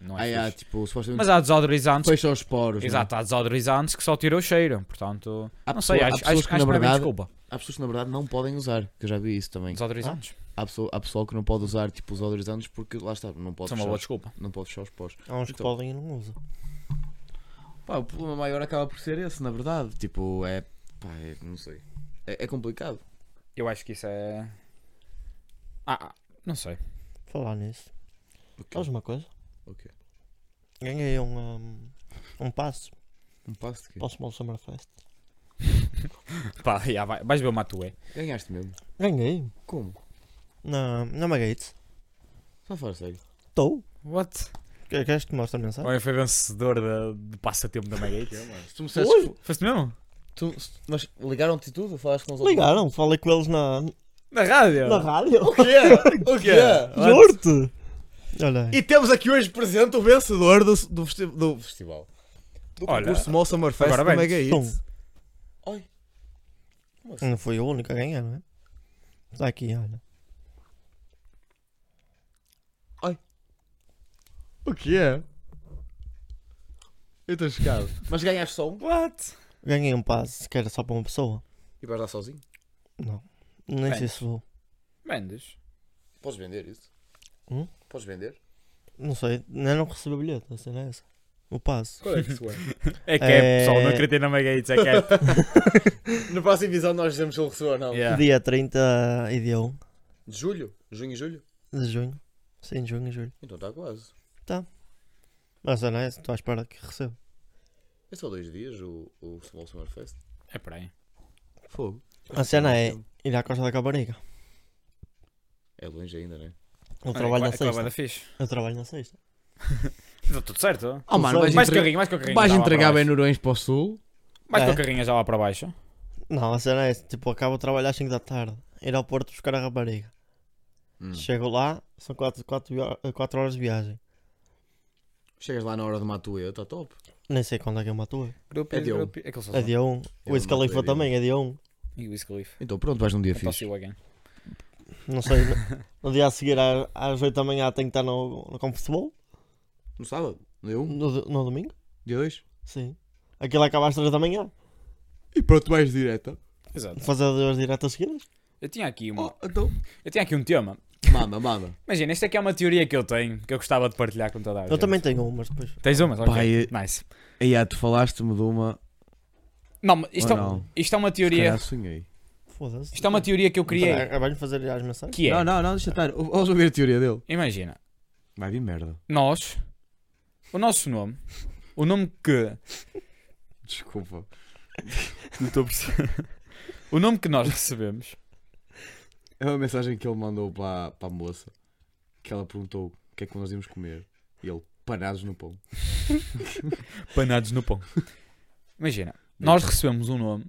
[SPEAKER 3] Não
[SPEAKER 2] Ah,
[SPEAKER 3] é.
[SPEAKER 2] é,
[SPEAKER 3] fixe.
[SPEAKER 2] tipo, supostamente
[SPEAKER 3] Mas há desodorizantes
[SPEAKER 2] fecha os poros. é?
[SPEAKER 3] Exato, há desodorizantes que só tiram o cheiro, portanto.
[SPEAKER 2] Há
[SPEAKER 3] não sei,
[SPEAKER 2] pessoa- há
[SPEAKER 3] acho,
[SPEAKER 2] pessoas
[SPEAKER 3] acho,
[SPEAKER 2] que,
[SPEAKER 3] que,
[SPEAKER 2] na
[SPEAKER 3] acho que não é bem
[SPEAKER 2] verdade-
[SPEAKER 3] desculpa.
[SPEAKER 2] não é? Há pessoas que na verdade não podem usar, que eu já vi isso também.
[SPEAKER 3] Desodorizantes
[SPEAKER 2] Há, pessoa, há pessoal que não pode usar tipo os odorizantes porque lá está, não pode,
[SPEAKER 3] são é uma boa
[SPEAKER 2] fechar,
[SPEAKER 3] desculpa.
[SPEAKER 2] não pode fechar os poros.
[SPEAKER 1] Há uns que
[SPEAKER 2] Então.
[SPEAKER 1] podem e não usam.
[SPEAKER 2] Pá, o problema maior acaba por ser esse, na verdade. Tipo, é. Pá, é, não sei. É, é complicado.
[SPEAKER 3] Eu acho que isso é. Ah, ah, não sei.
[SPEAKER 1] Falar nisso.
[SPEAKER 2] O quê?
[SPEAKER 1] Sabes uma coisa?
[SPEAKER 2] O quê?
[SPEAKER 1] Ganhei um, um, um passo.
[SPEAKER 2] Um passo de quê?
[SPEAKER 1] Posso mal Summer Fest.
[SPEAKER 3] Pá, já vai- vais ver o é. Matuê.
[SPEAKER 2] Ganhaste mesmo.
[SPEAKER 1] Ganhei.
[SPEAKER 2] Como?
[SPEAKER 1] Na, na Magates.
[SPEAKER 2] Só fora sério.
[SPEAKER 1] Estou.
[SPEAKER 3] What?
[SPEAKER 1] Queres que te mostre a mensagem?
[SPEAKER 3] Olha, foi vencedor de, de passatempo da Magate.
[SPEAKER 2] É, Se tu me
[SPEAKER 3] Ui, Foste mesmo?
[SPEAKER 2] Tu, mas ligaram-te e tudo? Falaste com os
[SPEAKER 1] Ligaram, falei com eles na,
[SPEAKER 3] Na
[SPEAKER 2] É.
[SPEAKER 3] rádio?
[SPEAKER 1] na rádio.
[SPEAKER 2] O quê? O quê?
[SPEAKER 1] Juro-te. Olha aí.
[SPEAKER 2] E temos aqui hoje presente o vencedor do, do, festi- do festival. Do
[SPEAKER 3] Olha,
[SPEAKER 2] concurso Small Summer Fest
[SPEAKER 3] agora
[SPEAKER 2] do
[SPEAKER 3] bem.
[SPEAKER 2] Mega Hits.
[SPEAKER 1] Tum. Não fui o único a ganhar, não é? Está aqui, olha.
[SPEAKER 2] O que é? Eu estou chocado. Mas ganhaste só um?
[SPEAKER 3] What?
[SPEAKER 1] Ganhei um passe que era só para uma pessoa.
[SPEAKER 2] E vais lá sozinho?
[SPEAKER 1] Não. Nem
[SPEAKER 3] Bem.
[SPEAKER 1] sei se vou.
[SPEAKER 3] Mendes.
[SPEAKER 2] Podes vender isso?
[SPEAKER 1] Hum?
[SPEAKER 2] Podes vender?
[SPEAKER 1] Não sei. Ainda não recebi o bilhete, a cena é essa. O passe.
[SPEAKER 2] Qual é que isso é?
[SPEAKER 3] É que
[SPEAKER 1] É.
[SPEAKER 3] é, pessoal, não acreditei na Magates, é que é.
[SPEAKER 2] No próximo visão nós dizemos se ele recebeu ou não.
[SPEAKER 3] Yeah.
[SPEAKER 1] Dia 30 e dia 1
[SPEAKER 2] De julho? Junho e julho?
[SPEAKER 1] de junho. Sim, junho e julho.
[SPEAKER 2] Então está quase.
[SPEAKER 1] Mas a cena é essa, estou à espera que receba.
[SPEAKER 2] É só dois dias o, o Small Summer Fest.
[SPEAKER 3] É para aí.
[SPEAKER 2] Fogo.
[SPEAKER 1] A cena é ir à Costa da Caparica.
[SPEAKER 2] É longe ainda, né?
[SPEAKER 1] Eu trabalho
[SPEAKER 3] é,
[SPEAKER 1] na
[SPEAKER 3] que- é que vai dar
[SPEAKER 1] sexta.
[SPEAKER 3] fixe.
[SPEAKER 1] Eu trabalho na sexta.
[SPEAKER 3] Tá Tudo certo?
[SPEAKER 2] Oh, mano, vais,
[SPEAKER 3] Mais
[SPEAKER 2] entregar-
[SPEAKER 3] carrinho, mais que o carrinho.
[SPEAKER 2] vais
[SPEAKER 3] já lá para
[SPEAKER 2] entregar
[SPEAKER 3] baixo.
[SPEAKER 2] bem Nourões para o Sul.
[SPEAKER 3] Mais que o
[SPEAKER 1] É.
[SPEAKER 3] carrinho já lá para baixo.
[SPEAKER 1] Não, a cena é essa, tipo, acabo de trabalhar às 5 da tarde. Ir ao Porto buscar a rapariga.
[SPEAKER 2] Hum.
[SPEAKER 1] Chego lá, são 4 quatro, via- eh, quatro horas de viagem.
[SPEAKER 2] Chegas lá na hora de Matuê, está top.
[SPEAKER 1] Nem sei quando é que eu mato.
[SPEAKER 3] Grupo,
[SPEAKER 2] É de um.
[SPEAKER 3] grupo. É que eles só
[SPEAKER 1] É
[SPEAKER 3] são.
[SPEAKER 1] dia 1.
[SPEAKER 2] Eu
[SPEAKER 1] O Wiz
[SPEAKER 2] mato é
[SPEAKER 1] Khalifa
[SPEAKER 2] dia um.
[SPEAKER 1] também é dia 1.
[SPEAKER 3] E o Wiz Khalifa.
[SPEAKER 2] Então pronto, vais num dia
[SPEAKER 3] Então
[SPEAKER 2] fixe.
[SPEAKER 3] sigo again.
[SPEAKER 1] Não sei. no- No dia a seguir, à- às 8 da manhã, tenho que estar no, no campo de futebol.
[SPEAKER 2] No sábado? Dia 1?
[SPEAKER 1] No, do- no domingo?
[SPEAKER 2] Dia 2?
[SPEAKER 1] Sim. Aquilo acaba às 3 da manhã.
[SPEAKER 2] E pronto, mais direta.
[SPEAKER 3] Exato.
[SPEAKER 1] Fazer duas diretas seguidas.
[SPEAKER 3] Eu tinha aqui uma.
[SPEAKER 2] Oh, então.
[SPEAKER 3] Eu tinha aqui um tema.
[SPEAKER 2] Manda, manda.
[SPEAKER 3] Imagina, esta aqui é uma teoria que eu tenho, que eu gostava de partilhar com toda a gente.
[SPEAKER 1] Eu também tenho umas depois.
[SPEAKER 3] Tens umas? Ok.
[SPEAKER 2] Pai, eh,
[SPEAKER 3] Nice.
[SPEAKER 2] E aí, ah, tu falaste-me de uma.
[SPEAKER 3] Não, mas isto,
[SPEAKER 2] Ou
[SPEAKER 3] é,
[SPEAKER 2] não.
[SPEAKER 3] isto é uma
[SPEAKER 2] Se
[SPEAKER 3] teoria.
[SPEAKER 2] calhar sonhei.
[SPEAKER 1] Foda-se.
[SPEAKER 3] Isto é uma teoria que eu criei.
[SPEAKER 1] Vai-me fazer as mensagens?
[SPEAKER 3] Que é.
[SPEAKER 2] Não, não, não, deixa estar. Ou- Vamos ouvir a teoria dele.
[SPEAKER 3] Imagina,
[SPEAKER 2] Vai vir merda.
[SPEAKER 3] nós, o nosso nome, o nome que.
[SPEAKER 2] Desculpa.
[SPEAKER 3] Não estou a perceber. O nome que nós recebemos.
[SPEAKER 2] É uma mensagem que ele mandou para, para a moça. Que ela perguntou o que é que nós íamos comer. E ele, panados no pão.
[SPEAKER 3] Panados no pão. Imagina, nós recebemos um nome,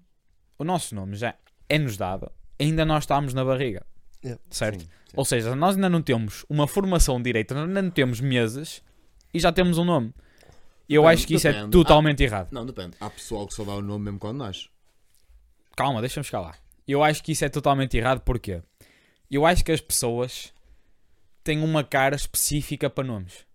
[SPEAKER 3] o nosso nome já é-nos dado, ainda nós estávamos na barriga.
[SPEAKER 1] Yeah.
[SPEAKER 3] Certo?
[SPEAKER 2] Sim, sim.
[SPEAKER 3] Ou seja, nós ainda não temos uma formação direita, nós ainda não temos meses e já temos um nome. E eu
[SPEAKER 2] Depende,
[SPEAKER 3] acho que isso é
[SPEAKER 2] depende.
[SPEAKER 3] totalmente errado.
[SPEAKER 2] Não, depende. Há pessoal que só dá o nome mesmo quando nasce.
[SPEAKER 3] Calma, deixa-me chegar lá. Eu acho que isso é totalmente errado porque eu acho que as pessoas têm uma cara específica para nomes.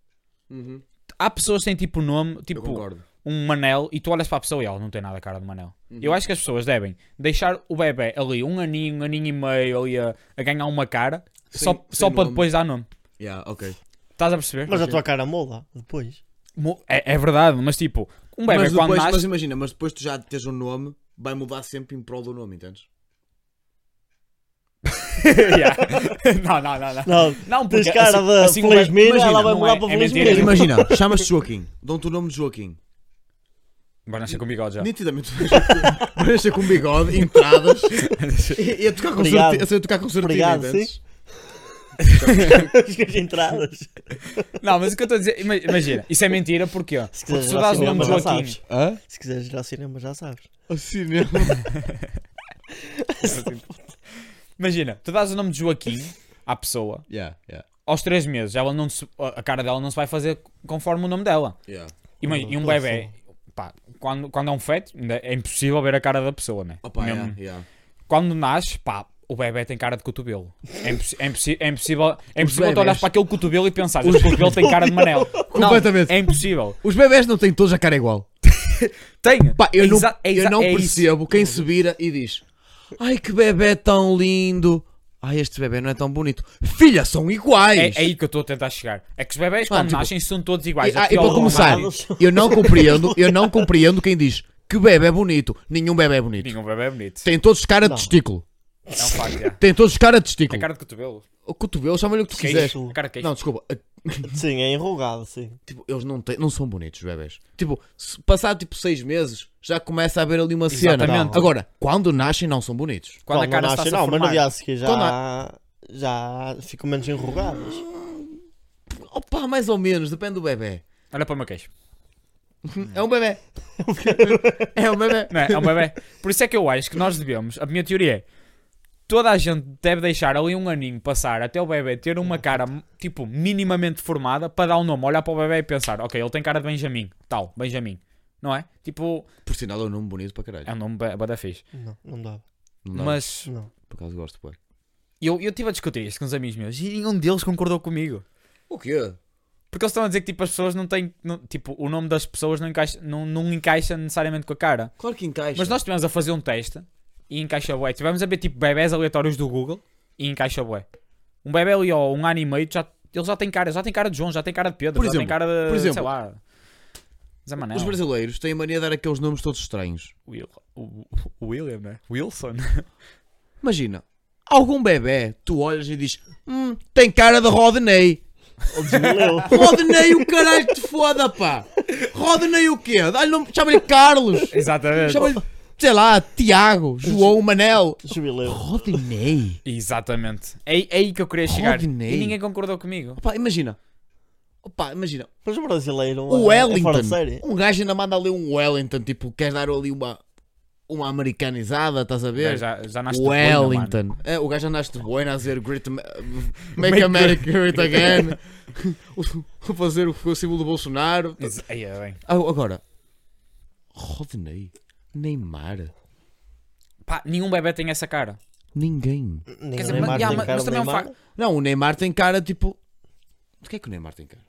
[SPEAKER 2] Uhum.
[SPEAKER 3] Há pessoas que têm tipo nome,
[SPEAKER 2] Eu
[SPEAKER 3] tipo
[SPEAKER 2] concordo.
[SPEAKER 3] um Manel, e tu olhas para a pessoa e ela não tem nada a cara de Manel.
[SPEAKER 2] Uhum.
[SPEAKER 3] Eu acho que as pessoas devem deixar o bebê ali um aninho, um aninho e meio ali a, a ganhar uma cara
[SPEAKER 2] Sem-
[SPEAKER 3] só,
[SPEAKER 2] sem
[SPEAKER 3] só para
[SPEAKER 2] nome.
[SPEAKER 3] depois dar nome.
[SPEAKER 2] Yeah, ok.
[SPEAKER 3] Estás a perceber?
[SPEAKER 1] Mas a tua cara mola depois.
[SPEAKER 3] Mo- É, é verdade, mas tipo, um bebê
[SPEAKER 2] mas,
[SPEAKER 3] quando
[SPEAKER 2] depois,
[SPEAKER 3] nasce.
[SPEAKER 2] mas imagina, mas depois tu já tens um nome, vai mudar sempre em prol do nome, entendes?
[SPEAKER 3] Yeah. não, não, não, não.
[SPEAKER 1] Não,
[SPEAKER 3] Não,
[SPEAKER 1] tens
[SPEAKER 3] porque
[SPEAKER 1] cara
[SPEAKER 3] assim-
[SPEAKER 1] de
[SPEAKER 3] assim um
[SPEAKER 1] Feliz
[SPEAKER 3] bebé-
[SPEAKER 1] Mira,
[SPEAKER 2] imagina,
[SPEAKER 1] ela vai
[SPEAKER 3] não
[SPEAKER 1] mudar
[SPEAKER 3] é-
[SPEAKER 1] para
[SPEAKER 3] é
[SPEAKER 1] Feliz
[SPEAKER 3] mentira,
[SPEAKER 1] Mira.
[SPEAKER 2] Imagina, chamas-te Joaquim, dão-te o nome de Joaquim.
[SPEAKER 3] tipo, Vai nascer com bigode já.
[SPEAKER 2] Nitidamente vai nascer com bigode, entradas e, e a tocar com
[SPEAKER 1] Obrigado.
[SPEAKER 2] sorte- a ser- a tocar com sortina,
[SPEAKER 1] Obrigado,
[SPEAKER 2] entendes?
[SPEAKER 1] sim. As entradas.
[SPEAKER 3] Não, mas o que eu estou a dizer, ima- imagina, isso é mentira porquê?
[SPEAKER 1] Se
[SPEAKER 3] Porque
[SPEAKER 1] quiseres
[SPEAKER 3] se
[SPEAKER 1] ir
[SPEAKER 3] tu
[SPEAKER 1] ao
[SPEAKER 3] dás o nome
[SPEAKER 1] cinema,
[SPEAKER 3] de
[SPEAKER 1] já
[SPEAKER 3] Joaquim,
[SPEAKER 1] sabes.
[SPEAKER 2] Hã?
[SPEAKER 1] Se quiseres ir ao cinema, já sabes.
[SPEAKER 2] Assim mesmo.
[SPEAKER 3] imagina, tu dás o nome de Joaquim à pessoa,
[SPEAKER 2] yeah, yeah,
[SPEAKER 3] aos 3 meses ela não se- a cara dela não se vai fazer conforme o nome dela.
[SPEAKER 2] yeah.
[SPEAKER 3] E, uma-
[SPEAKER 2] Uhum.
[SPEAKER 3] e um
[SPEAKER 1] Claro,
[SPEAKER 3] bebê, pá, quando, quando é um feto, ainda é impossível ver a cara da pessoa, né?
[SPEAKER 2] Opa,
[SPEAKER 3] Mesmo-
[SPEAKER 2] yeah, yeah.
[SPEAKER 3] Quando nasce, pá, o bebê tem cara de cotovelo. É, impossi- é impossi- é impossível, é impossível tu
[SPEAKER 2] bebés.
[SPEAKER 3] olhares para aquele cotovelo e pensar, este cotovelo tem cara de manel.
[SPEAKER 2] Completamente.
[SPEAKER 3] Não, é impossível.
[SPEAKER 2] Os bebés não têm todos a cara igual.
[SPEAKER 3] Tem.
[SPEAKER 2] Pá, eu não,
[SPEAKER 3] Exa- é
[SPEAKER 2] eu
[SPEAKER 3] exa-
[SPEAKER 2] não
[SPEAKER 3] é isso.
[SPEAKER 2] percebo quem se vira e diz: Ai que bebê tão lindo. Ai, este bebê não é tão bonito. Filha, são iguais.
[SPEAKER 3] É, é aí que eu estou a tentar chegar. É que os bebés
[SPEAKER 2] Mano,
[SPEAKER 3] quando
[SPEAKER 2] tipo-
[SPEAKER 3] nascem são todos
[SPEAKER 2] E-
[SPEAKER 3] iguais.
[SPEAKER 2] ah,
[SPEAKER 3] É
[SPEAKER 2] e para
[SPEAKER 3] pior
[SPEAKER 2] começar,
[SPEAKER 3] armário.
[SPEAKER 2] eu não compreendo, eu não compreendo quem diz que bebê é bonito. Nenhum bebê é bonito.
[SPEAKER 3] Nenhum bebê é bonito.
[SPEAKER 2] Tem todos cara de
[SPEAKER 1] Não.
[SPEAKER 2] testículo.
[SPEAKER 3] É um facto, já.
[SPEAKER 2] Tem todos cara
[SPEAKER 3] A
[SPEAKER 2] de testículo.
[SPEAKER 3] cara é de cotovelo.
[SPEAKER 2] O cotovelo, chama-lhe o que tu quiseres.
[SPEAKER 1] Queixo.
[SPEAKER 3] A cara de queixo.
[SPEAKER 2] Não, desculpa. a-
[SPEAKER 1] Sim, é enrugado, sim.
[SPEAKER 2] Tipo, eles não, têm, não são bonitos, os bebés. Tipo, se passar tipo seis meses, já começa a haver ali uma cena.
[SPEAKER 3] Exatamente.
[SPEAKER 1] Não.
[SPEAKER 2] Agora, quando nascem, não são bonitos.
[SPEAKER 3] Quando a
[SPEAKER 1] Não,
[SPEAKER 3] cara
[SPEAKER 1] não,
[SPEAKER 3] está
[SPEAKER 1] nasce,
[SPEAKER 3] a
[SPEAKER 1] não, mas no
[SPEAKER 3] formar.
[SPEAKER 1] dia a seguir
[SPEAKER 2] Quando
[SPEAKER 1] já, já ficam menos enrugadas.
[SPEAKER 2] Opa, mais ou menos, depende do bebê.
[SPEAKER 3] Olha para o meu queixo.
[SPEAKER 2] É um bebê. é um bebê.
[SPEAKER 3] Não é? É um bebê. Por isso é que eu acho que nós devemos. A minha teoria é. Toda a gente deve deixar ali um aninho passar até o bebê ter uma cara, tipo, minimamente formada para dar um nome. Olhar para o bebê e pensar, ok, ele tem cara de Benjamin. Tal, Benjamin. Não é? Tipo,
[SPEAKER 2] Por sinal, é um nome bonito para caralho.
[SPEAKER 3] é um nome ba- bada fixe.
[SPEAKER 1] Não, não dá.
[SPEAKER 2] Não dá.
[SPEAKER 3] Mas
[SPEAKER 1] Não.
[SPEAKER 2] Por acaso gosto, pô.
[SPEAKER 3] eu eu estive a discutir isto com uns amigos meus e nenhum deles concordou comigo.
[SPEAKER 2] O quê?
[SPEAKER 3] Porque eles estão a dizer que tipo, as pessoas não têm. não- tipo, o nome das pessoas não encaixa, não, não encaixa necessariamente com a cara.
[SPEAKER 2] Claro que encaixa.
[SPEAKER 3] Mas nós estivemos a fazer um teste e encaixa bué. Estivemos a ver tipo bebés aleatórios do Google e encaixa bué. Um bebê ali ou um ano e meio, já, ele já tem cara, já tem cara de João, já tem cara de Pedro,
[SPEAKER 2] Por
[SPEAKER 3] já
[SPEAKER 2] exemplo,
[SPEAKER 3] tem cara de.
[SPEAKER 2] por exemplo,
[SPEAKER 3] sei lá. Zé Manel.
[SPEAKER 2] Os brasileiros têm a mania de dar aqueles nomes todos estranhos.
[SPEAKER 3] Will- o- o William, né? Wilson.
[SPEAKER 2] Imagina, algum bebê, tu olhas e dizes, hum, tem cara de Rodney.
[SPEAKER 1] Ou desmoleu.
[SPEAKER 2] Rodney o caralho que te foda, pá. Rodney o quê? Dá-lhe nome- Chama-lhe Carlos.
[SPEAKER 3] Exatamente.
[SPEAKER 2] Chama-lhe, sei lá, Tiago, João, Manel.
[SPEAKER 1] Jubileu.
[SPEAKER 2] Rodney.
[SPEAKER 3] Exatamente. É, aí- é aí que eu queria chegar.
[SPEAKER 2] Rodney.
[SPEAKER 3] E ninguém concordou comigo.
[SPEAKER 2] Opa, imagina. Opa, imagina.
[SPEAKER 1] Mas o brasileiro
[SPEAKER 2] O
[SPEAKER 1] é, é fora
[SPEAKER 2] Wellington.
[SPEAKER 1] de série.
[SPEAKER 2] Um gajo ainda manda ali um Wellington, tipo, queres dar ali uma, uma americanizada, estás a ver?
[SPEAKER 3] Já, já nasce de bolha, mano.
[SPEAKER 2] Wellington. É, o gajo andaste de boina a dizer great, Ma- Make, America Great Again. O- fazer o, o símbolo do Bolsonaro.
[SPEAKER 3] Ex- Aí é bem.
[SPEAKER 2] Ah, agora, Rodney, Neymar,
[SPEAKER 3] Pá, nenhum bebê tem essa cara.
[SPEAKER 2] ninguém.
[SPEAKER 1] Nem
[SPEAKER 3] Quer
[SPEAKER 1] o
[SPEAKER 3] dizer,
[SPEAKER 1] Neymar
[SPEAKER 3] mas- yeah,
[SPEAKER 1] tem
[SPEAKER 3] mas-
[SPEAKER 1] cara
[SPEAKER 3] mas
[SPEAKER 1] de
[SPEAKER 3] também é um
[SPEAKER 1] Neymar.
[SPEAKER 3] facto.
[SPEAKER 2] Não, o Neymar tem cara tipo. De que é que o Neymar tem cara?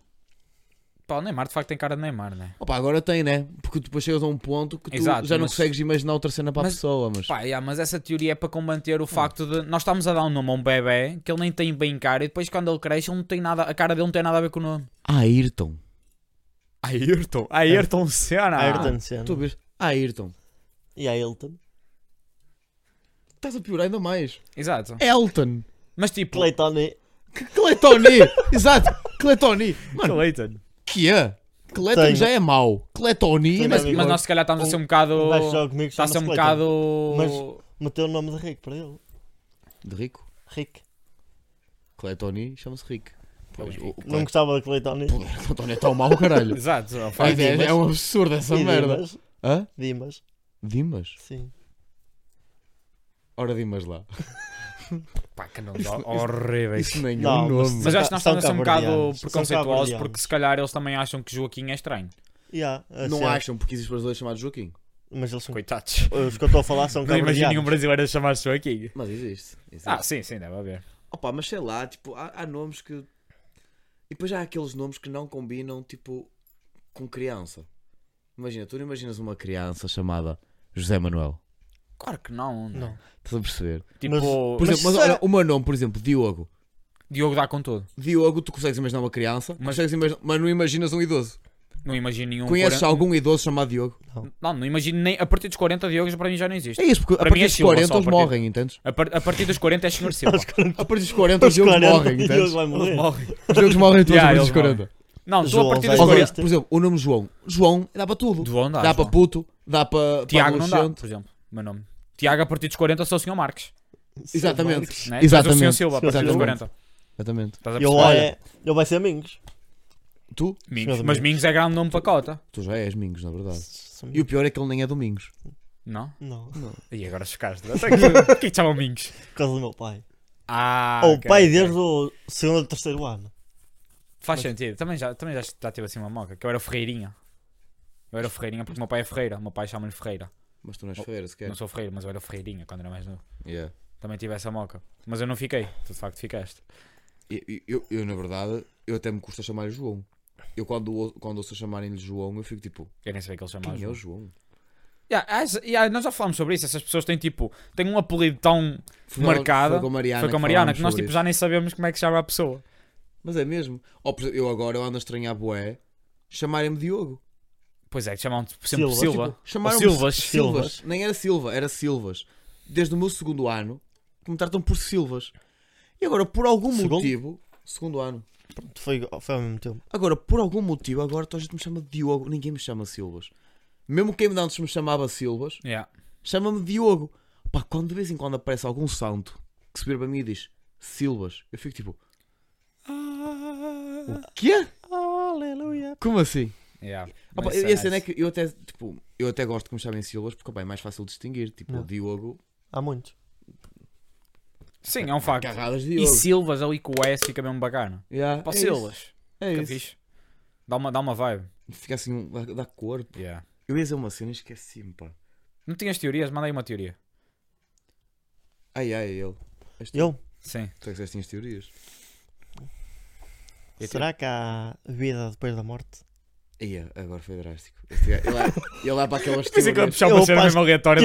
[SPEAKER 3] Pá, o Neymar de facto tem cara de Neymar, né?
[SPEAKER 2] Opa, agora tem, né? Porque depois chegas a um ponto que tu
[SPEAKER 3] Exato,
[SPEAKER 2] já não
[SPEAKER 3] mas-
[SPEAKER 2] consegues imaginar outra cena para a
[SPEAKER 3] mas-
[SPEAKER 2] pessoa, mas.
[SPEAKER 3] Pá, yeah, mas essa teoria é para combater o facto de nós estamos a dar um nome a um bebê que ele nem tem bem cara e depois quando ele cresce ele não tem nada, a cara dele não tem nada a ver com o nome.
[SPEAKER 2] Ayrton.
[SPEAKER 3] Ayrton, Ah, Ayrton Senna.
[SPEAKER 1] É. Ayrton Senna.
[SPEAKER 2] Tu a ver? Ayrton.
[SPEAKER 1] E a Elton.
[SPEAKER 2] Estás a piorar ainda mais.
[SPEAKER 3] Exato.
[SPEAKER 2] Elton.
[SPEAKER 3] Mas tipo,
[SPEAKER 1] Clayton e...
[SPEAKER 2] Cletoni! Exato! Cletoni! Mano,
[SPEAKER 3] Clayton.
[SPEAKER 2] que é? Cleton
[SPEAKER 1] Tenho.
[SPEAKER 2] já é mau. Cletoni é
[SPEAKER 1] Tenho
[SPEAKER 2] mais
[SPEAKER 1] amigo.
[SPEAKER 3] Mas nós se calhar estamos a ser um bocado.
[SPEAKER 1] Um gajo que joga comigo
[SPEAKER 3] Está a ser um
[SPEAKER 1] chama-se
[SPEAKER 3] bocado.
[SPEAKER 1] Meteu o nome de Rick para ele.
[SPEAKER 2] de rico.
[SPEAKER 1] Rick.
[SPEAKER 2] Cletoni chama-se rico. Pois, o, o
[SPEAKER 1] Não
[SPEAKER 2] Clet-
[SPEAKER 1] gostava de Clayton e...
[SPEAKER 2] o Cletoni é tão mau, caralho.
[SPEAKER 3] Exato. é um
[SPEAKER 2] Ai,
[SPEAKER 3] facto.
[SPEAKER 1] Vai,
[SPEAKER 2] é,
[SPEAKER 1] Dimas.
[SPEAKER 2] é um absurdo essa
[SPEAKER 1] E
[SPEAKER 2] merda.
[SPEAKER 1] Dimas.
[SPEAKER 2] Hã?
[SPEAKER 1] Dimas.
[SPEAKER 2] Dimas?
[SPEAKER 1] Sim.
[SPEAKER 2] Ora Dimas lá.
[SPEAKER 3] Pá, que nome horrível.
[SPEAKER 2] Isso nem é
[SPEAKER 1] Não,
[SPEAKER 2] um nome.
[SPEAKER 3] Mas eu acho que nós
[SPEAKER 1] São
[SPEAKER 3] estamos a ser um bocado
[SPEAKER 1] cabo-verdianos. São
[SPEAKER 3] preconceituosos
[SPEAKER 1] cabo-verdianos.
[SPEAKER 3] porque se calhar eles também acham que Joaquim é estranho.
[SPEAKER 1] Yeah,
[SPEAKER 2] Não
[SPEAKER 1] assim,
[SPEAKER 2] acham porque existe brasileiro chamado Joaquim.
[SPEAKER 1] Mas eles são...
[SPEAKER 3] Hum. Coitados.
[SPEAKER 1] Os que eu estou a falar são
[SPEAKER 3] Não imagino nenhum
[SPEAKER 1] cabo-verdianos.
[SPEAKER 3] brasileiro a chamar-se Joaquim.
[SPEAKER 2] Mas existe. existe.
[SPEAKER 3] Ah, sim, sim, deve haver.
[SPEAKER 2] Opa, mas sei lá, tipo, há, há nomes que. E depois há aqueles nomes que não combinam, tipo, com criança. Imagina, tu não imaginas uma criança chamada José Manuel.
[SPEAKER 3] Claro que não.
[SPEAKER 1] Não.
[SPEAKER 2] Estás a perceber?
[SPEAKER 3] Tipo,
[SPEAKER 1] Mas-
[SPEAKER 2] Por
[SPEAKER 1] Mas
[SPEAKER 2] exemplo, mas
[SPEAKER 1] será-
[SPEAKER 2] olha, o meu nome, por exemplo, Diogo.
[SPEAKER 3] Diogo dá com tudo.
[SPEAKER 2] Diogo, tu consegues imaginar uma criança,
[SPEAKER 3] Mas- Um
[SPEAKER 2] consegues imaginar- mas não imaginas um idoso.
[SPEAKER 3] Não imagino nenhum.
[SPEAKER 2] Conheces
[SPEAKER 3] 40
[SPEAKER 2] algum idoso chamado Diogo?
[SPEAKER 3] Não, não imagino nem. A partir dos 40, Diogo para mim já não existe.
[SPEAKER 2] É isso, porque
[SPEAKER 3] Para
[SPEAKER 2] a
[SPEAKER 3] mim é
[SPEAKER 2] partir dos
[SPEAKER 3] Silva
[SPEAKER 2] 40
[SPEAKER 3] só, a
[SPEAKER 2] eles
[SPEAKER 3] partir-
[SPEAKER 2] morrem, entendes?
[SPEAKER 3] A, par- a partir dos 40 é Senhor Silva.
[SPEAKER 2] A partir dos 40 os Diogos morrem,
[SPEAKER 1] e eles
[SPEAKER 2] entendes?
[SPEAKER 1] vai morrer.
[SPEAKER 3] Morre.
[SPEAKER 2] Os Diogos morrem todos a
[SPEAKER 3] Yeah,
[SPEAKER 2] partir dos
[SPEAKER 3] eles morrem.
[SPEAKER 2] 40.
[SPEAKER 3] Não, tu
[SPEAKER 1] João,
[SPEAKER 3] a partir dos
[SPEAKER 1] vai-
[SPEAKER 2] Ou seja,
[SPEAKER 3] 40.
[SPEAKER 1] Agora-
[SPEAKER 2] por exemplo, o nome João. João dá para tudo.
[SPEAKER 3] João dá.
[SPEAKER 2] Dá
[SPEAKER 3] João.
[SPEAKER 2] para puto, dá para.
[SPEAKER 3] Tiago
[SPEAKER 2] para
[SPEAKER 3] não dá,
[SPEAKER 2] adolescente.
[SPEAKER 3] por exemplo. Meu nome. Tiago a partir dos 40 sou o Senhor Marques.
[SPEAKER 2] Exatamente.
[SPEAKER 3] Né?
[SPEAKER 2] Exatamente.
[SPEAKER 3] Mas o Senhor Silva a partir dos
[SPEAKER 2] Exatamente.
[SPEAKER 3] 40.
[SPEAKER 2] Exatamente.
[SPEAKER 3] Estás a
[SPEAKER 1] Ele,
[SPEAKER 3] perceber?
[SPEAKER 1] é, ele vai ser Mingos.
[SPEAKER 2] Tu,
[SPEAKER 3] Mingos.
[SPEAKER 1] Senhor
[SPEAKER 3] Mas
[SPEAKER 1] Domingos.
[SPEAKER 3] Mingos é grande nome para cota.
[SPEAKER 2] tu já és Mingos, na verdade. E o pior é que ele nem é Domingos.
[SPEAKER 3] Não?
[SPEAKER 1] Não,
[SPEAKER 3] E agora chocaste. O que é que chamam Mingos?
[SPEAKER 1] por causa do meu pai.
[SPEAKER 3] Ah.
[SPEAKER 1] Ou o
[SPEAKER 3] ok,
[SPEAKER 1] pai
[SPEAKER 3] ok.
[SPEAKER 1] desde o segundo ou terceiro ano.
[SPEAKER 3] Faz sentido. Também já, também já, já tive assim uma moca, que eu era Ferreirinha. Eu era Ferreirinha porque o meu pai é Ferreira. O meu pai chama-lhe Ferreira.
[SPEAKER 2] Mas tu não és feira sequer.
[SPEAKER 3] Não sou Ferreira, mas eu era Ferreirinha quando era mais novo.
[SPEAKER 2] Yeah.
[SPEAKER 3] Também tive essa moca. Mas eu não fiquei. Tu de facto ficaste.
[SPEAKER 2] E- e- Eu, eu, na verdade, eu até me custa chamar-lhe João. Eu quando, ou- quando ouço chamarem-lhe João, eu fico tipo,
[SPEAKER 3] Eu nem sabia que ele chamava.
[SPEAKER 2] quem é o João?
[SPEAKER 3] Yeah, ah, essa- yeah, nós já falámos sobre isso. Essas pessoas têm tipo. têm um apelido tão.
[SPEAKER 2] Foi,
[SPEAKER 3] Marcada,
[SPEAKER 2] Foi com a Mariana.
[SPEAKER 3] foi com a Mariana
[SPEAKER 2] falámos
[SPEAKER 3] que nós
[SPEAKER 2] sobre
[SPEAKER 3] tipo,
[SPEAKER 2] isso.
[SPEAKER 3] já nem sabemos como é que se chama a pessoa.
[SPEAKER 2] Mas é mesmo. Ó, por exemplo, eu agora eu ando a estranhar Boé chamarem-me Diogo.
[SPEAKER 3] Pois é, chamam-te por sempre
[SPEAKER 1] Silva,
[SPEAKER 3] Silva.
[SPEAKER 2] Tipo, chamaram-me
[SPEAKER 3] Ou Silvas.
[SPEAKER 2] Silvas. Nem era Silva, era Silvas. Desde o meu segundo ano, que me tratam por Silvas. E agora, por algum
[SPEAKER 1] Segundo?
[SPEAKER 2] motivo. Segundo ano.
[SPEAKER 1] Pronto, foi, foi ao mesmo tempo.
[SPEAKER 2] Agora, por algum motivo, agora toda a gente me chama de Diogo. Ninguém me chama Silvas. Mesmo quem me antes me chamava Silvas,
[SPEAKER 3] Yeah.
[SPEAKER 2] chama-me Diogo. Pá, quando de vez em quando aparece algum santo que se vira para mim e diz Silvas, eu fico tipo,
[SPEAKER 3] Ah,
[SPEAKER 2] o quê?
[SPEAKER 1] Aleluia.
[SPEAKER 2] Como assim?
[SPEAKER 3] Yeah.
[SPEAKER 2] Ah, pá,
[SPEAKER 3] Mas
[SPEAKER 2] e
[SPEAKER 3] isso
[SPEAKER 2] a cena é
[SPEAKER 3] nice.
[SPEAKER 2] que eu até, tipo, eu até gosto que me chamem Silvas porque pá, é mais fácil distinguir. Tipo,
[SPEAKER 1] Não.
[SPEAKER 2] Diogo,
[SPEAKER 1] Há muitos.
[SPEAKER 3] Sim, é um facto.
[SPEAKER 2] carradas de
[SPEAKER 3] E
[SPEAKER 2] Diogo.
[SPEAKER 3] Silvas ali com o S fica mesmo bacana.
[SPEAKER 2] Yeah,
[SPEAKER 3] Para
[SPEAKER 2] é
[SPEAKER 3] Silvas.
[SPEAKER 2] isso, É
[SPEAKER 3] Fica
[SPEAKER 2] isso.
[SPEAKER 3] fixe. Dá uma, dá uma vibe.
[SPEAKER 2] Fica assim, um- dá, dá cor.
[SPEAKER 3] Yeah.
[SPEAKER 2] Eu ia dizer uma cena e esqueci-me, pá.
[SPEAKER 3] Não tinhas teorias? Manda aí uma teoria.
[SPEAKER 2] Ai, ai, ele. És tu.
[SPEAKER 1] Eu?
[SPEAKER 3] Sim.
[SPEAKER 2] Tu é que disseste tinhas teorias.
[SPEAKER 3] Eu
[SPEAKER 1] Será que há vida depois da morte?
[SPEAKER 2] Ia, agora foi drástico. Este gajo- ele, é- ele é para aquelas
[SPEAKER 3] Pensei que eu ia
[SPEAKER 2] teorias.
[SPEAKER 3] puxar
[SPEAKER 1] Eu
[SPEAKER 3] uma cena
[SPEAKER 1] passo-
[SPEAKER 3] mesmo aleatória.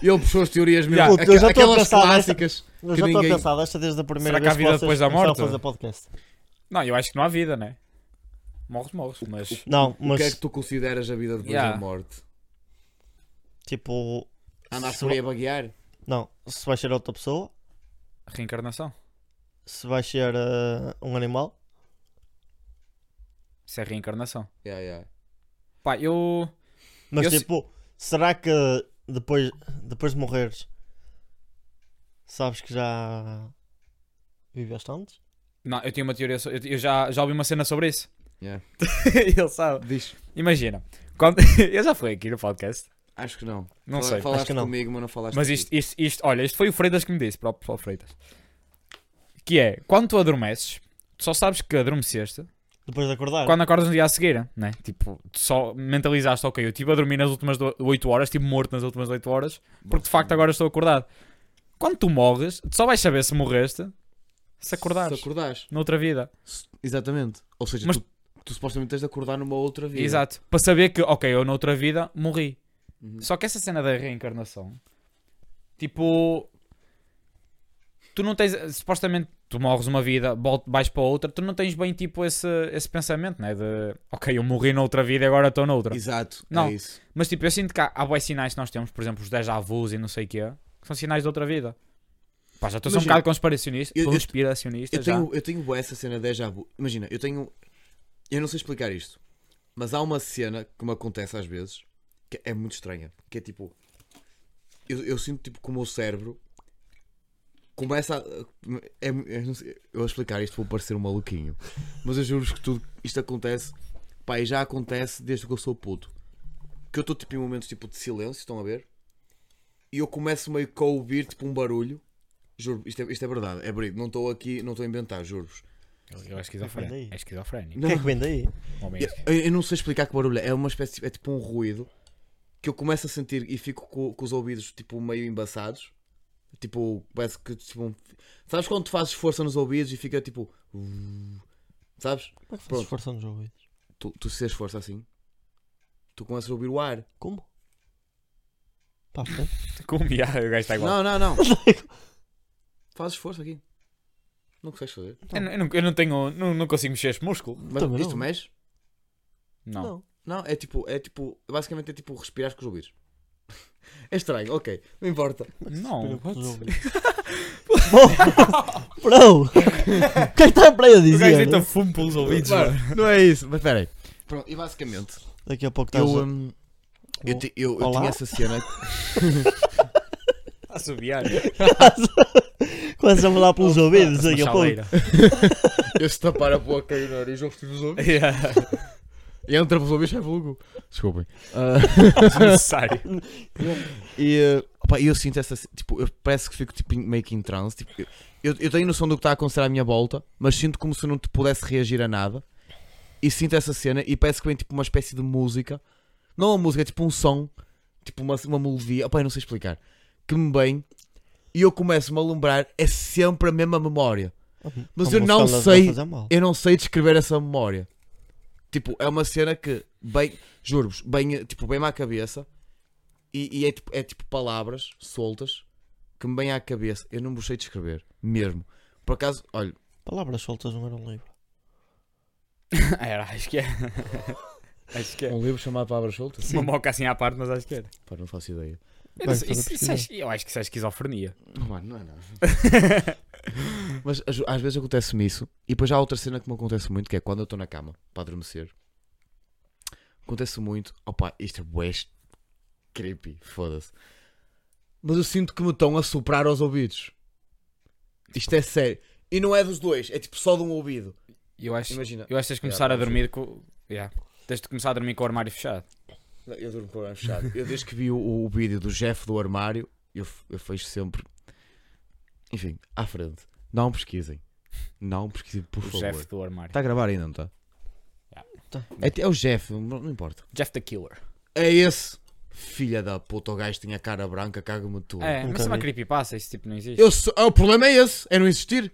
[SPEAKER 2] Ele puxou as teorias mesmo.
[SPEAKER 1] Puta, eu
[SPEAKER 2] Aqu-
[SPEAKER 1] já estou a
[SPEAKER 2] aquelas
[SPEAKER 1] pensar nessa.
[SPEAKER 2] clássicas.
[SPEAKER 1] Eu
[SPEAKER 2] Que
[SPEAKER 1] já estou a
[SPEAKER 2] ninguém-
[SPEAKER 1] pensar desta desde a primeira
[SPEAKER 3] Será que há
[SPEAKER 1] vez
[SPEAKER 3] vida
[SPEAKER 1] vocês
[SPEAKER 3] depois da
[SPEAKER 1] começaram
[SPEAKER 3] morte?
[SPEAKER 1] a fazer podcast.
[SPEAKER 3] Não, eu acho que não há vida, né? Morres, morres. Mas.
[SPEAKER 1] Não,
[SPEAKER 2] O que é
[SPEAKER 1] mas
[SPEAKER 2] que tu consideras a vida depois
[SPEAKER 3] Yeah.
[SPEAKER 2] da morte?
[SPEAKER 1] tipo,
[SPEAKER 2] Andaste
[SPEAKER 1] Se-
[SPEAKER 2] por aí a baguear?
[SPEAKER 1] não, se vai ser outra pessoa,
[SPEAKER 3] Reencarnação.
[SPEAKER 1] se vai ser eh, um animal,
[SPEAKER 3] Isso é reencarnação.
[SPEAKER 2] Yeah, yeah.
[SPEAKER 3] Pá, eu.
[SPEAKER 1] mas
[SPEAKER 3] Eu se-
[SPEAKER 1] tipo, será que depois, depois de morreres sabes que já viveste antes?
[SPEAKER 3] Não, eu tinha uma teoria. so- Eu eu já, já ouvi uma cena sobre isso.
[SPEAKER 2] Yeah.
[SPEAKER 3] Ele sabe.
[SPEAKER 2] Diz.
[SPEAKER 3] Imagina. Quando... eu já fui aqui no podcast.
[SPEAKER 2] Acho que não.
[SPEAKER 3] Não
[SPEAKER 2] Fala-
[SPEAKER 3] sei.
[SPEAKER 2] Falaste
[SPEAKER 1] Acho que não.
[SPEAKER 2] comigo, mas não falaste
[SPEAKER 3] Mas
[SPEAKER 2] comigo.
[SPEAKER 3] isto, isto, isto, olha, isto foi o Freitas que me disse, próprio Paulo Freitas. Que é, quando tu adormeces, tu só sabes que adormeceste
[SPEAKER 1] Depois de acordar?
[SPEAKER 3] quando acordas no dia a seguir, né? Tipo, tu só mentalizaste, ok, eu estive a dormir nas últimas 8 horas, estive morto nas últimas 8 horas, porque de facto agora estou acordado. Quando tu morres, tu só vais saber se morreste se acordares
[SPEAKER 2] Se acordares.
[SPEAKER 3] noutra vida.
[SPEAKER 2] Se- Exatamente. Ou seja,
[SPEAKER 3] Mas-
[SPEAKER 2] tu, tu supostamente tens de acordar numa outra vida.
[SPEAKER 3] Exato. Para saber que, ok, eu noutra vida morri.
[SPEAKER 2] Uhum.
[SPEAKER 3] Só que essa cena da reencarnação, tipo, tu não tens, supostamente, tu morres uma vida, vol- vais para outra, tu não tens bem, tipo, esse, esse pensamento, né? De, ok, eu morri noutra vida e agora estou noutra.
[SPEAKER 2] Exato.
[SPEAKER 3] Não.
[SPEAKER 2] É isso.
[SPEAKER 3] Mas, tipo, eu sinto que há, há bué sinais que nós temos, por exemplo, os 10 avus e não sei o quê, que são sinais de outra vida. Pá, já estou a ser um
[SPEAKER 2] Imagina,
[SPEAKER 3] bocado conspiracionista, um
[SPEAKER 2] eu- eu-
[SPEAKER 3] conspiracionista
[SPEAKER 2] Eu
[SPEAKER 3] já.
[SPEAKER 2] tenho, eu tenho bué essa cena de déjà vu. Imagina, eu tenho. Eu não sei explicar isto. Mas há uma cena que me acontece às vezes que é muito estranha. Que é tipo. Eu, eu sinto tipo que o meu cérebro começa a. é- é- eu, não sei- eu a explicar isto vou parecer um maluquinho. Mas eu juro-vos que tudo isto acontece. Pá, e já acontece desde que eu sou puto. Que eu estou tipo em momentos tipo de silêncio, estão a ver? E eu começo meio que a ouvir tipo um barulho. Juro, isto é, isto é verdade, é brigo. Não estou aqui, não estou a inventar, juro-vos.
[SPEAKER 3] Eu é
[SPEAKER 1] Defende aí.
[SPEAKER 3] esquizofrénico. É esquizofrénico.
[SPEAKER 1] O que é que vem daí?
[SPEAKER 3] Homem, é
[SPEAKER 2] Eu,
[SPEAKER 3] esqui-
[SPEAKER 2] eu- eu não sei explicar que barulho é. É uma espécie, de- é tipo um ruído que eu começo a sentir e fico co- com, os ouvidos tipo meio embaçados. Tipo, parece que tipo, um- sabes quando tu fazes força nos ouvidos e fica tipo, sabes?
[SPEAKER 1] Como é que fazes
[SPEAKER 2] Pronto.
[SPEAKER 1] força nos ouvidos?
[SPEAKER 2] Tu, tu se fizes força assim, tu começas a ouvir o ar.
[SPEAKER 1] Como? Pá, pronto. Tá
[SPEAKER 3] tá Como, já, o gajo está igual.
[SPEAKER 2] Não, não, não. fazes força aqui. Não consegues fazer?
[SPEAKER 3] Eu, não- eu não, eu não tenho. Não, não consigo mexer este músculo.
[SPEAKER 2] Mas
[SPEAKER 1] Também
[SPEAKER 2] isto
[SPEAKER 1] não.
[SPEAKER 2] mexe?
[SPEAKER 3] Não.
[SPEAKER 1] Não.
[SPEAKER 2] Não, é tipo, é tipo, basicamente é tipo respirar com os ouvidos. É estranho, ok, não importa.
[SPEAKER 3] Não.
[SPEAKER 1] Espera,
[SPEAKER 3] what?
[SPEAKER 1] resolve. Bro, bro, o que é que está para eu
[SPEAKER 3] O gajo
[SPEAKER 1] dizer?
[SPEAKER 3] deita fumo pelos ouvidos.
[SPEAKER 2] Claro,
[SPEAKER 3] mano.
[SPEAKER 2] não é isso, mas peraí. Pronto, e basicamente,
[SPEAKER 1] Daqui a pouco
[SPEAKER 2] eu,
[SPEAKER 1] estás a...
[SPEAKER 2] hum, eu, ti- eu, eu
[SPEAKER 1] Olá?
[SPEAKER 2] tinha essa cena.
[SPEAKER 3] A subiar.
[SPEAKER 2] né?
[SPEAKER 3] eh,
[SPEAKER 1] quase a mudar pelos ouvidos. Daqui a pouco.
[SPEAKER 2] Eu se tapar a boca e o nariz, eu os ouvidos.
[SPEAKER 3] Yeah.
[SPEAKER 2] E entra pelos ouvidos, sai pelo cu. Desculpem. Ah,
[SPEAKER 3] Desnecessário.
[SPEAKER 2] E uh, opa, eu sinto essa. Tipo, eu parece que fico tipo, meio que em transe. Tipo, eu- eu, eu tenho noção do que está a acontecer à minha volta, mas sinto como se eu não te pudesse reagir a nada. E sinto essa cena e parece que vem tipo uma espécie de música. Não uma música, é tipo um som, tipo uma, uma melodia. Opa, eu não sei explicar. Que me vem e eu começo-me a lembrar. É sempre a mesma memória. Mas eu
[SPEAKER 1] Como
[SPEAKER 2] não
[SPEAKER 1] se elas
[SPEAKER 2] sei-
[SPEAKER 1] fazer mal.
[SPEAKER 2] Eu não sei descrever essa memória. Tipo, é uma cena que, bem, juro-vos, bem, eh, tipo, bem-me à cabeça e, e é, tipo, é tipo palavras soltas que me vêm à cabeça. Eu não vos sei descrever, mesmo. Por acaso, olha,
[SPEAKER 1] Palavras soltas não era um livro.
[SPEAKER 3] Era, acho que é. Acho que é.
[SPEAKER 2] um livro chamado Palavras Soltas?
[SPEAKER 3] Uma moca assim à parte, mas acho que era.
[SPEAKER 2] Pá, não faço ideia.
[SPEAKER 3] Eu,
[SPEAKER 1] Bem,
[SPEAKER 3] não sei,
[SPEAKER 1] estás a
[SPEAKER 3] isso- isso
[SPEAKER 1] perceber.
[SPEAKER 3] acho- eu acho que isso é esquizofrenia.
[SPEAKER 2] Mano, não é nada. Mas às- às vezes acontece-me isso. E depois há outra cena que me acontece muito, que é quando eu estou na cama para adormecer. Acontece muito. Opa, isto é bué creepy, foda-se. Mas eu sinto que me estão a soprar aos ouvidos. Isto é sério. E não é dos dois, é tipo só de um ouvido.
[SPEAKER 3] Eu acho,
[SPEAKER 2] Imagina.
[SPEAKER 3] eu acho que tens de começar
[SPEAKER 2] Yeah,
[SPEAKER 3] a dormir com. Yeah. Tens de começar a dormir com o armário fechado.
[SPEAKER 2] Não, Eu durmo com o armário fechado. Eu desde que vi o, o vídeo do Jeff do armário, eu, f- eu fecho sempre. Enfim, à frente. Não pesquisem. Não pesquisem, por
[SPEAKER 3] O
[SPEAKER 2] favor.
[SPEAKER 3] Jeff do armário.
[SPEAKER 2] Está Tá a gravar ainda, não está?
[SPEAKER 3] Tá.
[SPEAKER 1] Tá.
[SPEAKER 2] É, ti- é o Jeff, não não importa.
[SPEAKER 3] Jeff the Killer.
[SPEAKER 2] É esse! Filha da puta, o gajo tinha cara branca, caga-me tudo.
[SPEAKER 3] É, mas
[SPEAKER 1] nunca
[SPEAKER 3] isso é uma
[SPEAKER 1] vi.
[SPEAKER 3] creepypasta, isso tipo não existe.
[SPEAKER 2] Eu sou- ah, o problema é esse, é não existir.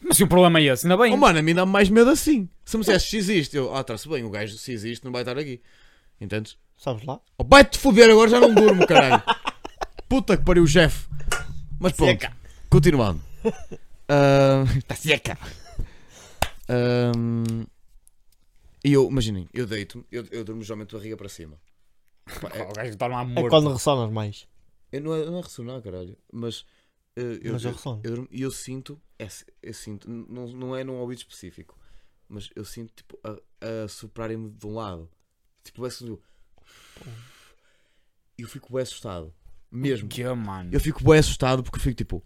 [SPEAKER 3] Mas se o problema é esse, ainda bem.
[SPEAKER 2] Oh, mano, a mim dá-me mais medo assim. Se me dissesse se existe, eu, ah, está-se bem, o gajo se existe não vai estar aqui. Entendes?
[SPEAKER 1] Sabes lá?
[SPEAKER 2] Oh, vai-te foder, agora já não durmo, caralho. Puta que pariu o Jeff. Mas pronto,
[SPEAKER 3] Seca.
[SPEAKER 2] continuando. Ah,
[SPEAKER 3] Tá
[SPEAKER 2] Está seca. Ahm, ah, E eu, imaginem, eu deito-me, eu, eu durmo geralmente de barriga para cima. Pá, é-
[SPEAKER 3] O gajo está lá
[SPEAKER 1] É
[SPEAKER 3] morto.
[SPEAKER 1] quando ressonas mais.
[SPEAKER 2] Eu não, é, não é ressonar, caralho. Mas, eh, eu,
[SPEAKER 1] Mas eu
[SPEAKER 2] eu,
[SPEAKER 1] ressono.
[SPEAKER 2] eu durmo- e eu sinto, é si- eu sinto, n- não, não é num ouvido específico, mas eu sinto tipo a, a soprarem-me de um lado. Tipo, é assim, eu, eu fico bem assustado. Mesmo.
[SPEAKER 3] Que mano.
[SPEAKER 2] Eu fico bem assustado porque eu fico tipo,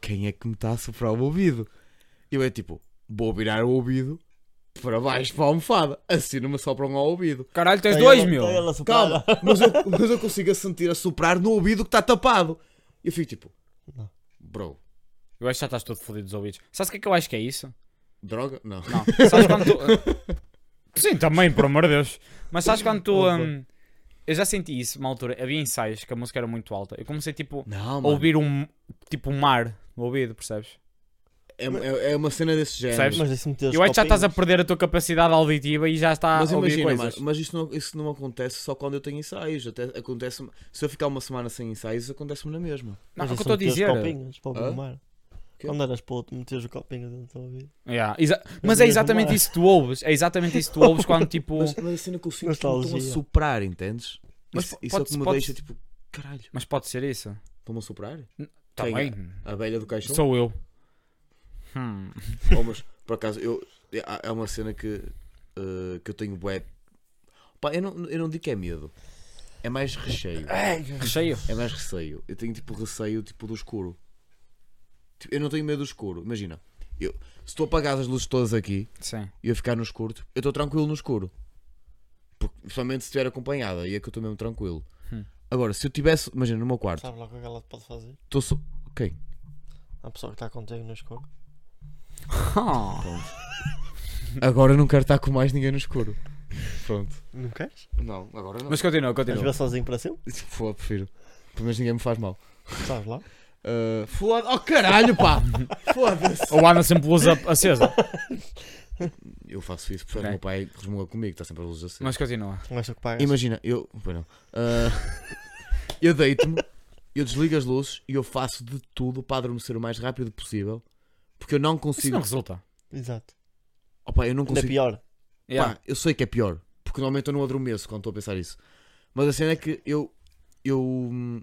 [SPEAKER 2] quem é que me está a soprar o ouvido? Eu é tipo, vou virar o ouvido para baixo para a almofada. Assim não me sopram ao ouvido.
[SPEAKER 3] Caralho, tens
[SPEAKER 1] Tem
[SPEAKER 3] dois,
[SPEAKER 1] ela-
[SPEAKER 3] meu.
[SPEAKER 1] tem ela soprada.
[SPEAKER 2] Calma, mas eu, mas eu consigo a sentir a soprar no ouvido que está tapado. E eu fico tipo,
[SPEAKER 1] Não.
[SPEAKER 2] bro,
[SPEAKER 3] Eu acho que já estás todo fodido dos ouvidos. Sabes o que é que eu acho que é isso?
[SPEAKER 2] droga? Não.
[SPEAKER 3] Não. Sabes quando tu. Sim, também, por amor de Deus. Mas sabes quando tu. hum, eu já senti isso, uma altura. Havia ensaios que a música era muito alta. Eu comecei tipo.
[SPEAKER 2] Não,
[SPEAKER 3] a ouvir um. Tipo, um mar no ouvido, percebes?
[SPEAKER 2] É, é- é uma cena desse género.
[SPEAKER 3] Percebes?
[SPEAKER 2] Mas,
[SPEAKER 1] Mas isso meter os
[SPEAKER 3] Eu acho que já
[SPEAKER 1] copinhos.
[SPEAKER 3] estás a perder a tua capacidade auditiva e já está a ouvir
[SPEAKER 2] imagina,
[SPEAKER 3] coisas.
[SPEAKER 2] mano, mas isso não, isso não acontece só quando eu tenho ensaios. Até acontece se eu ficar uma semana sem ensaios, isso acontece-me na mesma.
[SPEAKER 3] Não,
[SPEAKER 1] Mas
[SPEAKER 3] é o que eu
[SPEAKER 1] isso
[SPEAKER 3] estou a
[SPEAKER 1] meteres
[SPEAKER 3] dizer.
[SPEAKER 1] Copinhos, para ouvir
[SPEAKER 2] Hã?
[SPEAKER 1] o mar.
[SPEAKER 2] Quê?
[SPEAKER 1] Quando eras puto, metias o copinho dentro do ouvido.
[SPEAKER 3] Yeah, exa- mas é
[SPEAKER 1] mesmo
[SPEAKER 3] exatamente
[SPEAKER 1] mar.
[SPEAKER 3] isso que tu ouves. É exatamente isso que tu ouves quando tipo.
[SPEAKER 2] Mas, mas a cena que eu sinto é que me estão a
[SPEAKER 1] Nostalgia.
[SPEAKER 2] soprar, entendes?
[SPEAKER 3] Mas
[SPEAKER 2] isso
[SPEAKER 3] po-
[SPEAKER 2] isso é o
[SPEAKER 3] pode-
[SPEAKER 2] que me
[SPEAKER 3] pode-
[SPEAKER 2] deixa tipo, caralho,
[SPEAKER 3] Mas pode ser isso.
[SPEAKER 2] estão-me a soprar? Tem-
[SPEAKER 3] Também.
[SPEAKER 2] A abelha do caixão?
[SPEAKER 3] Sou eu. Hum.
[SPEAKER 2] Oh, mas por acaso eu, é- é uma cena que, eh, que eu tenho bué. Pá, eu não, eu não digo que é medo. É mais recheio.
[SPEAKER 3] Recheio.
[SPEAKER 2] É mais receio. Eu tenho tipo receio tipo do escuro. Tipo, eu não tenho medo do escuro. Imagina. Eu, se tu apagar as luzes todas aqui
[SPEAKER 3] Sim.
[SPEAKER 2] e eu ficar no escuro, tipo, eu estou tranquilo no escuro. Porque, principalmente se estiver acompanhada, aí é que eu estou mesmo tranquilo.
[SPEAKER 3] Hum.
[SPEAKER 2] Agora, se eu tivesse, imagina, no meu quarto,
[SPEAKER 1] Sabe lá o que é que ela te pode fazer?
[SPEAKER 2] estou só. Quem?
[SPEAKER 1] A pessoa que está contigo no escuro.
[SPEAKER 3] Oh.
[SPEAKER 2] Agora eu não quero estar com mais ninguém no escuro. Pronto.
[SPEAKER 1] Não queres?
[SPEAKER 2] Não, agora não.
[SPEAKER 3] Mas continua,
[SPEAKER 1] Vais
[SPEAKER 3] continua.
[SPEAKER 1] ver sozinho para sempre?
[SPEAKER 2] Foda, prefiro. Pelo menos ninguém me faz mal.
[SPEAKER 1] Sabes lá?
[SPEAKER 2] Uh, foda Oh caralho, pá! Foda-se!
[SPEAKER 3] Ou anda sempre luz a- acesa.
[SPEAKER 2] Eu faço isso porque o
[SPEAKER 3] Ok.
[SPEAKER 2] meu pai resmunga comigo, está sempre a luz acesa.
[SPEAKER 3] Mas continua.
[SPEAKER 1] Não és tu Um que pagas?
[SPEAKER 2] Imagina, eu. Pois não. Uh, eu deito-me, eu desligo as luzes e eu faço de tudo para adormecer o mais rápido possível Porque eu não
[SPEAKER 3] Isso
[SPEAKER 2] consigo.
[SPEAKER 3] não resulta.
[SPEAKER 1] Exato.
[SPEAKER 2] Opa, eu não
[SPEAKER 1] Ainda
[SPEAKER 2] consigo.
[SPEAKER 1] pior.
[SPEAKER 3] Yeah.
[SPEAKER 2] Pá, eu sei que é pior, porque normalmente eu não adormeço quando estou a pensar isso. Mas a cena é que eu. eu hum,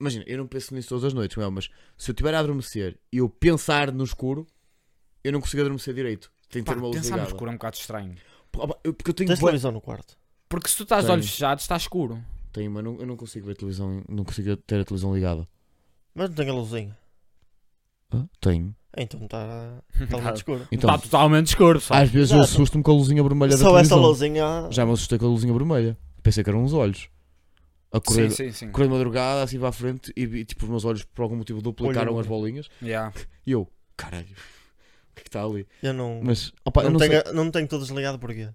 [SPEAKER 2] imagina, eu não penso nisso todas as noites, meu, mas se eu estiver a adormecer e eu pensar no escuro, eu não consigo adormecer direito. Tenho que
[SPEAKER 3] Pá,
[SPEAKER 2] ter uma luz
[SPEAKER 3] pensar no
[SPEAKER 2] ligada.
[SPEAKER 3] escuro é um bocado estranho.
[SPEAKER 2] Opa, eu- porque eu tenho.
[SPEAKER 1] Tens
[SPEAKER 2] bué-
[SPEAKER 1] televisão no quarto.
[SPEAKER 3] Porque se tu estás de
[SPEAKER 2] Tenho.
[SPEAKER 3] olhos fechados, está escuro.
[SPEAKER 2] Tenho, mas não, eu não consigo ver televisão. Não consigo ter a televisão ligada.
[SPEAKER 1] Mas não tem a luzinha.
[SPEAKER 2] Hã? Tenho.
[SPEAKER 1] Então está tá muito escuro.
[SPEAKER 2] Então,
[SPEAKER 3] está totalmente escuro, pessoal.
[SPEAKER 2] às vezes eu
[SPEAKER 1] Exato.
[SPEAKER 2] assusto-me com a luzinha vermelha da
[SPEAKER 1] Só essa
[SPEAKER 2] televisão.
[SPEAKER 1] luzinha. ah,
[SPEAKER 2] Já me assustei com a luzinha vermelha. Pensei que eram uns olhos. A correr,
[SPEAKER 3] Sim, sim, sim.
[SPEAKER 2] Acordei de madrugada, assim para a frente e vi, tipo, os meus olhos por algum motivo duplicaram
[SPEAKER 1] Olhou.
[SPEAKER 2] as bolinhas
[SPEAKER 3] Yeah.
[SPEAKER 2] e eu, caralho, o que é que está ali?
[SPEAKER 1] Eu não.
[SPEAKER 2] Mas, opa,
[SPEAKER 1] não,
[SPEAKER 2] eu não
[SPEAKER 1] tenho,
[SPEAKER 2] sei.
[SPEAKER 1] não tenho tudo desligado porque